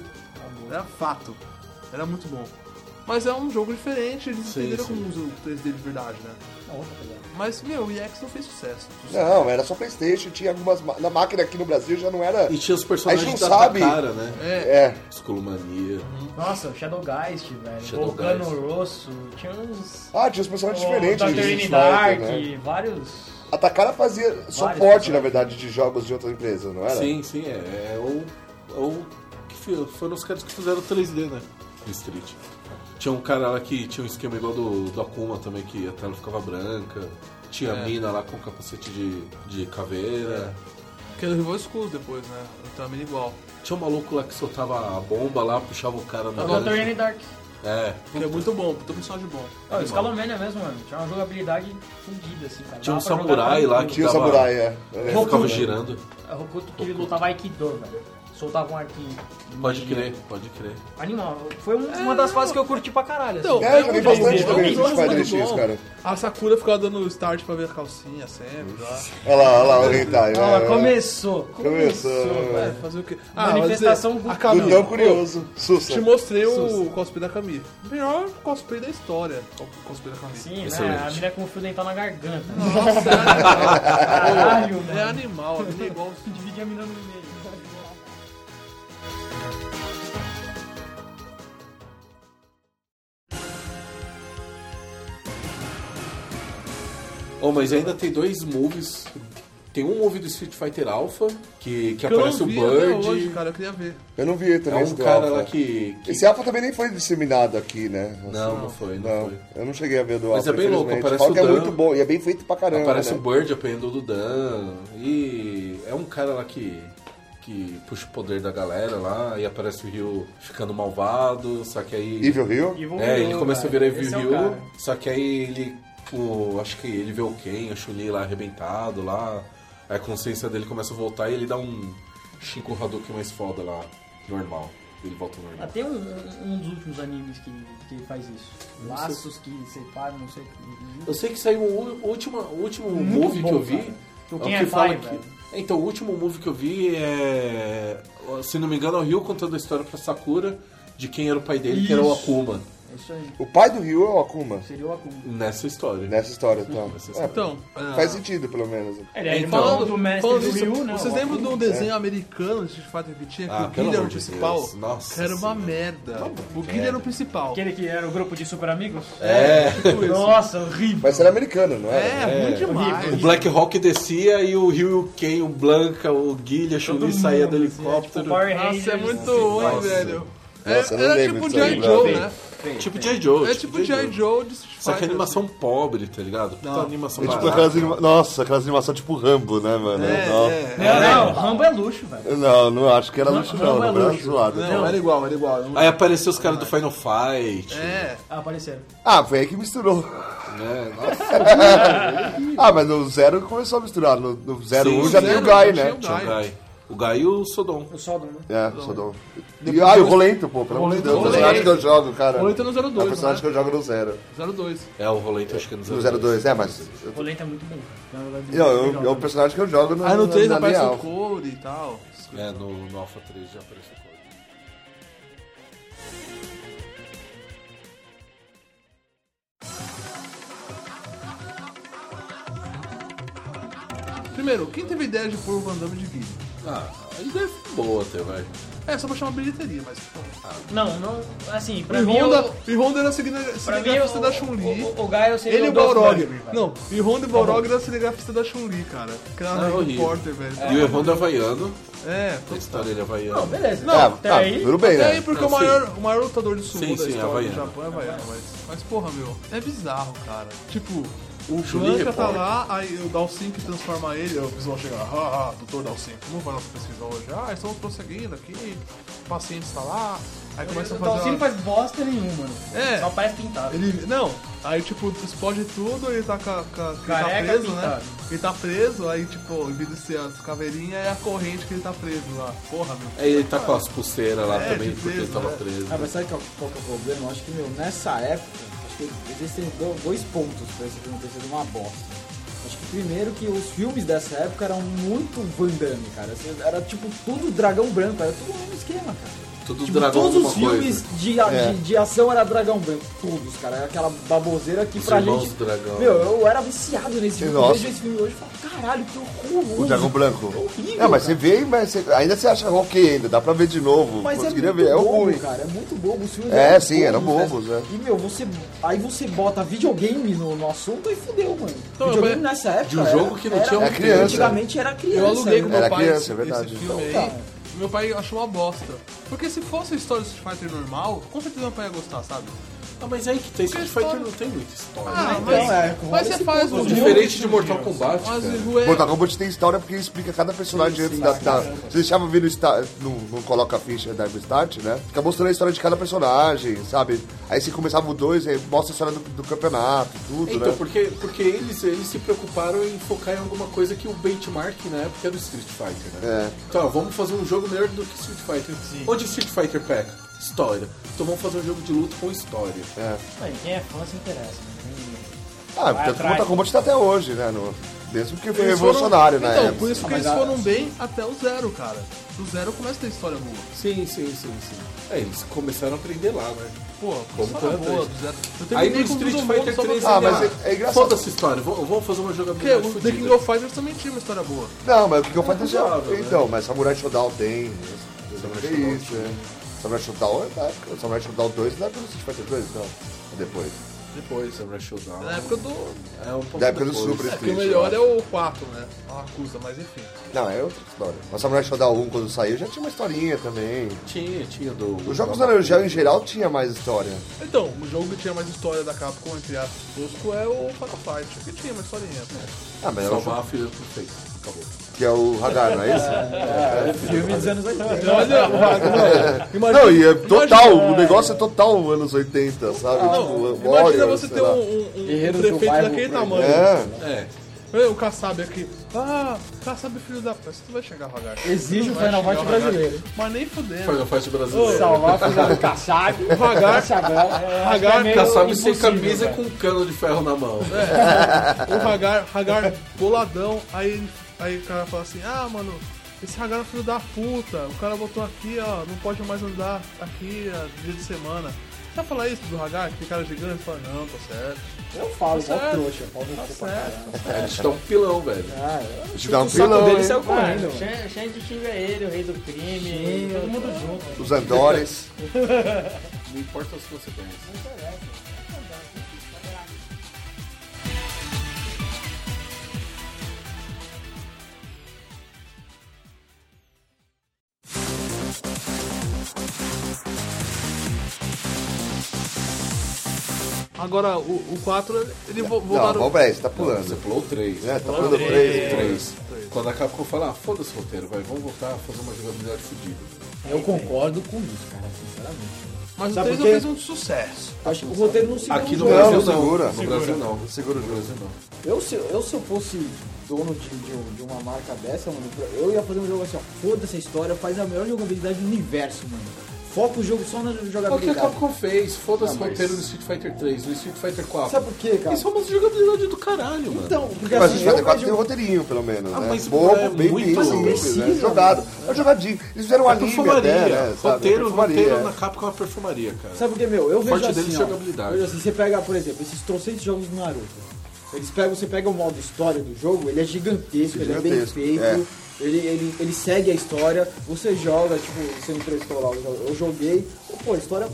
Speaker 2: Era fato. Era muito bom. Mas é um jogo diferente, eles
Speaker 4: Sim,
Speaker 2: entenderam
Speaker 4: sim.
Speaker 2: como usa o 3D de verdade, né?
Speaker 3: Não, outra tá coisa.
Speaker 2: Mas, meu, o EX não fez sucesso.
Speaker 1: Não, era só Playstation, tinha algumas... ma- Na máquina aqui no Brasil já não era...
Speaker 4: E tinha os
Speaker 1: A
Speaker 4: personagens
Speaker 1: gente
Speaker 4: da
Speaker 1: não
Speaker 4: sabe.
Speaker 1: sabe.
Speaker 4: cara, né?
Speaker 2: É,
Speaker 1: É,
Speaker 4: Escolomania.
Speaker 3: Nossa, o Shadow Geist, velho.
Speaker 4: Shadow
Speaker 3: Volcano
Speaker 4: Geist.
Speaker 3: Rosso. Tinha uns.
Speaker 1: ah, tinha os personagens
Speaker 3: o
Speaker 1: diferentes.
Speaker 3: Dr.
Speaker 1: de Street
Speaker 3: N.
Speaker 1: Fighter,
Speaker 3: Dark,
Speaker 1: né?
Speaker 3: vários.
Speaker 1: A Takara fazia suporte,
Speaker 3: personagens.
Speaker 1: na verdade, de jogos de outras empresas, não era?
Speaker 4: Sim, sim, é. É o. É o que fi- foram os caras que fizeram o 3D, né? No Street. Tinha um cara lá que tinha um esquema igual do, do Akuma também, que a tela ficava branca. Tinha
Speaker 3: É.
Speaker 4: a mina lá com capacete de, de caveira.
Speaker 2: que era o Rival Schools depois, né? Então é meio igual.
Speaker 4: Tinha um maluco lá que soltava a bomba lá, puxava o cara no
Speaker 3: O Dr. N. Dark.
Speaker 4: É.
Speaker 2: Que é muito bom, puta personagem bom.
Speaker 3: Ah, o Scalomania mesmo, mano. Tinha uma jogabilidade fudida, assim, cara.
Speaker 4: Tinha um
Speaker 3: Dava pra jogar
Speaker 4: samurai
Speaker 3: com
Speaker 4: lá
Speaker 3: tudo.
Speaker 4: que
Speaker 1: Tinha o
Speaker 4: Dava-
Speaker 1: Samurai, é. Eu lembro.
Speaker 4: Ficava girando.
Speaker 3: A Hokuto que lutava Aikido, velho. Soltava um arquinho.
Speaker 4: Pode crer, pode crer.
Speaker 3: Animal. Foi um- uma das fases que eu curti pra caralho.
Speaker 2: Então,
Speaker 3: assim.
Speaker 1: É, eu joguei
Speaker 2: um
Speaker 1: bastante
Speaker 2: jogo-
Speaker 1: também
Speaker 2: é um
Speaker 1: Street
Speaker 2: jogo
Speaker 1: Fighter
Speaker 2: muito
Speaker 1: X,
Speaker 2: bom.
Speaker 1: cara.
Speaker 2: A Sakura ficava dando start pra ver a calcinha sempre. lá.
Speaker 1: Olha lá, olha lá, o Hentai.
Speaker 3: Ó,
Speaker 1: é, é.
Speaker 3: começou.
Speaker 1: Começou,
Speaker 2: É,
Speaker 1: é.
Speaker 2: fazer o quê?
Speaker 3: Manifestação
Speaker 2: mas, é, a
Speaker 3: Gugu.
Speaker 2: Camille.
Speaker 1: Então, curioso. Sussa.
Speaker 2: Te mostrei o cosplay da Camille. Melhor cosplay da história. é O cosplay da Camille.
Speaker 3: Sim, né?
Speaker 4: Excelente.
Speaker 3: A mina com o fio dental na garganta.
Speaker 2: Nossa, é animal.
Speaker 3: Caralho,
Speaker 2: é
Speaker 3: mano.
Speaker 2: animal. A mina é igual.
Speaker 3: Divide a mina no meio.
Speaker 4: Oh, mas ainda tem dois moves. Tem um move do Street Fighter Alpha, que, que
Speaker 2: Que eu não
Speaker 4: (laughs) aparece o
Speaker 2: vi até
Speaker 4: Bird.
Speaker 2: hoje, cara. Eu queria ver.
Speaker 1: Eu não vi
Speaker 4: É
Speaker 1: também
Speaker 4: um
Speaker 1: esse
Speaker 4: cara
Speaker 1: Alpha.
Speaker 4: lá que. que-
Speaker 1: Esse Alpha também nem foi disseminado aqui, né?
Speaker 4: é Não, não foi, não,
Speaker 1: Não,
Speaker 4: foi.
Speaker 1: eu não cheguei a ver do
Speaker 4: Mas
Speaker 1: Alpha,
Speaker 4: é bem louco,
Speaker 1: infelizmente.
Speaker 4: aparece
Speaker 1: Falam
Speaker 4: o
Speaker 1: que é
Speaker 4: Dan.
Speaker 1: muito bom e é bem feito pra caramba,
Speaker 4: Aparece
Speaker 1: né?
Speaker 4: o Bird apanhando do Dan. E é um cara lá que. que puxa o poder da galera lá. E aparece o Ryu ficando malvado. Só que aí.
Speaker 1: Evil Rio?
Speaker 3: E
Speaker 4: É, ele
Speaker 3: voltou,
Speaker 4: começa a
Speaker 3: cara.
Speaker 4: virar
Speaker 3: Esse
Speaker 4: Evil
Speaker 3: é o
Speaker 4: Ryu,
Speaker 3: cara.
Speaker 4: só que aí ele, o, acho que ele vê o Ken, a Chun-Li lá arrebentado lá, aí a consciência dele começa a voltar e ele dá um Shinko Hadouken mais foda lá, normal. Ele volta ao
Speaker 3: Ah,
Speaker 4: normal.
Speaker 3: tem um, um dos últimos animes que, que faz isso. Laços que separam, não sei. o que.
Speaker 4: Eu sei que saiu o ú- último, o último move
Speaker 3: bom,
Speaker 4: que eu vi,
Speaker 3: cara.
Speaker 4: O
Speaker 3: Quem
Speaker 4: que
Speaker 3: é
Speaker 4: fala
Speaker 3: pai,
Speaker 4: que-
Speaker 3: velho?
Speaker 4: Então, o último movie que eu vi é. Se não me engano, é o Ryu contando a história pra Sakura de quem era o pai dele, que era o Akuma.
Speaker 3: É isso aí.
Speaker 1: O pai do Ryu é o Akuma,
Speaker 3: Seria o Akuma.
Speaker 4: Nessa história.
Speaker 1: nessa história, então.
Speaker 4: Nessa
Speaker 1: É,
Speaker 4: história.
Speaker 2: Então, é,
Speaker 1: faz sentido, pelo menos.
Speaker 3: Ele é
Speaker 4: Então,
Speaker 3: irmão do mestre
Speaker 2: falando
Speaker 3: do
Speaker 2: isso,
Speaker 3: Ryu, né?
Speaker 2: Vocês
Speaker 3: o
Speaker 2: lembram de
Speaker 3: Akuma.
Speaker 2: um desenho americano de Street Fighter que tinha que
Speaker 4: Ah,
Speaker 2: o
Speaker 4: pelo
Speaker 2: Guile era o
Speaker 4: amor de
Speaker 2: principal?
Speaker 4: Deus, nossa
Speaker 2: que era uma
Speaker 4: senhora.
Speaker 2: merda. o Guile
Speaker 4: merda.
Speaker 2: era o principal.
Speaker 3: Aquele que era o grupo de super amigos?
Speaker 4: É.
Speaker 3: Nossa, horrível.
Speaker 1: Mas era americano, não
Speaker 2: É,
Speaker 1: era?
Speaker 2: ruim
Speaker 4: O
Speaker 2: demais.
Speaker 4: Black Hawk descia e o Ryu, o Ken, o Blanca, o Guilha, a
Speaker 3: Todo
Speaker 4: Chun-Li saía do
Speaker 3: mundo, assim,
Speaker 4: helicóptero.
Speaker 3: Tipo, Power Rangers.
Speaker 2: Nossa, é muito ruim,
Speaker 4: Nossa.
Speaker 2: velho.
Speaker 1: Nossa, eu
Speaker 2: É,
Speaker 1: não
Speaker 2: era
Speaker 1: lembro
Speaker 2: tipo o
Speaker 1: disso aí,
Speaker 2: G.I.
Speaker 1: não.
Speaker 2: Joe, né?
Speaker 4: Tipo G.I. Joe.
Speaker 2: É tipo o G.I. Joe de Street Fighter.
Speaker 4: Só que animação pobre, tá ligado? Puta
Speaker 2: Não.
Speaker 4: animação
Speaker 1: É tipo
Speaker 4: barata.
Speaker 1: aquelas anima... Nossa, aquelas animações tipo Rambo, né, mano?
Speaker 2: É,
Speaker 1: não.
Speaker 2: é.
Speaker 3: Não, não, Rambo é luxo, velho.
Speaker 1: não, não acho que era
Speaker 3: Não,
Speaker 1: luxo,
Speaker 3: Rambo
Speaker 1: não.
Speaker 3: é
Speaker 1: Não era
Speaker 3: luxo.
Speaker 1: zoado. então.
Speaker 2: Não, era igual, era igual.
Speaker 4: Aí apareceu os caras do Final Fight.
Speaker 2: É,
Speaker 3: Ah, apareceram.
Speaker 1: Ah, foi aí que misturou.
Speaker 4: Né? Nossa,
Speaker 1: Ah, mas no zero começou a misturar. No, no zero
Speaker 4: Sim,
Speaker 1: um
Speaker 4: no
Speaker 1: já
Speaker 2: zero
Speaker 1: tem o Guy,
Speaker 2: já
Speaker 1: né?
Speaker 2: tinha
Speaker 4: tinha o Gai. O Gai e o Sodom.
Speaker 3: O Sodom, né?
Speaker 1: É, só dou. E, ah, e o Rolento, pô, pelo amor de Deus. O
Speaker 2: Rolento.
Speaker 1: personagem que eu jogo, cara.
Speaker 2: o Leito então no
Speaker 1: É o
Speaker 2: 02,
Speaker 1: personagem que eu jogo no zero.
Speaker 2: né? 02.
Speaker 4: É, o Rolento acho que é no
Speaker 1: No
Speaker 4: 02.
Speaker 1: zero dois, é, mas.
Speaker 3: O Polenta é muito bom. cara.
Speaker 1: Não, eu- é o personagem que eu jogo no
Speaker 2: Aí Ah, no um 3
Speaker 1: na minha
Speaker 2: aparece o
Speaker 1: alfa.
Speaker 2: Cody e tal.
Speaker 4: É, no, no Alpha 3 já apareceu o Code.
Speaker 2: Primeiro, quem teve ideia de pôr o Van Damme de Guile?
Speaker 4: Ah, a ideia ficou boa até, vai.
Speaker 2: É, só pra chamar bilheteria, mas... pô.
Speaker 3: Não, não. Assim, pra
Speaker 2: E
Speaker 3: mim.
Speaker 2: Honda,
Speaker 3: o-
Speaker 2: e Honda era a cinegra-
Speaker 3: Pra mim, é
Speaker 2: cinegrafista
Speaker 3: o,
Speaker 2: da Chun-Li.
Speaker 3: o, o, o Gaio seria
Speaker 2: Ele e
Speaker 3: o
Speaker 2: o
Speaker 3: Dolph
Speaker 2: Balrog.
Speaker 3: Lundgren, velho.
Speaker 2: Não, e o Honda e o Balrog era cinegrafista da Chun-Li, cara. Que era
Speaker 4: Ah,
Speaker 2: o
Speaker 4: horrível.
Speaker 2: Porter, velho.
Speaker 4: E o Evandro é havaiano.
Speaker 2: É,
Speaker 4: A história dele é havaiano.
Speaker 3: Não, beleza.
Speaker 1: Ah,
Speaker 3: até
Speaker 1: tá,
Speaker 3: aí.
Speaker 1: tudo bem,
Speaker 2: Até
Speaker 1: né?
Speaker 2: aí, porque
Speaker 4: Não,
Speaker 2: o, maior, o maior lutador de sumo
Speaker 4: É, assim. Sim,
Speaker 2: da
Speaker 4: sim,
Speaker 2: história
Speaker 4: Havaiano.
Speaker 2: do Japão é Havaiano, mas, mas porra, meu, é bizarro, cara. Tipo, o
Speaker 4: Chun-Li é
Speaker 2: Blanca tá
Speaker 4: repórter.
Speaker 2: lá, aí o Dalsin que transforma ele, aí o visual chega lá, ah, ah, doutor Dalsin, como vai nossa pesquisa hoje? Ah, estamos prosseguindo aqui, o paciente tá lá, aí começa a
Speaker 3: O
Speaker 2: fazer...
Speaker 3: Dalcino
Speaker 2: uma-
Speaker 3: faz bosta nenhuma, mano.
Speaker 2: É.
Speaker 3: Só parece pintado.
Speaker 2: Ele, não, aí tipo, explode tudo, ele tá, ca, ca- ele tá
Speaker 3: Careca,
Speaker 2: preso, né?
Speaker 3: pintado.
Speaker 2: Ele tá preso, aí tipo, em vez de ser as caveirinhas, é a corrente que ele tá preso lá. Porra, meu.
Speaker 4: Aí ele tá com as pulseiras lá
Speaker 2: É,
Speaker 4: também,
Speaker 2: de
Speaker 4: porque ele
Speaker 2: preso,
Speaker 4: tava
Speaker 2: né?
Speaker 4: preso.
Speaker 7: Ah, mas sabe qual, qual que é o problema? Eu acho que, meu, nessa época, acho que existem do- dois pontos pra esse filme ter sido uma bosta. Acho que primeiro que os filmes dessa época eram muito Van Damme, cara. Assim, Era tipo tudo dragão branco, era tudo o mesmo esquema, cara.
Speaker 4: Tudo
Speaker 7: Tipo,
Speaker 4: dragão
Speaker 7: todos os
Speaker 4: alguma coisa.
Speaker 7: filmes de, a-
Speaker 1: É.
Speaker 7: de, de ação era dragão branco, todos, cara. Era aquela baboseira que
Speaker 4: Os
Speaker 7: pra
Speaker 4: irmãos
Speaker 7: gente.
Speaker 4: do dragão.
Speaker 7: Meu, eu era viciado nesse filme. Eu
Speaker 1: Nossa.
Speaker 7: vejo esse filme hoje e falo, caralho, que horroroso.
Speaker 1: O Dragão Branco.
Speaker 7: Horrível,
Speaker 1: É, mas
Speaker 7: cara.
Speaker 1: você vê, mas você- ainda você acha ok ainda, dá pra ver de novo.
Speaker 7: Mas é
Speaker 1: Conseguiria
Speaker 7: muito
Speaker 1: ver, é
Speaker 7: bobo,
Speaker 1: ruim.
Speaker 7: cara. É muito bobo. Os filmes
Speaker 1: É,
Speaker 7: eram
Speaker 1: sim, eram bobos,
Speaker 7: né?
Speaker 1: é.
Speaker 7: E, meu, você... Aí você bota videogame no, no assunto e fudeu, mano.
Speaker 2: Então,
Speaker 7: videogame
Speaker 2: mas-
Speaker 7: nessa época...
Speaker 4: de um
Speaker 7: era-
Speaker 4: jogo que não
Speaker 7: era-
Speaker 4: tinha um
Speaker 1: É criança.
Speaker 7: Antigamente era criança.
Speaker 2: Eu aluguei
Speaker 7: né?
Speaker 2: com meu
Speaker 1: Era
Speaker 2: pai
Speaker 1: criança,
Speaker 2: esse,
Speaker 1: é verdade.
Speaker 2: esse filme
Speaker 7: Então,
Speaker 2: aí.
Speaker 7: tá.
Speaker 2: Meu pai achou uma bosta. Porque se fosse a história do Street Fighter normal, com certeza meu pai ia gostar, sabe?
Speaker 4: Ah, mas aí que tem Street Fighter não tem muita história.
Speaker 2: Ah,
Speaker 7: então,
Speaker 2: mas,
Speaker 7: é, rola
Speaker 2: mas
Speaker 7: esse
Speaker 2: você faz
Speaker 7: ponto.
Speaker 2: um
Speaker 4: Diferente de Mortal Kombat,
Speaker 2: Mas
Speaker 4: cara.
Speaker 2: o
Speaker 1: Mortal
Speaker 2: é,
Speaker 1: Kombat tem história porque explica cada personagem antes da, da. Você deixava ver no, sta- no- no Coloca a Ficha da Start, né? Fica mostrando a história de cada personagem, sabe? Aí se começava o 2, aí mostra a história do, do campeonato, tudo,
Speaker 4: Então,
Speaker 1: né?
Speaker 4: porque, porque eles, eles se preocuparam em focar em alguma coisa que o benchmark na época era o Street Fighter, né?
Speaker 1: É.
Speaker 4: Então, ó, vamos fazer um jogo melhor do que Street Fighter. Onde o Street Fighter peca? História. Então vamos fazer um jogo de luta com história.
Speaker 1: É.
Speaker 3: Aí, quem é fã se interessa, né? Tem-
Speaker 1: Ah,
Speaker 3: Vai
Speaker 1: porque o
Speaker 3: atrás.
Speaker 1: Mortal Kombat tá até hoje, né? No... Mesmo que foi
Speaker 2: eles
Speaker 1: revolucionário né? na
Speaker 2: foram- Então,
Speaker 1: época.
Speaker 2: por isso que
Speaker 7: Mas
Speaker 2: eles
Speaker 7: a-
Speaker 2: foram bem até o zero, cara. Do zero começa a ter história boa.
Speaker 4: Sim, sim, sim, sim. É, eles começaram a aprender lá, né?
Speaker 2: Pô,
Speaker 4: Como
Speaker 2: história
Speaker 4: tanto,
Speaker 2: boa
Speaker 4: gente.
Speaker 2: do zero. Eu
Speaker 4: Aí
Speaker 2: terminei
Speaker 4: no
Speaker 2: com
Speaker 4: Street
Speaker 2: todo
Speaker 4: Fighter
Speaker 2: mundo, só
Speaker 4: 3
Speaker 2: pra-
Speaker 1: Ah, mas é- é engraçado.
Speaker 4: Foda-se a história, vamos, vamos fazer uma
Speaker 2: Porque
Speaker 4: jogabilidade
Speaker 2: o The King
Speaker 4: fodida.
Speaker 2: of Fighters também tinha uma história boa.
Speaker 1: Não, mas o que eu faço
Speaker 4: confiável,
Speaker 1: é.
Speaker 2: né?
Speaker 1: Então, mas Samurai Shodown tem. né? É isso, né? Samurai Shodown é da época. Samurai Shodown 2 não é quando Street Fighter 2, não. É depois.
Speaker 4: Depois, Samurai Showdown.
Speaker 2: Na época do.
Speaker 4: É um pouco
Speaker 1: Da época do
Speaker 4: depois.
Speaker 1: Super
Speaker 2: É, que o
Speaker 1: Street.
Speaker 2: melhor
Speaker 1: eu
Speaker 2: é o 4, né? A acusa, mas enfim.
Speaker 1: acho. Não, é outra história. Mas Samurai Shodown 1, quando saiu, já tinha uma historinha também.
Speaker 4: Tinha, tinha do.
Speaker 1: Os jogos da Laranjel, em geral, tinha mais história.
Speaker 2: Então, o jogo que tinha mais história da Capcom, entre aspas, tosco é o Fatal Fight, que tinha mais historinha.
Speaker 1: Ah, mas é o
Speaker 4: Salvar
Speaker 1: jogo
Speaker 4: a filha do prefeito. Acabou.
Speaker 1: que é o Hagar, não é isso?
Speaker 7: Filme dos anos 80.
Speaker 2: Olha,
Speaker 1: Não, e é total, o negócio é total anos 80, sabe?
Speaker 2: não,
Speaker 1: tipo,
Speaker 2: imagina
Speaker 1: Warriors,
Speaker 2: você
Speaker 1: sei
Speaker 2: ter um, Tipo,
Speaker 1: lá.
Speaker 2: um- um
Speaker 7: Guerreiros do
Speaker 2: prefeito
Speaker 7: bairro,
Speaker 2: daquele
Speaker 7: por
Speaker 2: tamanho.
Speaker 1: É,
Speaker 4: É,
Speaker 2: Olha O Kassab aqui. Ah, Kassab, filho da. Mas tu vai chegar, Rogar.
Speaker 7: Exige o
Speaker 2: Vai
Speaker 7: Final
Speaker 2: chegar,
Speaker 7: Fight
Speaker 2: Rogar.
Speaker 7: brasileiro.
Speaker 2: Mas nem fudendo.
Speaker 4: Final Fight brasileiro.
Speaker 7: Salvar, fazer um
Speaker 4: (laughs)
Speaker 7: caçado.
Speaker 2: Vagar.
Speaker 7: Agora, é,
Speaker 2: Hagar,
Speaker 3: meio
Speaker 4: Kassab sem
Speaker 3: impossível,
Speaker 4: camisa e
Speaker 3: velho.
Speaker 4: com um cano de ferro na mão.
Speaker 2: O Hagar, Hagar boladão, aí ele Aí o cara fala assim, ah, mano, esse Hagar é um filho da puta, o cara botou aqui, ó, não pode mais andar aqui ó, dia de semana. Já falar isso do Hagar, que tem cara gigante? Fala, não, tá certo.
Speaker 7: Eu falo,
Speaker 2: Tá
Speaker 7: mó
Speaker 2: certo.
Speaker 7: trouxa, pau no
Speaker 2: Tá
Speaker 7: cu pra
Speaker 2: certo.
Speaker 7: caralho.
Speaker 4: É, te dá um pilão, velho.
Speaker 7: Ah, eu
Speaker 1: Te dá um
Speaker 7: o saco
Speaker 1: pilão,
Speaker 7: dele
Speaker 1: hein? É.
Speaker 7: saiu
Speaker 3: Ah,
Speaker 7: correndo, mano.
Speaker 3: Xan- Xande xinga
Speaker 2: é
Speaker 3: ele, o rei do crime, todo mundo junto.
Speaker 1: Os Andores.
Speaker 4: Não importa as consequências.
Speaker 2: Agora, o, o 4, ele vo-
Speaker 1: Não,
Speaker 2: voltaram...
Speaker 1: vamos peraí, você tá
Speaker 4: Você
Speaker 1: pulando.
Speaker 4: pulou três.
Speaker 1: É, tá pulando
Speaker 4: Três.
Speaker 1: três.
Speaker 4: Quando a Capcom fala, ah, foda-se o roteiro, vai, vamos voltar a fazer uma jogabilidade fodida.
Speaker 3: Eu concordo com isso, cara, sinceramente.
Speaker 2: mas o
Speaker 7: Sabe
Speaker 2: 3
Speaker 7: por quê?
Speaker 2: fez um sucesso.
Speaker 7: Acho que o roteiro não se
Speaker 4: Aqui no
Speaker 1: Não,
Speaker 4: Brasil
Speaker 1: não
Speaker 4: não.
Speaker 1: segura.
Speaker 4: No Brasil não.
Speaker 1: Segura o
Speaker 4: No
Speaker 1: jogo.
Speaker 4: Brasil não.
Speaker 7: Eu se, eu, se eu fosse dono de, de um- de uma marca dessa, mano, eu ia fazer um jogo assim, ó. Foda essa história, faz a melhor jogabilidade do universo, mano. Foca o jogo só na
Speaker 4: O que a
Speaker 7: jogabilidade.
Speaker 4: Capcom fez? Foda-se
Speaker 5: Ah,
Speaker 4: o
Speaker 5: mas-
Speaker 4: roteiro do Street Fighter 3, do Street Fighter 4.
Speaker 7: Sabe por quê, cara?
Speaker 4: Isso é uma jogabilidade do caralho, mano.
Speaker 7: Então, porque
Speaker 1: Mas o
Speaker 7: assim,
Speaker 1: Street Fighter
Speaker 7: eu
Speaker 1: 4
Speaker 7: vejo...
Speaker 1: tem um roteirinho, pelo menos,
Speaker 4: Ah,
Speaker 1: né?
Speaker 4: mas
Speaker 1: Bobo,
Speaker 4: é
Speaker 1: bem
Speaker 4: muito-
Speaker 1: limpo,
Speaker 4: mas
Speaker 7: não
Speaker 1: simples, né?
Speaker 7: precisa,
Speaker 1: Jogado. É um jogadinho. Eles fizeram um
Speaker 4: É
Speaker 1: anime até,
Speaker 4: perfumaria.
Speaker 1: né? sabe?
Speaker 4: roteiro,
Speaker 1: Perfumaria,
Speaker 4: roteiro
Speaker 1: é.
Speaker 4: na Capcom é uma perfumaria, cara.
Speaker 7: Sabe por quê, meu? Eu vejo
Speaker 4: forte
Speaker 7: assim,
Speaker 4: deles é
Speaker 7: ó,
Speaker 4: jogabilidade.
Speaker 7: eu vejo assim, você pega, por exemplo, esses trocentos jogos do Naruto. Eles pegam, você pega o modo história do jogo, ele é gigantesco, ele
Speaker 1: Gigantesco,
Speaker 7: é bem feito.
Speaker 1: é.
Speaker 7: Ele, ele, ele segue a história, você joga, tipo, você me prestou lá, eu eu joguei, pô, a história,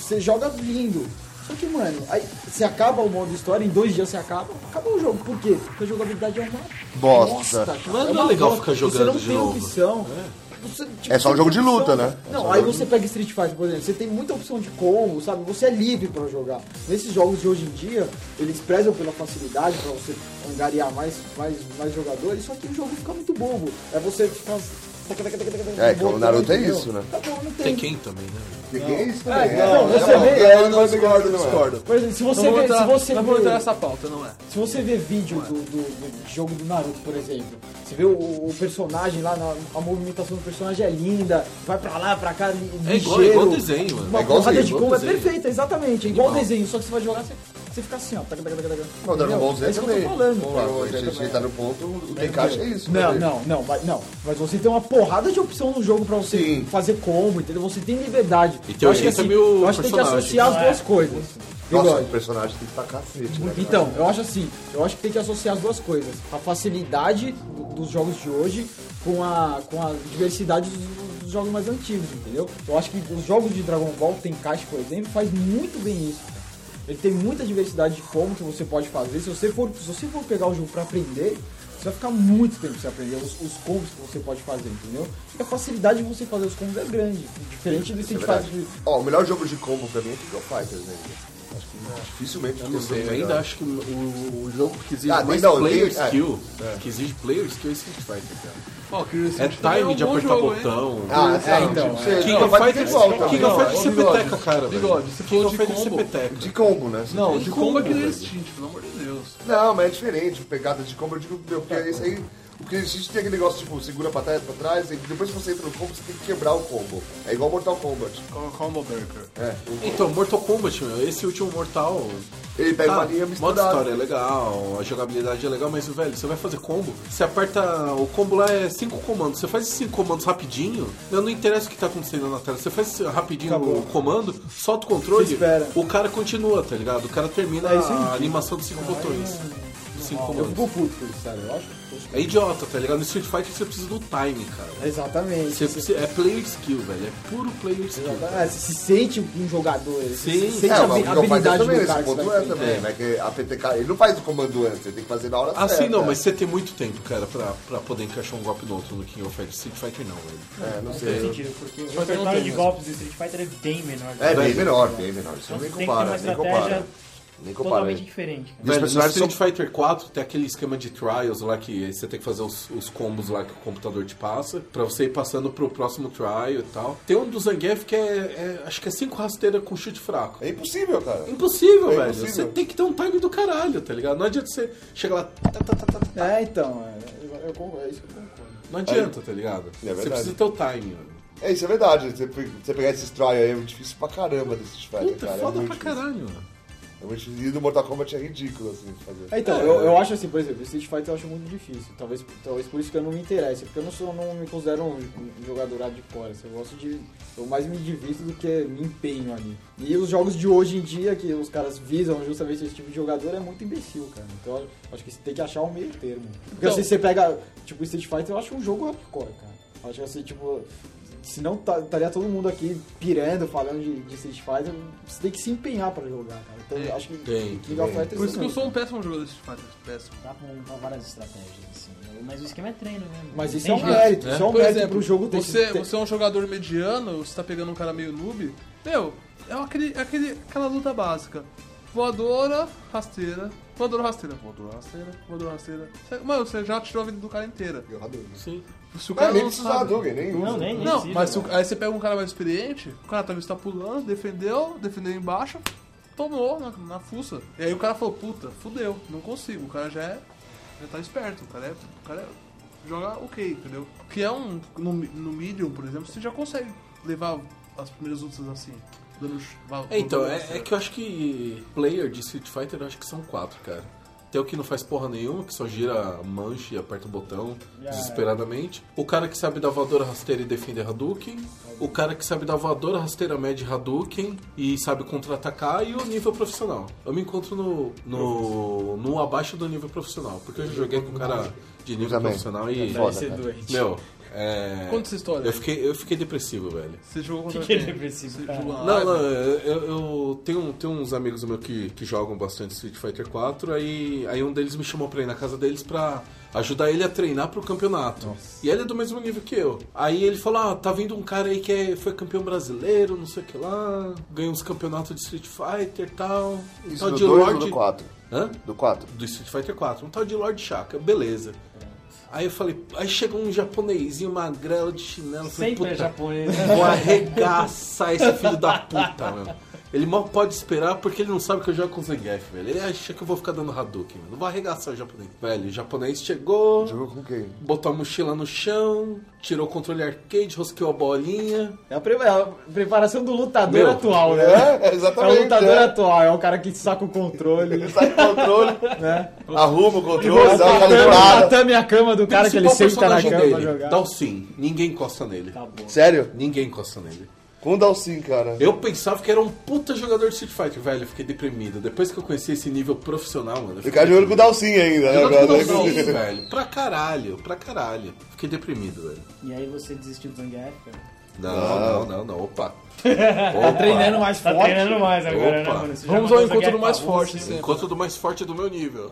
Speaker 7: você joga lindo. Só que, mano, aí você acaba o modo história, em dois dias você acaba, acabou o jogo. Por quê? Porque a jogabilidade é uma
Speaker 1: Bosta.
Speaker 7: cara.
Speaker 4: Não é- não é
Speaker 7: uma
Speaker 4: legal
Speaker 7: bosta.
Speaker 4: ficar jogando
Speaker 7: Você não
Speaker 4: de
Speaker 7: tem
Speaker 4: novo.
Speaker 7: opção. Você, tipo,
Speaker 1: É só um
Speaker 7: você
Speaker 1: jogo
Speaker 7: tem
Speaker 1: de luta,
Speaker 7: opção,
Speaker 1: né?
Speaker 7: cara. Não, aí você pega Street Fighter, por exemplo, você tem muita opção de combo, sabe? Você é livre pra jogar. Nesses jogos de hoje em dia, eles prezam pela facilidade pra você angariar mais, mais, mais jogadores, só que o jogo fica muito bobo. É você ficar.
Speaker 1: É, que o Naruto é
Speaker 7: entendeu?
Speaker 1: isso, né?
Speaker 7: Tá bom, não tem.
Speaker 4: Tekken também, né?
Speaker 1: Que que é isso,
Speaker 7: Ah,
Speaker 1: também?
Speaker 7: não,
Speaker 1: É,
Speaker 7: você
Speaker 1: é,
Speaker 7: vê-
Speaker 1: é, Eu não discordo, não é.
Speaker 2: Discordo.
Speaker 7: Por exemplo, se você
Speaker 2: não vou
Speaker 7: vê, se
Speaker 2: entrar,
Speaker 7: você
Speaker 2: não vou
Speaker 7: vê-
Speaker 2: entrar nessa pauta, não é.
Speaker 7: Se você vê vídeo do, do- do jogo do Naruto, por exemplo, você vê o, o personagem lá, na- a movimentação do personagem é linda, vai pra lá, pra cá, li-
Speaker 4: É igual, é
Speaker 7: ligeiro.
Speaker 4: igual desenho, mano.
Speaker 7: Uma
Speaker 1: É igualzinho,
Speaker 7: porrada de combo é
Speaker 4: igualzinho.
Speaker 7: perfeita, exatamente. É igual
Speaker 4: Igual.
Speaker 7: desenho, só que você vai jogar, você, você fica assim, ó. Taca, taca, taca, taca.
Speaker 1: Não, o Dragon
Speaker 7: Entendeu?
Speaker 1: Ball
Speaker 7: É
Speaker 1: Z
Speaker 7: isso que
Speaker 1: também.
Speaker 7: eu tô falando.
Speaker 1: Vamos
Speaker 7: Dragon
Speaker 1: lá,
Speaker 7: Ball
Speaker 1: a
Speaker 7: Z
Speaker 1: gente- a
Speaker 7: também.
Speaker 1: gente tá no ponto, o Tenkaichi é isso.
Speaker 7: Não,
Speaker 1: né?
Speaker 7: não, não, mas, não. Mas você tem uma porrada de opção no jogo pra você
Speaker 1: Sim.
Speaker 7: fazer combo, entendeu? Você tem liberdade.
Speaker 4: E tem
Speaker 7: eu acho que
Speaker 4: 80
Speaker 7: assim,
Speaker 4: mil
Speaker 7: eu acho que tem que
Speaker 4: personagens.
Speaker 7: associar as duas coisas.
Speaker 1: Nossa,
Speaker 7: Bigode.
Speaker 1: o personagem tem que estar cacete, né? cara?
Speaker 7: Então, eu acho assim, eu acho que tem que associar as duas coisas. A facilidade do- dos jogos de hoje com a, com a diversidade dos, dos jogos mais antigos, entendeu? Eu acho que os jogos de Dragon Ball tem caixa, por exemplo, faz muito bem isso. cara. Ele tem muita diversidade de como que você pode fazer. Se você for, se você for pegar o jogo pra aprender, você vai ficar muito tempo sem aprender os, os combos que você pode fazer, entendeu? E a facilidade de você fazer os combos é grande, diferente do
Speaker 1: É
Speaker 7: Street
Speaker 1: verdade.
Speaker 7: Fighter. de-
Speaker 1: Ó, o melhor jogo de combo pra mim é King of Fighters, né? Acho que dificilmente
Speaker 4: Eu não sei, eu ainda acho que o, o jogo que exige
Speaker 1: Ah,
Speaker 4: mais
Speaker 1: não,
Speaker 4: player
Speaker 1: tem- é.
Speaker 4: skill, que exige player skill é Street Fighter, cara.
Speaker 2: Ó, Curious
Speaker 4: É
Speaker 2: Intent também
Speaker 4: time de
Speaker 2: um bom
Speaker 4: apertar
Speaker 2: jogo, hein?
Speaker 4: botão.
Speaker 1: Ah, é,
Speaker 7: então,
Speaker 1: então.
Speaker 7: é.
Speaker 1: Você,
Speaker 4: King
Speaker 1: não,
Speaker 4: of
Speaker 1: vai ter
Speaker 4: Fighters,
Speaker 1: igual
Speaker 2: né?
Speaker 1: também.
Speaker 4: King of Fighters
Speaker 2: Ó,
Speaker 4: você
Speaker 2: bigode,
Speaker 4: peteca, cara,
Speaker 2: Bigode, se
Speaker 4: King
Speaker 2: for
Speaker 4: of
Speaker 2: de
Speaker 4: Fighters você
Speaker 2: combo...
Speaker 4: peteca.
Speaker 1: De combo, né?
Speaker 2: Não, de combo é
Speaker 4: combo,
Speaker 2: Curious
Speaker 4: velho.
Speaker 2: Instinct, pelo amor de Deus.
Speaker 1: Não, mas é diferente. Pegada de combo, eu digo, meu, porque
Speaker 4: É.
Speaker 1: isso aí. O que a gente tem aquele negócio, tipo, segura pra trás, pra trás, e depois que você entra no combo, você tem que quebrar o combo. É igual Mortal Kombat.
Speaker 2: Com- Combo Breaker.
Speaker 1: É.
Speaker 4: Então, Mortal Kombat, meu, esse último Mortal.
Speaker 1: Ele pega
Speaker 4: tá,
Speaker 1: uma linha
Speaker 4: modo história
Speaker 1: misturada.
Speaker 4: é legal, a jogabilidade é legal, mas, velho, você vai fazer combo, você aperta. O combo lá é cinco comandos. Você faz esses cinco comandos rapidinho, não, não interessa o que tá acontecendo na tela. Você faz esse- rapidinho
Speaker 7: Acabou.
Speaker 4: o comando, solta o controle,
Speaker 7: Se espera.
Speaker 4: o cara continua, tá ligado? O cara termina
Speaker 7: É, isso é
Speaker 4: a
Speaker 7: incrível.
Speaker 4: animação dos cinco botões. Dos cinco
Speaker 7: Eu fico
Speaker 4: comandos.
Speaker 7: puto por isso, sério. Eu acho. eu acho que-
Speaker 4: É idiota, tá ligado? No Street Fighter você precisa do time, cara.
Speaker 7: Exatamente.
Speaker 4: Você
Speaker 7: Você-
Speaker 4: precisa- é player skill, velho. É puro player skill.
Speaker 7: É, você se sente um jogador, você se
Speaker 4: Sim.
Speaker 7: sente
Speaker 1: É,
Speaker 7: a
Speaker 1: mas o King of Fighters
Speaker 7: habilidade
Speaker 1: também,
Speaker 7: do
Speaker 1: nesse
Speaker 7: cara. que
Speaker 1: ponto
Speaker 7: você
Speaker 1: é
Speaker 7: vai
Speaker 1: também, né? Que a PTK, ele não faz o comando antes, ele tem que fazer na hora
Speaker 4: Ah,
Speaker 1: certa.
Speaker 4: sim, não, mas você tem muito tempo, cara, pra, pra poder encaixar um golpe no outro no King of Fighters. Street Fighter não, velho.
Speaker 1: É, não
Speaker 3: Faz
Speaker 1: sei.
Speaker 3: sentido, porque o repertório de golpes do Street Fighter é bem menor.
Speaker 1: É bem menor, bem menor. Isso
Speaker 3: Então
Speaker 1: nem
Speaker 3: tem que ter uma
Speaker 1: compara, nem compara.
Speaker 3: estratégia
Speaker 1: Nem compara.
Speaker 3: totalmente
Speaker 1: hein?
Speaker 3: diferente.
Speaker 1: E
Speaker 3: cara.
Speaker 1: os
Speaker 4: Velho, no
Speaker 1: personagens são
Speaker 4: Street Fighter 4 tem aquele esquema de trials lá que você tem que fazer os, os combos lá que o computador te passa pra você ir passando pro próximo trial e tal. Tem um do Zangief que é, é- acho que é cinco rasteiras com chute fraco.
Speaker 1: É impossível, cara.
Speaker 4: Impossível,
Speaker 1: É
Speaker 4: velho.
Speaker 1: impossível.
Speaker 4: Você tem que ter um time do caralho, tá ligado? Não adianta você chegar lá. tá, tá, tá, tá, tá.
Speaker 7: É, então, é, eu- eu concordo, é isso que eu concordo. É
Speaker 4: Não adianta, tá ligado?
Speaker 1: verdade.
Speaker 4: você precisa ter o time, mano.
Speaker 1: É, isso é verdade. Você, você pegar esses trial aí é difícil pra caramba desses Street Fighter,
Speaker 4: Puta,
Speaker 1: cara. é
Speaker 4: foda
Speaker 1: muito
Speaker 4: pra
Speaker 1: difícil. É
Speaker 4: caralho, mano.
Speaker 1: O Machine do Mortal Kombat é ridículo, assim, de fazer.
Speaker 7: É, Então, eu, eu acho assim, por exemplo, Street Fighter eu acho muito difícil. Talvez, talvez por isso que eu não me interesse, porque eu não, sou, não me considero um j- um jogador hardcore. assim, Eu gosto de. Eu mais me divirto do que me empenho ali. E os jogos de hoje em dia, que os caras visam justamente esse tipo de jogador, é muito imbecil, cara. Então eu acho que você tem que achar um meio termo. Porque
Speaker 2: Então-
Speaker 7: assim, você pega. Tipo, Street Fighter eu acho um jogo hardcore, cara. Eu acho assim, tipo. Se não, tá- estaria todo mundo aqui pirando, falando de, de Street Fighter. Você tem que se empenhar pra jogar, cara. Então,
Speaker 2: É.
Speaker 7: eu acho que
Speaker 4: Tem,
Speaker 7: King of
Speaker 4: tem.
Speaker 7: Fighters é
Speaker 2: Por isso que eu
Speaker 7: não,
Speaker 2: sou um
Speaker 7: cara.
Speaker 2: péssimo jogador de Street Fighter. Péssimo.
Speaker 3: Dá pra montar Tá várias estratégias, assim. Mas o esquema é treino mesmo.
Speaker 7: Mas
Speaker 3: Não
Speaker 7: isso é
Speaker 3: tem
Speaker 7: um
Speaker 3: jeito.
Speaker 7: mérito, isso é um
Speaker 2: Por
Speaker 7: mérito
Speaker 2: exemplo,
Speaker 7: pro jogo ter
Speaker 2: você,
Speaker 7: que ter-
Speaker 2: você é um jogador mediano, você tá pegando um cara meio noob, meu, é aquele, aquele, aquela luta básica. Voadora, rasteira, voadora, rasteira, voadora, rasteira, voadora, rasteira. Você- Mano, você já tirou a vida do cara inteira.
Speaker 1: Eu Hadouken.
Speaker 4: Sim.
Speaker 2: Se o
Speaker 1: Mas
Speaker 2: cara
Speaker 1: nem
Speaker 2: não
Speaker 1: precisa do
Speaker 2: sabe...
Speaker 1: Hadouken, nem usa.
Speaker 3: Não, nem, nem
Speaker 2: Não,
Speaker 3: precisa,
Speaker 2: mas se o-
Speaker 3: né?
Speaker 2: aí você pega um cara mais experiente, o cara talvez tá pulando, defendeu, defendeu embaixo, tomou na, na fuça. E aí o cara falou, puta, fudeu, não consigo. O cara já é. Já tá esperto, o cara é. O cara é- joga ok, entendeu? Que é um. No, no medium, por exemplo, você já consegue levar as primeiras lutas assim. Dando. ch- va-
Speaker 4: É, então,
Speaker 2: dando
Speaker 4: é, é que eu acho que player de Street Fighter, eu acho que são quatro, cara. Tem o que não faz porra nenhuma, que só gira a manche e aperta o botão desesperadamente. O cara que sabe dar voadora rasteira e defende Hadouken. O cara que sabe dar voadora rasteira mede Hadouken e sabe contra-atacar. E o nível profissional. Eu me encontro no, no, no abaixo do nível profissional. Porque eu já joguei com um cara de nível
Speaker 1: Também. É
Speaker 4: profissional e...
Speaker 1: Foda,
Speaker 7: ser
Speaker 1: cara.
Speaker 7: doente.
Speaker 4: Meu, é...
Speaker 2: Conta essa história.
Speaker 4: Eu fiquei, eu fiquei depressivo, velho.
Speaker 2: Você jogou
Speaker 4: (laughs)
Speaker 2: contra
Speaker 3: Que que é
Speaker 2: quem?
Speaker 3: depressivo,
Speaker 2: Você
Speaker 3: cara.
Speaker 2: jogou Ah, na
Speaker 1: Ah,
Speaker 4: Não,
Speaker 2: live?
Speaker 1: é
Speaker 4: não, eu, eu- eu tenho, tenho uns amigos meus que, que jogam bastante Street Fighter 4, aí, aí um deles me chamou pra ir na casa deles pra ajudar ele a treinar pro campeonato. E ele é do mesmo nível que eu. Aí ele falou, ah, tá vindo um cara aí que é- foi campeão brasileiro, não sei o que lá, ganhou uns campeonatos de Street Fighter e tal. Um
Speaker 1: Isso
Speaker 4: tal
Speaker 1: do 2
Speaker 4: de
Speaker 1: ou
Speaker 4: Lorde...
Speaker 1: do 4?
Speaker 4: Hã?
Speaker 1: Do 4.
Speaker 4: do Street Fighter 4, um tal de Lord Shaka, beleza. Aí eu falei, aí chegou um japonesinho magrelo de chinelo, eu falei,
Speaker 3: Sempre é
Speaker 4: puta,
Speaker 3: japonês.
Speaker 4: vou arregaçar esse filho da puta, meu. Ele mal pode esperar porque ele não sabe que eu jogo com o Zangief, velho. Ele acha que eu vou ficar dando Hadouken, mano. Vou arregaçar o japonês. Velho, o japonês chegou,
Speaker 1: Jogou com quem?
Speaker 4: botou a mochila no chão, tirou o controle arcade, rosqueou a bolinha.
Speaker 7: É a, pre- é a preparação do lutador
Speaker 4: Meu.
Speaker 7: atual, né?
Speaker 1: É,
Speaker 7: É o
Speaker 1: exatamente.
Speaker 7: lutador
Speaker 1: é.
Speaker 7: atual, é o cara que saca
Speaker 1: (laughs)
Speaker 7: o controle,
Speaker 1: Sai do controle,
Speaker 7: né?
Speaker 1: arruma o controle, dá uma
Speaker 7: Tatame,
Speaker 1: calibrada.
Speaker 7: tatame a cama do cara que ele
Speaker 4: Principal
Speaker 7: senta na
Speaker 4: personagem
Speaker 7: cama pra
Speaker 4: dele, Então,
Speaker 7: jogar.
Speaker 4: Dalsin, ninguém encosta nele.
Speaker 3: Acabou.
Speaker 1: Sério?
Speaker 4: Ninguém encosta nele.
Speaker 1: Com o Dalsin, cara.
Speaker 4: Eu pensava que era um puta jogador de Street Fighter, velho. Eu fiquei deprimido. Depois que eu conheci esse nível profissional, mano. eu
Speaker 1: Ficar de olho com o Dalsin
Speaker 2: É,
Speaker 1: ainda, né?
Speaker 4: Eu
Speaker 1: Agora,
Speaker 4: tô
Speaker 1: né?
Speaker 4: com Dalsin,
Speaker 1: (laughs)
Speaker 4: velho. Pra caralho, pra caralho. Fiquei deprimido, velho.
Speaker 3: E aí você desistiu do Zangief, cara?
Speaker 4: Não, não, não, não.
Speaker 3: (laughs)
Speaker 4: Opa. Opa.
Speaker 7: Tá treinando mais
Speaker 3: Tá
Speaker 7: forte.
Speaker 3: treinando mais agora,
Speaker 4: Opa.
Speaker 3: né, mano? Você já mandou
Speaker 2: Vamos ao
Speaker 3: Zangief
Speaker 2: encontro do
Speaker 3: pra
Speaker 2: mais
Speaker 3: Rússia.
Speaker 2: forte, sempre.
Speaker 4: Encontro do mais forte do meu nível.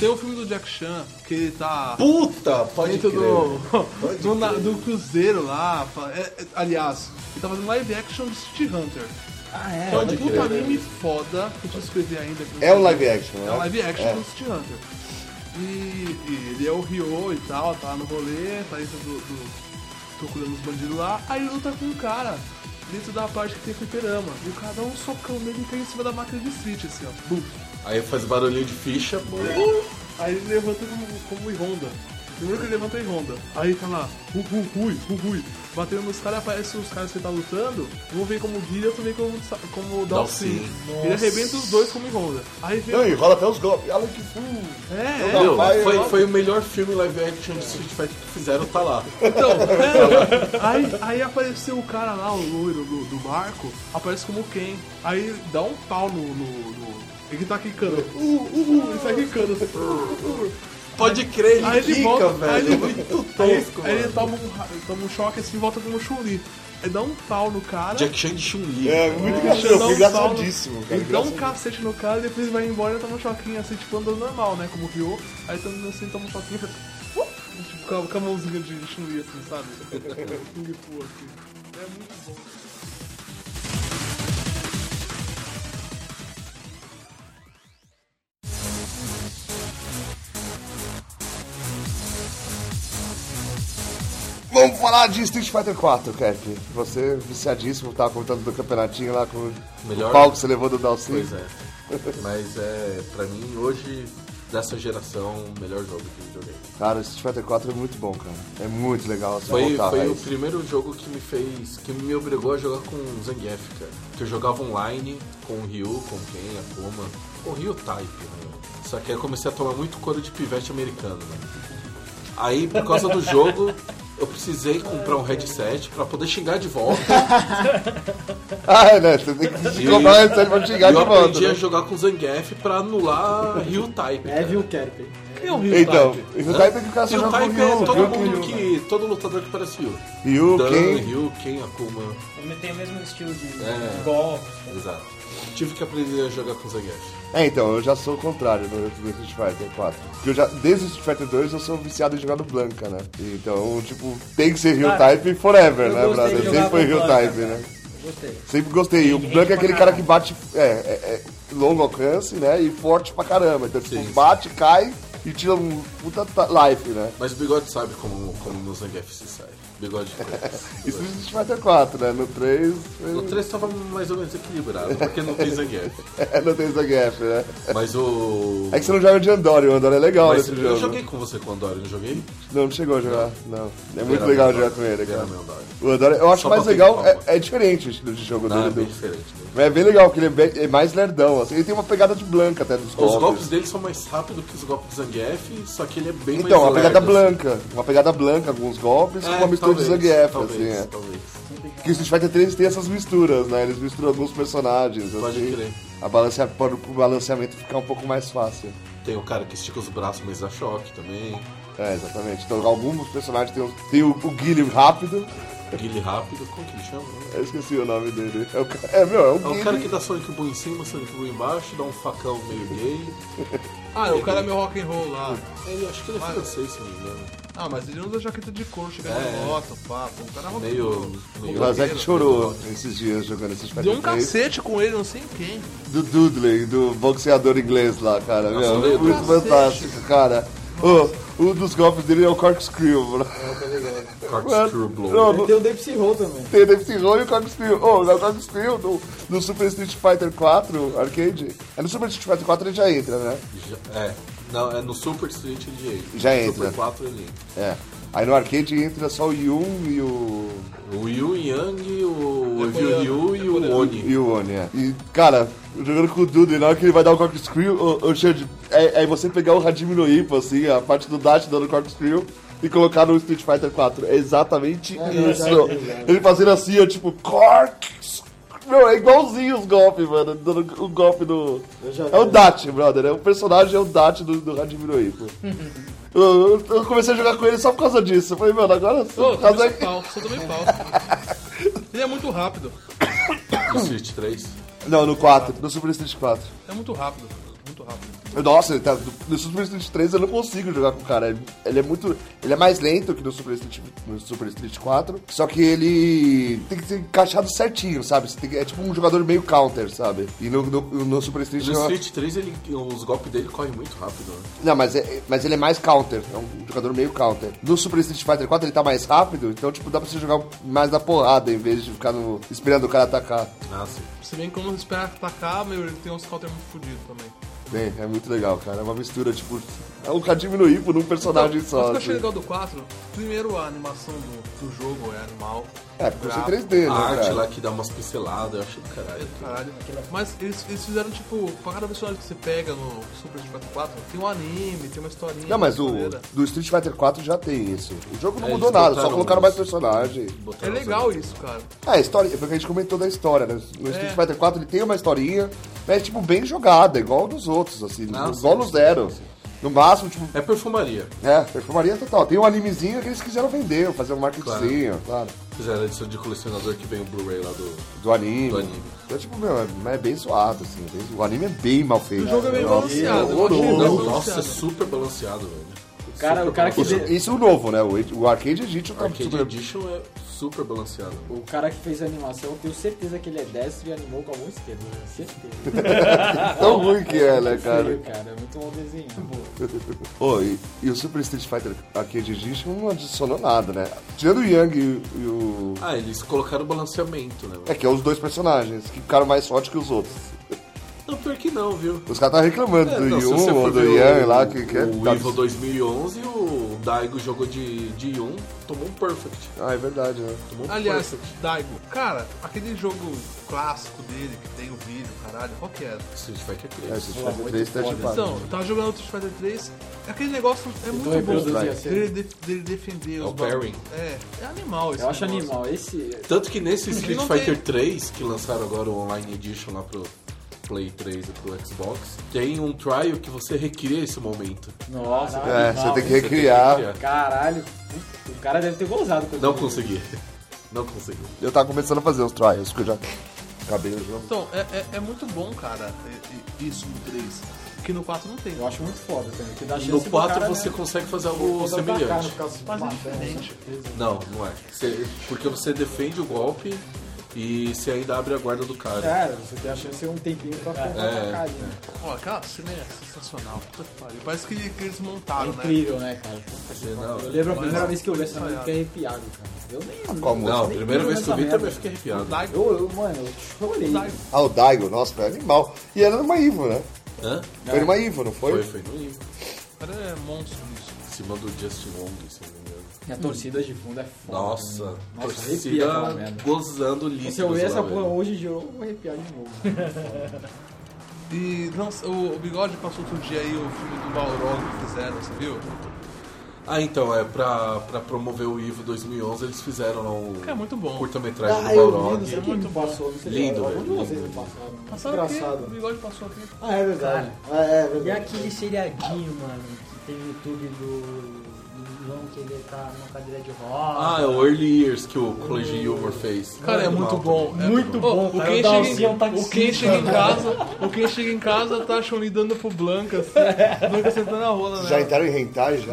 Speaker 2: Tem o filme do Jack Chan, que ele tá.
Speaker 4: Puta, pode
Speaker 2: dentro
Speaker 4: crer.
Speaker 2: (laughs) do, do, na- do Cruzeiro lá. fa- é- é- aliás, ele tá fazendo live action do City Hunter. Ah, é? Que é um puta anime foda que eu te escrevi ainda. que eu não
Speaker 1: É um
Speaker 2: sei.
Speaker 1: live action, né?
Speaker 2: É um live action
Speaker 1: É.
Speaker 2: do City Hunter. E, e ele é o Ryo e tal, tá lá no rolê, tá dentro do, do- procurando os bandidos lá. Aí ele luta com um cara dentro da parte que tem fliperama. E o cara dá um socão nele e cai em cima da máquina de Street, assim, ó. Bum.
Speaker 4: Aí faz barulhinho de ficha.
Speaker 2: Aí ele levanta como, como em Honda. Primeiro que ele levanta em Honda. Aí tá lá, hu, hu, hui, hu, hui. Batendo nos caras, aparece os caras que ele tá lutando. Um vem como guia, outro vem como, sa- como Dalsin. Ele arrebenta os dois como em Honda. Aí vem.
Speaker 1: Não, e rola até os golpes. Olha que fundo.
Speaker 2: É, é.
Speaker 4: Meu,
Speaker 1: Rapaz,
Speaker 4: foi,
Speaker 1: eu-
Speaker 4: foi o melhor filme live action de Street Fighter que fizeram, tá lá.
Speaker 2: Então, é, (laughs) aí, aí apareceu o cara lá, o loiro do, do barco, aparece como quem. Aí dá um pau no. no, no- ele tá quicando. Uh, uh, uh, ele tá quicando. assim, uh, uh, uh.
Speaker 4: Pode crer, ele
Speaker 2: Aí ele
Speaker 4: quica,
Speaker 2: volta, aí
Speaker 4: velho.
Speaker 2: ele-
Speaker 4: Muito
Speaker 2: Aí,
Speaker 4: tosco,
Speaker 2: aí ele
Speaker 4: mano.
Speaker 2: toma um, ra- toma um choque assim e volta como Chun-Li. Aí dá um pau no cara.
Speaker 4: Jack Chan de Chun-Li.
Speaker 1: É, muito
Speaker 2: Ele dá
Speaker 1: engraçado,
Speaker 2: um
Speaker 1: engraçadíssimo,
Speaker 2: pau no-
Speaker 1: cara.
Speaker 2: Ele dá um
Speaker 1: engraçadíssimo.
Speaker 2: cacete no cara e depois vai embora e toma um choquinho assim, tipo andando normal, né? Como Ryo. Aí também assim, toma um choquinho faz. Uh, tipo, com a, com a mãozinha de Chun-Li assim, sabe? (laughs) Kung Fu assim. É muito bom.
Speaker 1: Vamos falar de Street Fighter 4, Cap. Você, viciadíssimo, tava contando do campeonatinho lá com
Speaker 4: Melhor- é.
Speaker 1: o pau que você levou do Dalsin.
Speaker 4: Pois é. Mas é, pra mim hoje dessa geração, o melhor jogo de videogame.
Speaker 1: Cara, Street Fighter 4 é muito bom, cara. É muito legal. Assim,
Speaker 4: Foi,
Speaker 1: voltar,
Speaker 4: foi o
Speaker 1: mas-
Speaker 4: primeiro jogo que me fez, que me obrigou a jogar com o Zangief, cara. Que eu jogava online com o Ryu, com quem, a Kuma, com o Ryu Type, né? Só que aí eu comecei a tomar muito couro de pivete americano, né? Aí, por causa do jogo, eu precisei comprar um headset pra poder xingar de volta.
Speaker 1: (laughs) Ah, né? Você tem que
Speaker 4: E-
Speaker 1: se comprar antes pra
Speaker 4: E
Speaker 1: chegar
Speaker 4: eu
Speaker 1: de volta.
Speaker 4: aprendi a
Speaker 1: Né?
Speaker 4: jogar com o Zangief pra anular Ryu Type. cara.
Speaker 7: Evil Kerpen.
Speaker 4: E o Ryu
Speaker 1: Então,
Speaker 4: Type?
Speaker 1: isso daí tem que ficar só
Speaker 4: Ryu
Speaker 1: jogando
Speaker 4: Type
Speaker 1: É, com
Speaker 4: é
Speaker 1: o
Speaker 4: todo
Speaker 1: Ryu. né?
Speaker 4: mundo que. todo lutador que parece Ryu.
Speaker 1: Ryu,
Speaker 4: Dan,
Speaker 1: Ken.
Speaker 4: Ryu, Ken, Akuma.
Speaker 3: Tem o mesmo estilo de
Speaker 4: É.
Speaker 3: golpe.
Speaker 4: Exato. Tive que aprender a jogar com Zangief.
Speaker 1: É, então, eu já sou o contrário no no Street Fighter 4. Porque eu já, desde o Street Fighter 2 eu sou viciado em jogar no Blanca, né? Então, tipo, tem que ser Rio
Speaker 3: Cara,
Speaker 1: Type forever,
Speaker 3: eu
Speaker 1: né,
Speaker 3: gostei
Speaker 1: brother?
Speaker 3: de jogar
Speaker 1: Sempre foi
Speaker 3: com
Speaker 1: Rio
Speaker 3: Blanca,
Speaker 1: Type,
Speaker 3: cara.
Speaker 1: né?
Speaker 3: Gostei.
Speaker 1: Sempre gostei. E o
Speaker 3: Sim,
Speaker 1: Blanca é
Speaker 3: rende
Speaker 1: aquele
Speaker 3: pra
Speaker 1: cara que
Speaker 3: caralho.
Speaker 1: bate é, é, é, longo alcance, né? E forte pra caramba. Então, tipo,
Speaker 4: Sim.
Speaker 1: bate, cai e tira um puta ta- life, né?
Speaker 4: Mas o bigode sabe como, como no Zangief se sai. Bigode
Speaker 1: (laughs)
Speaker 4: de
Speaker 1: Isso no Street Fighter 4, né? No 3
Speaker 4: O 3 tava mais ou menos equilibrado, porque não tem Zangief.
Speaker 1: é, não tem essa gap, né?
Speaker 4: Mas o.
Speaker 1: É que você não joga de Andori, o Andori é legal
Speaker 4: Mas
Speaker 1: nesse
Speaker 4: eu
Speaker 1: jogo.
Speaker 4: joguei com você com o Andori, não joguei?
Speaker 1: Não, não chegou a jogar, não. É muito
Speaker 4: Era
Speaker 1: legal
Speaker 4: meu
Speaker 1: jogar
Speaker 4: Andori,
Speaker 1: com ele,
Speaker 4: Era
Speaker 1: cara.
Speaker 4: meu Andori.
Speaker 1: O Andori, eu acho
Speaker 4: Só
Speaker 1: mais
Speaker 4: pra ter
Speaker 1: legal,
Speaker 4: calma.
Speaker 1: é, é diferente o estilo de jogo
Speaker 4: Não, é
Speaker 1: dele.
Speaker 4: bem
Speaker 1: do-
Speaker 4: diferente. né?
Speaker 1: É bem legal, porque ele é, bem- é mais lerdão, assim. Ele tem uma pegada de blanca até dos
Speaker 4: Os
Speaker 1: golpes.
Speaker 4: golpes dele são mais rápidos que os golpes do Zangief, só que ele é bem mais
Speaker 1: Então, uma pegada
Speaker 4: alerta, assim.
Speaker 1: blanca. Uma pegada blanca, alguns golpes, com
Speaker 4: É,
Speaker 1: uma mistura de
Speaker 4: talvez,
Speaker 1: Zangief, assim,
Speaker 4: talvez,
Speaker 1: é.
Speaker 4: talvez.
Speaker 1: Porque o Street Fighter 3 tem essas misturas, né? Eles misturam alguns personagens,
Speaker 4: Pode
Speaker 1: assim.
Speaker 4: crer.
Speaker 1: A balancear, para o balanceamento ficar um pouco mais fácil.
Speaker 4: Tem o cara que estica os braços, mas dá choque também.
Speaker 1: É, exatamente. Então, alguns personagens tem, o- tem o, o Guile rápido.
Speaker 4: Guile rápido, como que ele chama?
Speaker 1: Eu esqueci o nome dele. É, o, ca- é meu, é o
Speaker 4: É o
Speaker 1: Guile.
Speaker 4: cara que dá Sonic Boom em cima, Sonic Boom embaixo, dá um facão meio gay.
Speaker 2: Ah, o cara é meu rock and roll lá.
Speaker 4: Ele, acho que ele é
Speaker 2: Mas-
Speaker 4: francês, se não me engano.
Speaker 2: Ah, mas ele usa jaqueta de couro, chega
Speaker 4: É.
Speaker 2: na moto, pá. pô, O cara é rock and roll.
Speaker 4: Meio.
Speaker 1: O
Speaker 4: meio
Speaker 1: Lazek chorou esses dias jogando esses Fighter
Speaker 2: Deu um
Speaker 1: 3.
Speaker 2: cacete com ele, não sei em quem.
Speaker 1: do Dudley, do boxeador inglês lá, cara. Meu,
Speaker 4: meu
Speaker 1: muito fantástico, cara. Ô, um dos golpes dele é o corkscrew, bro.
Speaker 4: corkscrew blow.
Speaker 1: é Não,
Speaker 7: Ele
Speaker 1: não
Speaker 7: tem o Dempsey Roll também.
Speaker 1: tem Dempsey Roll e o corkscrew. Ô, oh, o corkscrew no, no Super Street Fighter 4 arcade. É no Super Street Fighter 4 ele já entra, né?
Speaker 4: Já- É. Não, é no Super Street ele entra.
Speaker 1: Já
Speaker 4: No
Speaker 1: entra.
Speaker 4: Super 4 ele entra.
Speaker 1: É. Aí no arcade entra só o Yun e o.
Speaker 4: O Yu Yang,
Speaker 1: É
Speaker 4: o Evil Ryu e o Oni.
Speaker 1: e o Oni, é. E, cara, jogando com o Dudley, na hora que ele vai dar o corkscrew, ô, ô, Xande, é, é você pegar o Hajime no Ippo, assim, a parte do dash dando corkscrew. E colocar no Street Fighter 4. É exatamente
Speaker 7: é
Speaker 1: isso. Ele fazendo assim, ó, tipo, corks. Meu, é igualzinho os golpes, mano. Dando o golpe do.
Speaker 7: Eu já vi.
Speaker 1: É o Dati, brother. É o personagem é o Dati do, do Hajime no
Speaker 7: (laughs)
Speaker 1: Ippo. Eu, eu- eu comecei a jogar com ele só por causa disso. Eu falei, mano, agora. é
Speaker 2: Pô,
Speaker 1: Por
Speaker 2: eu
Speaker 1: causa
Speaker 2: tomei pau, só tomei
Speaker 1: (laughs)
Speaker 2: pau. Ele é muito rápido,
Speaker 4: No
Speaker 1: Hum.
Speaker 4: Street 3.
Speaker 1: Não, no 4. No Super Street 4.
Speaker 2: é muito rápido, muito rápido.
Speaker 1: Nossa, ele tá, no Super Street 3 eu não consigo jogar com o cara. Ele é muito. Ele é mais lento que no Super Street, no Super Street 4. Só que ele tem que ser encaixado certinho, sabe? Você tem que- é tipo um jogador meio counter, sabe? E no, no, no Super Street.
Speaker 4: No
Speaker 1: eu-
Speaker 4: Street 3 ele, os golpes dele correm muito rápido. né?
Speaker 1: Não, mas, é, mas ele é mais counter. É um jogador meio counter. No Super Street Fighter 4 ele tá mais rápido, então, tipo, dá pra você jogar mais na porrada em vez de ficar no- esperando o cara atacar.
Speaker 4: Ah, sim.
Speaker 2: Se bem que quando espera atacar, meu, ele tem uns counter muito fodido também.
Speaker 1: Bem, é muito legal, cara. É uma mistura, tipo. É um cadinho no hipo num personagem
Speaker 4: Então,
Speaker 2: Mas o
Speaker 1: só.
Speaker 2: que eu achei
Speaker 1: assim.
Speaker 2: legal do 4, primeiro a animação do, do jogo é animal.
Speaker 1: É, porque você é
Speaker 2: gráfico,
Speaker 1: 3D, né?
Speaker 4: A Ah, arte
Speaker 1: cara?
Speaker 4: lá que dá umas pinceladas, eu acho do caralho. é
Speaker 2: Caralho. Mas eles, eles fizeram tipo, pra cada personagem que você pega no Super Street Fighter 4, tem um anime, tem uma historinha.
Speaker 1: Não, mas o
Speaker 2: maneira.
Speaker 1: do Street Fighter 4 já tem isso. O jogo não
Speaker 4: É,
Speaker 1: mudou
Speaker 4: eles
Speaker 1: nada, só
Speaker 4: botaram
Speaker 1: colocaram
Speaker 4: uns-
Speaker 1: mais personagem.
Speaker 2: É
Speaker 4: Botaram os
Speaker 2: legal
Speaker 4: amigos.
Speaker 2: isso, cara.
Speaker 1: É, a história, é porque a gente comentou da história, né?
Speaker 4: É.
Speaker 1: No Street Fighter 4 ele tem uma historinha, mas tipo bem jogada, igual dos outros, assim,
Speaker 4: Ah,
Speaker 1: igual
Speaker 4: sim,
Speaker 1: no zero. No máximo, tipo,
Speaker 4: É perfumaria.
Speaker 1: é, perfumaria total. Tem um animezinho que eles quiseram vender, fazer um marketingzinho, claro,
Speaker 4: Fizeram a edição é, de colecionador que vem o Blu-ray lá do.
Speaker 1: do anime.
Speaker 4: Do anime.
Speaker 1: Então, tipo, meu, é, é bem zoado, assim. bem- o anime é bem mal feito.
Speaker 2: O jogo é bem
Speaker 1: Nossa.
Speaker 2: balanceado. Eu achei bem
Speaker 4: Não,
Speaker 2: balanceado.
Speaker 4: nossa, é super balanceado, velho.
Speaker 7: O cara, o cara que
Speaker 1: Isso,
Speaker 7: de-
Speaker 1: isso é o novo, né? O, o Arcade Edition
Speaker 4: O
Speaker 1: tá
Speaker 4: Arcade
Speaker 1: super
Speaker 4: Edition é super balanceado.
Speaker 7: O cara que fez a animação, eu tenho certeza que ele é destro e animou com a mão esquerda. né? Certeza.
Speaker 1: tão ruim que é, né, cara?
Speaker 7: Feio, cara. É muito mal desenhado.
Speaker 1: Pô, e, e o Super Street Fighter Arcade Edition não adicionou nada, né? Tirando o Yang e, o- e o.
Speaker 4: Ah, eles colocaram o balanceamento, né?
Speaker 1: É que é os dois personagens que ficaram mais fortes que os outros.
Speaker 4: Não, pior que não, viu?
Speaker 1: Os caras estavam reclamando
Speaker 4: É,
Speaker 1: do
Speaker 4: não, se você
Speaker 1: Yun ou
Speaker 4: for
Speaker 1: do
Speaker 4: ver o-
Speaker 1: Yan lá, que, que é.
Speaker 4: O
Speaker 1: tá
Speaker 4: Evil
Speaker 1: abs-
Speaker 4: 2011, o Daigo jogou de, de Yun, tomou um perfect.
Speaker 1: Ah, é verdade, né?
Speaker 4: Tomou um
Speaker 2: Aliás,
Speaker 4: perfect.
Speaker 2: Daigo, cara, aquele jogo clássico dele, que tem o vídeo, caralho, qual que era?
Speaker 4: Street Fighter
Speaker 1: É,
Speaker 4: 3.
Speaker 1: se você fazer três, tá de
Speaker 2: Então, eu tava jogando Street Fighter 3, aquele negócio é muito bom.
Speaker 7: reproduzir a
Speaker 2: Dele, de- dele defender
Speaker 4: É
Speaker 2: os
Speaker 4: o
Speaker 2: bagulho.
Speaker 4: pairing.
Speaker 2: É, é animal esse
Speaker 7: Eu acho
Speaker 2: negócio.
Speaker 7: animal. Esse.
Speaker 4: Tanto que nesse Street
Speaker 2: não
Speaker 4: Fighter
Speaker 2: tem-
Speaker 4: 3, que lançaram agora o Online Edition lá pro Play 3 e pro Xbox, tem um trial que você recria esse momento.
Speaker 7: Nossa,
Speaker 4: então,
Speaker 1: É,
Speaker 7: animal.
Speaker 1: você tem que recriar.
Speaker 4: recriar.
Speaker 7: Caralho. Puta, O cara deve ter gozado com
Speaker 4: É. Não
Speaker 7: isso.
Speaker 4: consegui. (laughs) Não consegui.
Speaker 1: Eu tava começando a fazer os trials, que eu já acabei o jogo.
Speaker 2: Então, é, é, é muito bom, cara, é- é- isso no 3. Que no 4 não tem.
Speaker 7: Eu acho muito foda também. Que dá chance
Speaker 4: No
Speaker 7: pro
Speaker 4: 4
Speaker 7: cara,
Speaker 4: você
Speaker 7: né?
Speaker 4: consegue fazer
Speaker 2: um
Speaker 4: algo semelhante.
Speaker 2: Mas é diferente.
Speaker 4: Não, não é. Você- porque você defende o golpe e você ainda abre a guarda do cara.
Speaker 7: É, você tem a chance de ter um tempinho pra
Speaker 4: É.
Speaker 7: contar
Speaker 2: Ó, aquela cena é sensacional. Puta que pariu. Parece que, que eles montaram, né?
Speaker 7: Incrível, né, cara?
Speaker 4: Você não-
Speaker 7: Eu lembro a primeira
Speaker 2: Mas-
Speaker 7: vez que eu olhei essa música, eu fiquei arrepiado, cara. Eu nem.
Speaker 1: Qual música?
Speaker 4: Não, a primeira vez que eu vi
Speaker 7: Merda.
Speaker 4: também fiquei arrepiado.
Speaker 2: Daigo,
Speaker 7: Eu, eu, mano, eu olhei.
Speaker 2: Daigo.
Speaker 1: Ah, o Daigo, nossa, é animal. E era numa Ivo, né?
Speaker 4: Hã?
Speaker 1: Foi numa Ivo, não
Speaker 4: Foi,
Speaker 1: foi?
Speaker 4: É. foi no livro.
Speaker 2: o cara é monstro nisso.
Speaker 4: Em cima do Justin Wong, se eu não me engano.
Speaker 7: E a torcida de fundo é foda.
Speaker 4: Nossa,
Speaker 7: arrepia aquela
Speaker 4: torcida é
Speaker 7: merda. é
Speaker 4: gozando
Speaker 7: Se
Speaker 4: líquido.
Speaker 7: eu ver essa porra um. hoje de novo, eu vou arrepiar de novo.
Speaker 2: E não, o, o Bigode passou outro dia aí o filme do Balrog que fizeram, você viu?
Speaker 4: Ah, então, é pra, pra promover o Ivo 2011, eles fizeram lá um
Speaker 2: É muito bom.
Speaker 4: curta-metragem do
Speaker 7: Ah, eu vi, não sei
Speaker 4: Balrog.
Speaker 7: quem me passou, não sei
Speaker 4: Lindo,
Speaker 7: Algum de
Speaker 4: velho,
Speaker 7: vocês
Speaker 4: lindo.
Speaker 7: me passaram.
Speaker 2: Passaram aqui, o
Speaker 7: Engraçado.
Speaker 2: Bigode passou aqui.
Speaker 7: Ah, é verdade. É, é
Speaker 3: E
Speaker 7: verdade.
Speaker 3: aquele seriadinho, mano, que tem no YouTube do, do João, que ele tá numa cadeira de roda.
Speaker 4: Ah, é o Early Years que o College Humor fez.
Speaker 2: Cara, é muito
Speaker 4: Animal
Speaker 2: bom.
Speaker 4: também.
Speaker 2: é
Speaker 3: Muito bom,
Speaker 2: O
Speaker 3: cara.
Speaker 2: Ken
Speaker 3: O Dalsinha
Speaker 2: chega,
Speaker 3: é um
Speaker 2: em- o Ken
Speaker 3: taxista,
Speaker 2: chega em
Speaker 3: né?
Speaker 2: casa, o Ken chega em casa, tá Chun-Li dando pro Blanca,
Speaker 3: (laughs)
Speaker 2: assim, Blanca sentando a rola, né?
Speaker 1: Já entraram em rentar já?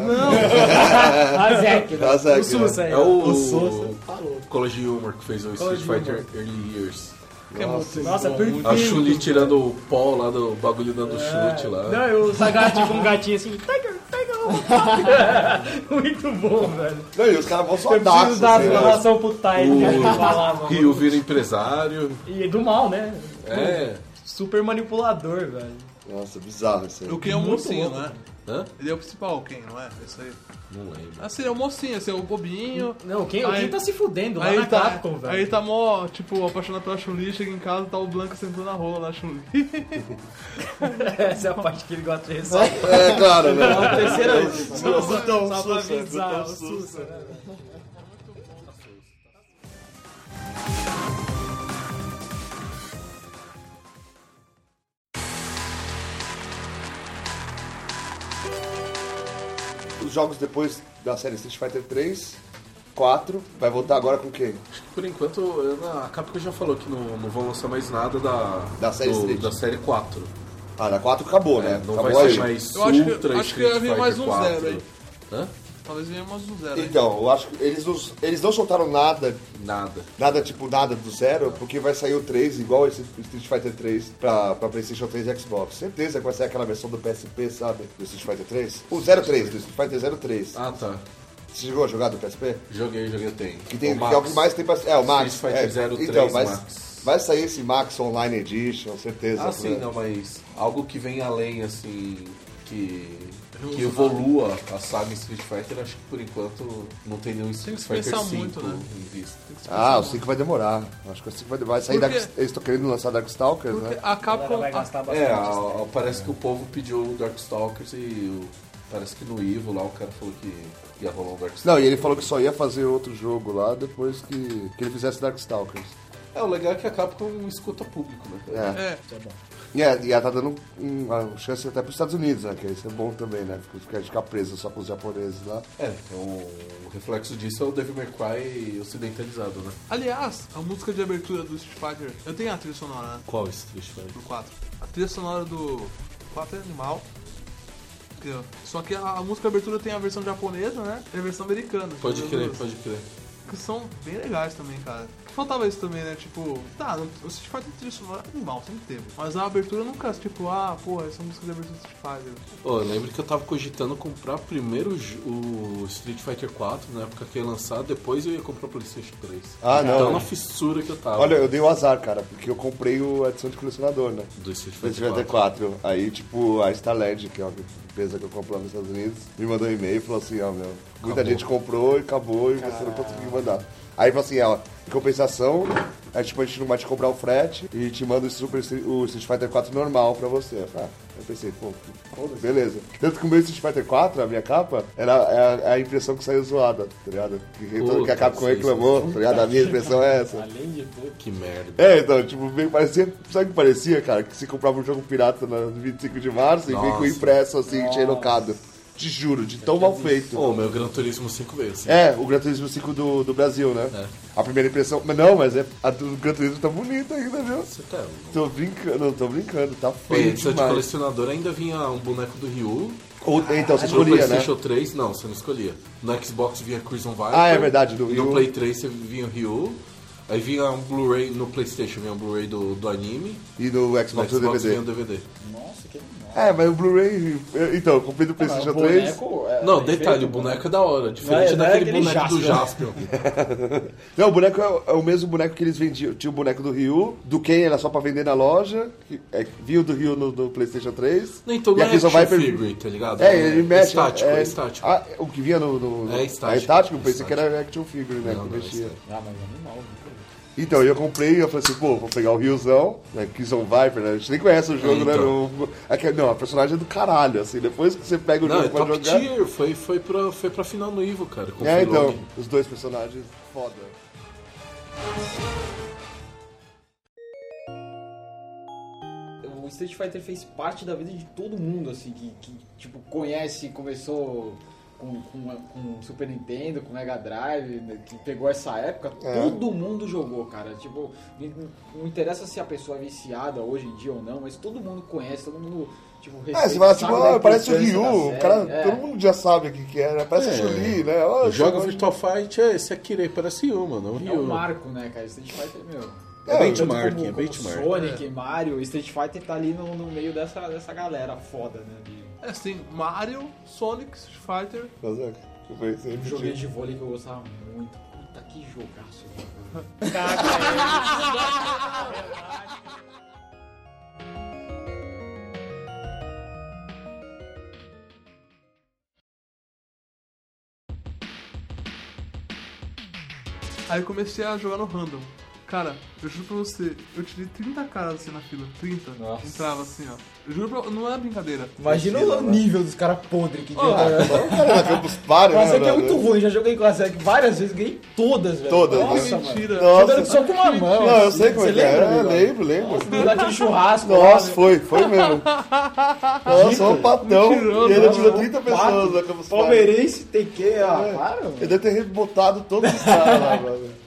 Speaker 3: A Zeke, né?
Speaker 1: A Zeke,
Speaker 3: o Sussa,
Speaker 4: É
Speaker 3: é.
Speaker 4: o,
Speaker 7: Sousa tá falou.
Speaker 4: College Humor que fez o Street Fighter Early Years.
Speaker 2: Que é muito
Speaker 3: Nossa,
Speaker 2: bom,
Speaker 3: perfeito. É.
Speaker 4: A Chun-Li tirando o pó lá do bagulho
Speaker 2: É.
Speaker 4: dando chute lá.
Speaker 3: Não, eu o Sagat com um gatinho assim, Tiger, Tiger, (laughs) Muito bom, velho.
Speaker 1: Não, e os caras vão só
Speaker 3: Eu
Speaker 1: dar.
Speaker 3: preciso dar a
Speaker 1: assim, né?
Speaker 3: relação pro Tiger que ele falava.
Speaker 4: O Ryu vira empresário.
Speaker 3: E do mal, né?
Speaker 4: É.
Speaker 3: Super manipulador, velho.
Speaker 1: Nossa, bizarro isso aí.
Speaker 2: O Ken é um mocinho, né?
Speaker 4: Hã?
Speaker 2: Ele é o principal, o Ken, não é? Isso aí.
Speaker 4: Não lembro.
Speaker 2: Assim, é o mocinho, assim, é o bobinho.
Speaker 3: Não, quem,
Speaker 2: Aí-
Speaker 3: quem tá se fudendo lá
Speaker 2: Aí
Speaker 3: na
Speaker 2: ele, tá,
Speaker 3: Capcom,
Speaker 2: aí ele
Speaker 3: velho?
Speaker 2: tá mó, tipo, apaixonado pela Chun-Li, chega em casa, tá o Blanca sentando a rola na Chun-Li. (laughs)
Speaker 3: (laughs) Essa é a parte que ele gosta de ressaltar.
Speaker 1: É, claro, né?
Speaker 7: A terceira vez.
Speaker 3: Só pra avisar, o Sussa.
Speaker 1: Os jogos depois da série Street Fighter 3, 4, vai voltar agora com quem?
Speaker 4: Por enquanto, eu- na- a Capcom já falou que não, não vão lançar mais nada da,
Speaker 1: Da série
Speaker 4: do-
Speaker 1: Street.
Speaker 4: da série 4.
Speaker 1: Ah, da 4 acabou,
Speaker 4: É,
Speaker 1: né?
Speaker 4: não
Speaker 1: acabou
Speaker 4: vai ser
Speaker 1: aí.
Speaker 4: mais
Speaker 2: Eu acho que-
Speaker 4: Ultra
Speaker 2: acho que
Speaker 4: Street
Speaker 2: vai vir mais
Speaker 4: Fighter
Speaker 2: um
Speaker 4: 4.
Speaker 2: zero aí.
Speaker 4: Hã?
Speaker 2: Talvez venha mais um zero. aí.
Speaker 1: Então, eu acho que eles não, eles não soltaram nada,
Speaker 4: Nada.
Speaker 1: nada tipo nada do zero, porque vai sair o 3, igual esse Street Fighter 3 pra, pra PlayStation 3 e Xbox. Certeza que vai sair aquela versão do PSP, sabe? Do Street Fighter 3? O 03, do Street Fighter 03.
Speaker 4: Ah, tá.
Speaker 1: Você chegou a jogar do PSP?
Speaker 4: Joguei, joguei, eu tenho.
Speaker 1: Que, tem,
Speaker 4: O
Speaker 1: que é o que
Speaker 4: Max.
Speaker 1: mais tem pra. É, o Max.
Speaker 4: Street Fighter
Speaker 1: é,
Speaker 4: 03
Speaker 1: então, vai,
Speaker 4: Max.
Speaker 1: vai sair esse Max Online Edition, certeza.
Speaker 4: Ah, sim,
Speaker 1: né?
Speaker 4: não, mas algo que vem além, assim, que, que evolua a saga Street Fighter, acho que por enquanto não tem nenhum Street
Speaker 2: que
Speaker 4: Fighter
Speaker 2: pensar
Speaker 4: 5
Speaker 2: muito, né?
Speaker 4: em vista.
Speaker 1: Ah, o 5 vai demorar. Acho que o 5 vai, vai sair.
Speaker 2: Por
Speaker 1: Dark,
Speaker 2: quê?
Speaker 1: eles estão querendo lançar Darkstalkers,
Speaker 2: Porque
Speaker 1: né?
Speaker 2: a
Speaker 3: A galera
Speaker 2: Capcom,
Speaker 3: vai
Speaker 2: a-
Speaker 3: gastar bastante.
Speaker 4: É, a- a- parece que o povo pediu o Darkstalkers e o- parece que no Ivo lá o cara falou que ia rolar um Darkstalkers.
Speaker 1: Não, e ele falou que só ia fazer outro jogo lá depois que, que ele fizesse Darkstalkers.
Speaker 4: É, o legal é que a Capcom escuta público, né? cara?
Speaker 1: É.
Speaker 2: É,
Speaker 1: E, é, e ela tá dando um- uma chance até pros Estados Unidos, né? Que isso é bom também, né? Ficar, ficar preso só com os japoneses lá.
Speaker 4: É, então o reflexo disso é o Devil May Cry ocidentalizado, né?
Speaker 2: aliás, a música de abertura do Street Fighter, eu tenho a trilha sonora né,
Speaker 4: Qual Street Fighter?
Speaker 2: do 4. A trilha sonora do 4 é animal. Entendeu? Só que a, a música de abertura tem a versão japonesa, né? E a versão americana.
Speaker 4: Pode
Speaker 2: Tem as
Speaker 4: crer,
Speaker 2: duas,
Speaker 4: pode crer.
Speaker 2: Que são bem legais também, cara. Faltava isso também, né? Tipo, tá, não- o Street Fighter trilha sonora é animal, sempre teve. Mas a abertura nunca, tipo, ah, porra, essa música de abertura do Street Fighter.
Speaker 4: Ô, eu lembro que eu tava cogitando comprar primeiro ju- o Street Fighter 4 na época que ia lançar, depois eu ia comprar o PlayStation 3.
Speaker 1: Ah, não.
Speaker 4: Então na fissura que eu tava.
Speaker 1: Olha, eu dei o azar, cara, porque eu comprei o a edição de colecionador, né?
Speaker 4: Do Street Fighter 4.
Speaker 1: 94. Aí, tipo, a Starland, que é uma empresa que eu compro lá nos Estados Unidos, me mandou um e-mail e falou assim, ó, meu, muita gente comprou e acabou e você não conseguiu mandar. Aí falou assim, ó, em compensação, a, tipo, a gente não vai te cobrar o frete e te manda o, Super, Street- o Street Fighter 4 normal pra você. Eu falei, Ah, eu pensei, pô, beleza. Tanto que o meu Street Fighter 4, a minha capa, era é a, a impressão que saiu zoada, tá ligado? Que, que a
Speaker 4: Puta,
Speaker 1: Capcom
Speaker 4: sim,
Speaker 1: reclamou, tá ligado? A minha impressão é essa.
Speaker 4: Que merda.
Speaker 1: É, então, tipo, meio que parecia. Sabe o que parecia, cara? Que você comprava um jogo pirata no 25 de março e veio com
Speaker 4: Nossa.
Speaker 1: impresso assim, xerocado. Te juro, de tão mal feito.
Speaker 4: Ô, meu Gran Turismo 5 veio assim.
Speaker 1: É, o Gran Turismo 5 do, do Brasil, né?
Speaker 4: É.
Speaker 1: A primeira impressão. Mas não, mas é, a do Gran Turismo tá bonita ainda, viu?
Speaker 4: Você tá louco.
Speaker 1: Tô brincando, não, tô brincando, tá
Speaker 4: Foi
Speaker 1: feio.
Speaker 4: edição de
Speaker 1: Demais.
Speaker 4: colecionador, ainda vinha um boneco do Ryu.
Speaker 1: Ou, então, você
Speaker 4: No
Speaker 1: escolhia, né?
Speaker 4: PlayStation 3, não, você não escolhia. No Xbox vinha Crimson Viper.
Speaker 1: Ah, é verdade, do
Speaker 4: no
Speaker 1: Ryu.
Speaker 4: Play 3 você vinha o Ryu. Aí vinha um Blu-ray, no PlayStation vinha um Blu-ray do, do anime.
Speaker 1: E do
Speaker 4: No
Speaker 1: Xbox, do
Speaker 4: Xbox
Speaker 1: DVD.
Speaker 4: vinha um o DVD.
Speaker 7: Nossa, que animal.
Speaker 1: É, mas o Blu-ray. eu- Então, eu comprei
Speaker 7: é
Speaker 1: do
Speaker 7: um
Speaker 1: PlayStation 3.
Speaker 4: Não, detalhe, o boneco é da hora,
Speaker 7: Não
Speaker 4: diferente
Speaker 7: é- não é
Speaker 4: daquele
Speaker 7: aquele
Speaker 4: boneco do Jaspion.
Speaker 1: Não, o boneco é o, é o mesmo boneco que eles vendiam. Tinha o boneco do Ryu, do Ken era só pra vender na loja. que- É, viu o do Ryu no, no PlayStation 3. (laughs)
Speaker 4: Não, então
Speaker 1: E
Speaker 4: não é
Speaker 1: aqui só
Speaker 4: action
Speaker 1: vai per-
Speaker 4: figure, tá ligado?
Speaker 1: É, ele mexe.
Speaker 4: Estático, é, estático.
Speaker 1: Ah, o que vinha no. no-
Speaker 4: É estático.
Speaker 1: É estático, eu
Speaker 4: É
Speaker 1: pensei que
Speaker 4: estático.
Speaker 1: era action figure, né?
Speaker 4: Não,
Speaker 1: que
Speaker 4: não, é
Speaker 1: mexia.
Speaker 4: estático.
Speaker 7: Ah, mas é animal.
Speaker 1: Então, eu comprei, eu falei assim, pô, vou pegar o Ryuzão, né? Kizon Viper, né? A gente nem conhece o jogo, né?
Speaker 4: Então.
Speaker 1: Não, é que- não, a personagem é do caralho, assim. Depois que você pega o
Speaker 4: Não, é
Speaker 1: jogo pra
Speaker 4: top
Speaker 1: jogar.
Speaker 4: tier, foi, foi, pra, foi pra final no Ivo, cara. Com
Speaker 1: É,
Speaker 4: o Filoni.
Speaker 1: então, os dois personagens foda.
Speaker 7: O Street Fighter fez parte da vida de todo mundo, assim, que, que, tipo, conhece, começou com, com, com Super Nintendo, com Mega Drive, né, que pegou essa época,
Speaker 1: É.
Speaker 7: todo mundo jogou, cara. Tipo, não- não interessa se a pessoa é viciada hoje em dia ou não, mas todo mundo conhece, todo mundo, tipo,
Speaker 1: É,
Speaker 7: respeita,
Speaker 1: você fala tipo,
Speaker 7: sabe da
Speaker 1: ah, parece o
Speaker 7: importância
Speaker 1: Ryu,
Speaker 7: da
Speaker 1: o
Speaker 7: série,
Speaker 1: cara,
Speaker 7: é.
Speaker 1: todo mundo já sabe o que que é, né? Parece
Speaker 4: É.
Speaker 1: o Chuli, né? Ah,
Speaker 4: Joga
Speaker 1: você-
Speaker 4: Virtual Fight, é, esse Akirei parece Ryu, mano. É um
Speaker 7: É um
Speaker 4: Ryu.
Speaker 7: marco, né, cara? Street Fighter, meu.
Speaker 4: É benchmark,
Speaker 7: Tanto como-
Speaker 4: é
Speaker 7: como
Speaker 4: benchmark.
Speaker 7: Sonic, Mario, Street Fighter tá ali no, no meio dessa, dessa galera foda, né? de-
Speaker 2: É assim, Mario, Sonic, Street Fighter.
Speaker 1: Mas é, eu falei, você
Speaker 7: Um joguinho
Speaker 1: repetiu.
Speaker 7: de vôlei que eu gostava muito. Puta que jogaço. cara.
Speaker 2: Aí eu comecei a jogar no random. Cara, eu juro pra você, eu tirei 30 caras assim na fila. 30.
Speaker 7: Nossa.
Speaker 2: Entrava assim, ó. Eu juro pra não é brincadeira.
Speaker 7: Imagina o nível dos caras podres que tem.
Speaker 2: Ó,
Speaker 7: cara.
Speaker 1: Cara, é Campus Party,
Speaker 7: Mas
Speaker 1: né,
Speaker 7: é que é muito
Speaker 1: mano?
Speaker 7: ruim, já joguei com a SEC várias vezes, ganhei todas, velho.
Speaker 1: Todas, né?
Speaker 7: Nossa, mano.
Speaker 2: é mentira.
Speaker 1: Nossa.
Speaker 7: Jogando só com uma mão.
Speaker 1: Não, eu
Speaker 7: assim.
Speaker 1: sei como é
Speaker 7: Você
Speaker 1: que é.
Speaker 7: lembra,
Speaker 1: É,
Speaker 7: Miguel?
Speaker 1: lembro, lembro.
Speaker 7: Daquele churrasco. né?
Speaker 1: Nossa,
Speaker 7: lá,
Speaker 1: foi, foi mesmo. Nossa, um papão.
Speaker 2: Mentirando,
Speaker 1: E ele
Speaker 2: né?
Speaker 1: tirou 30
Speaker 7: Quatro.
Speaker 1: pessoas na Campus Party. É.
Speaker 7: Palmeirense, TQ, ah, para,
Speaker 1: Ele
Speaker 7: mano.
Speaker 1: deve ter rebotado todos os caras lá, mano.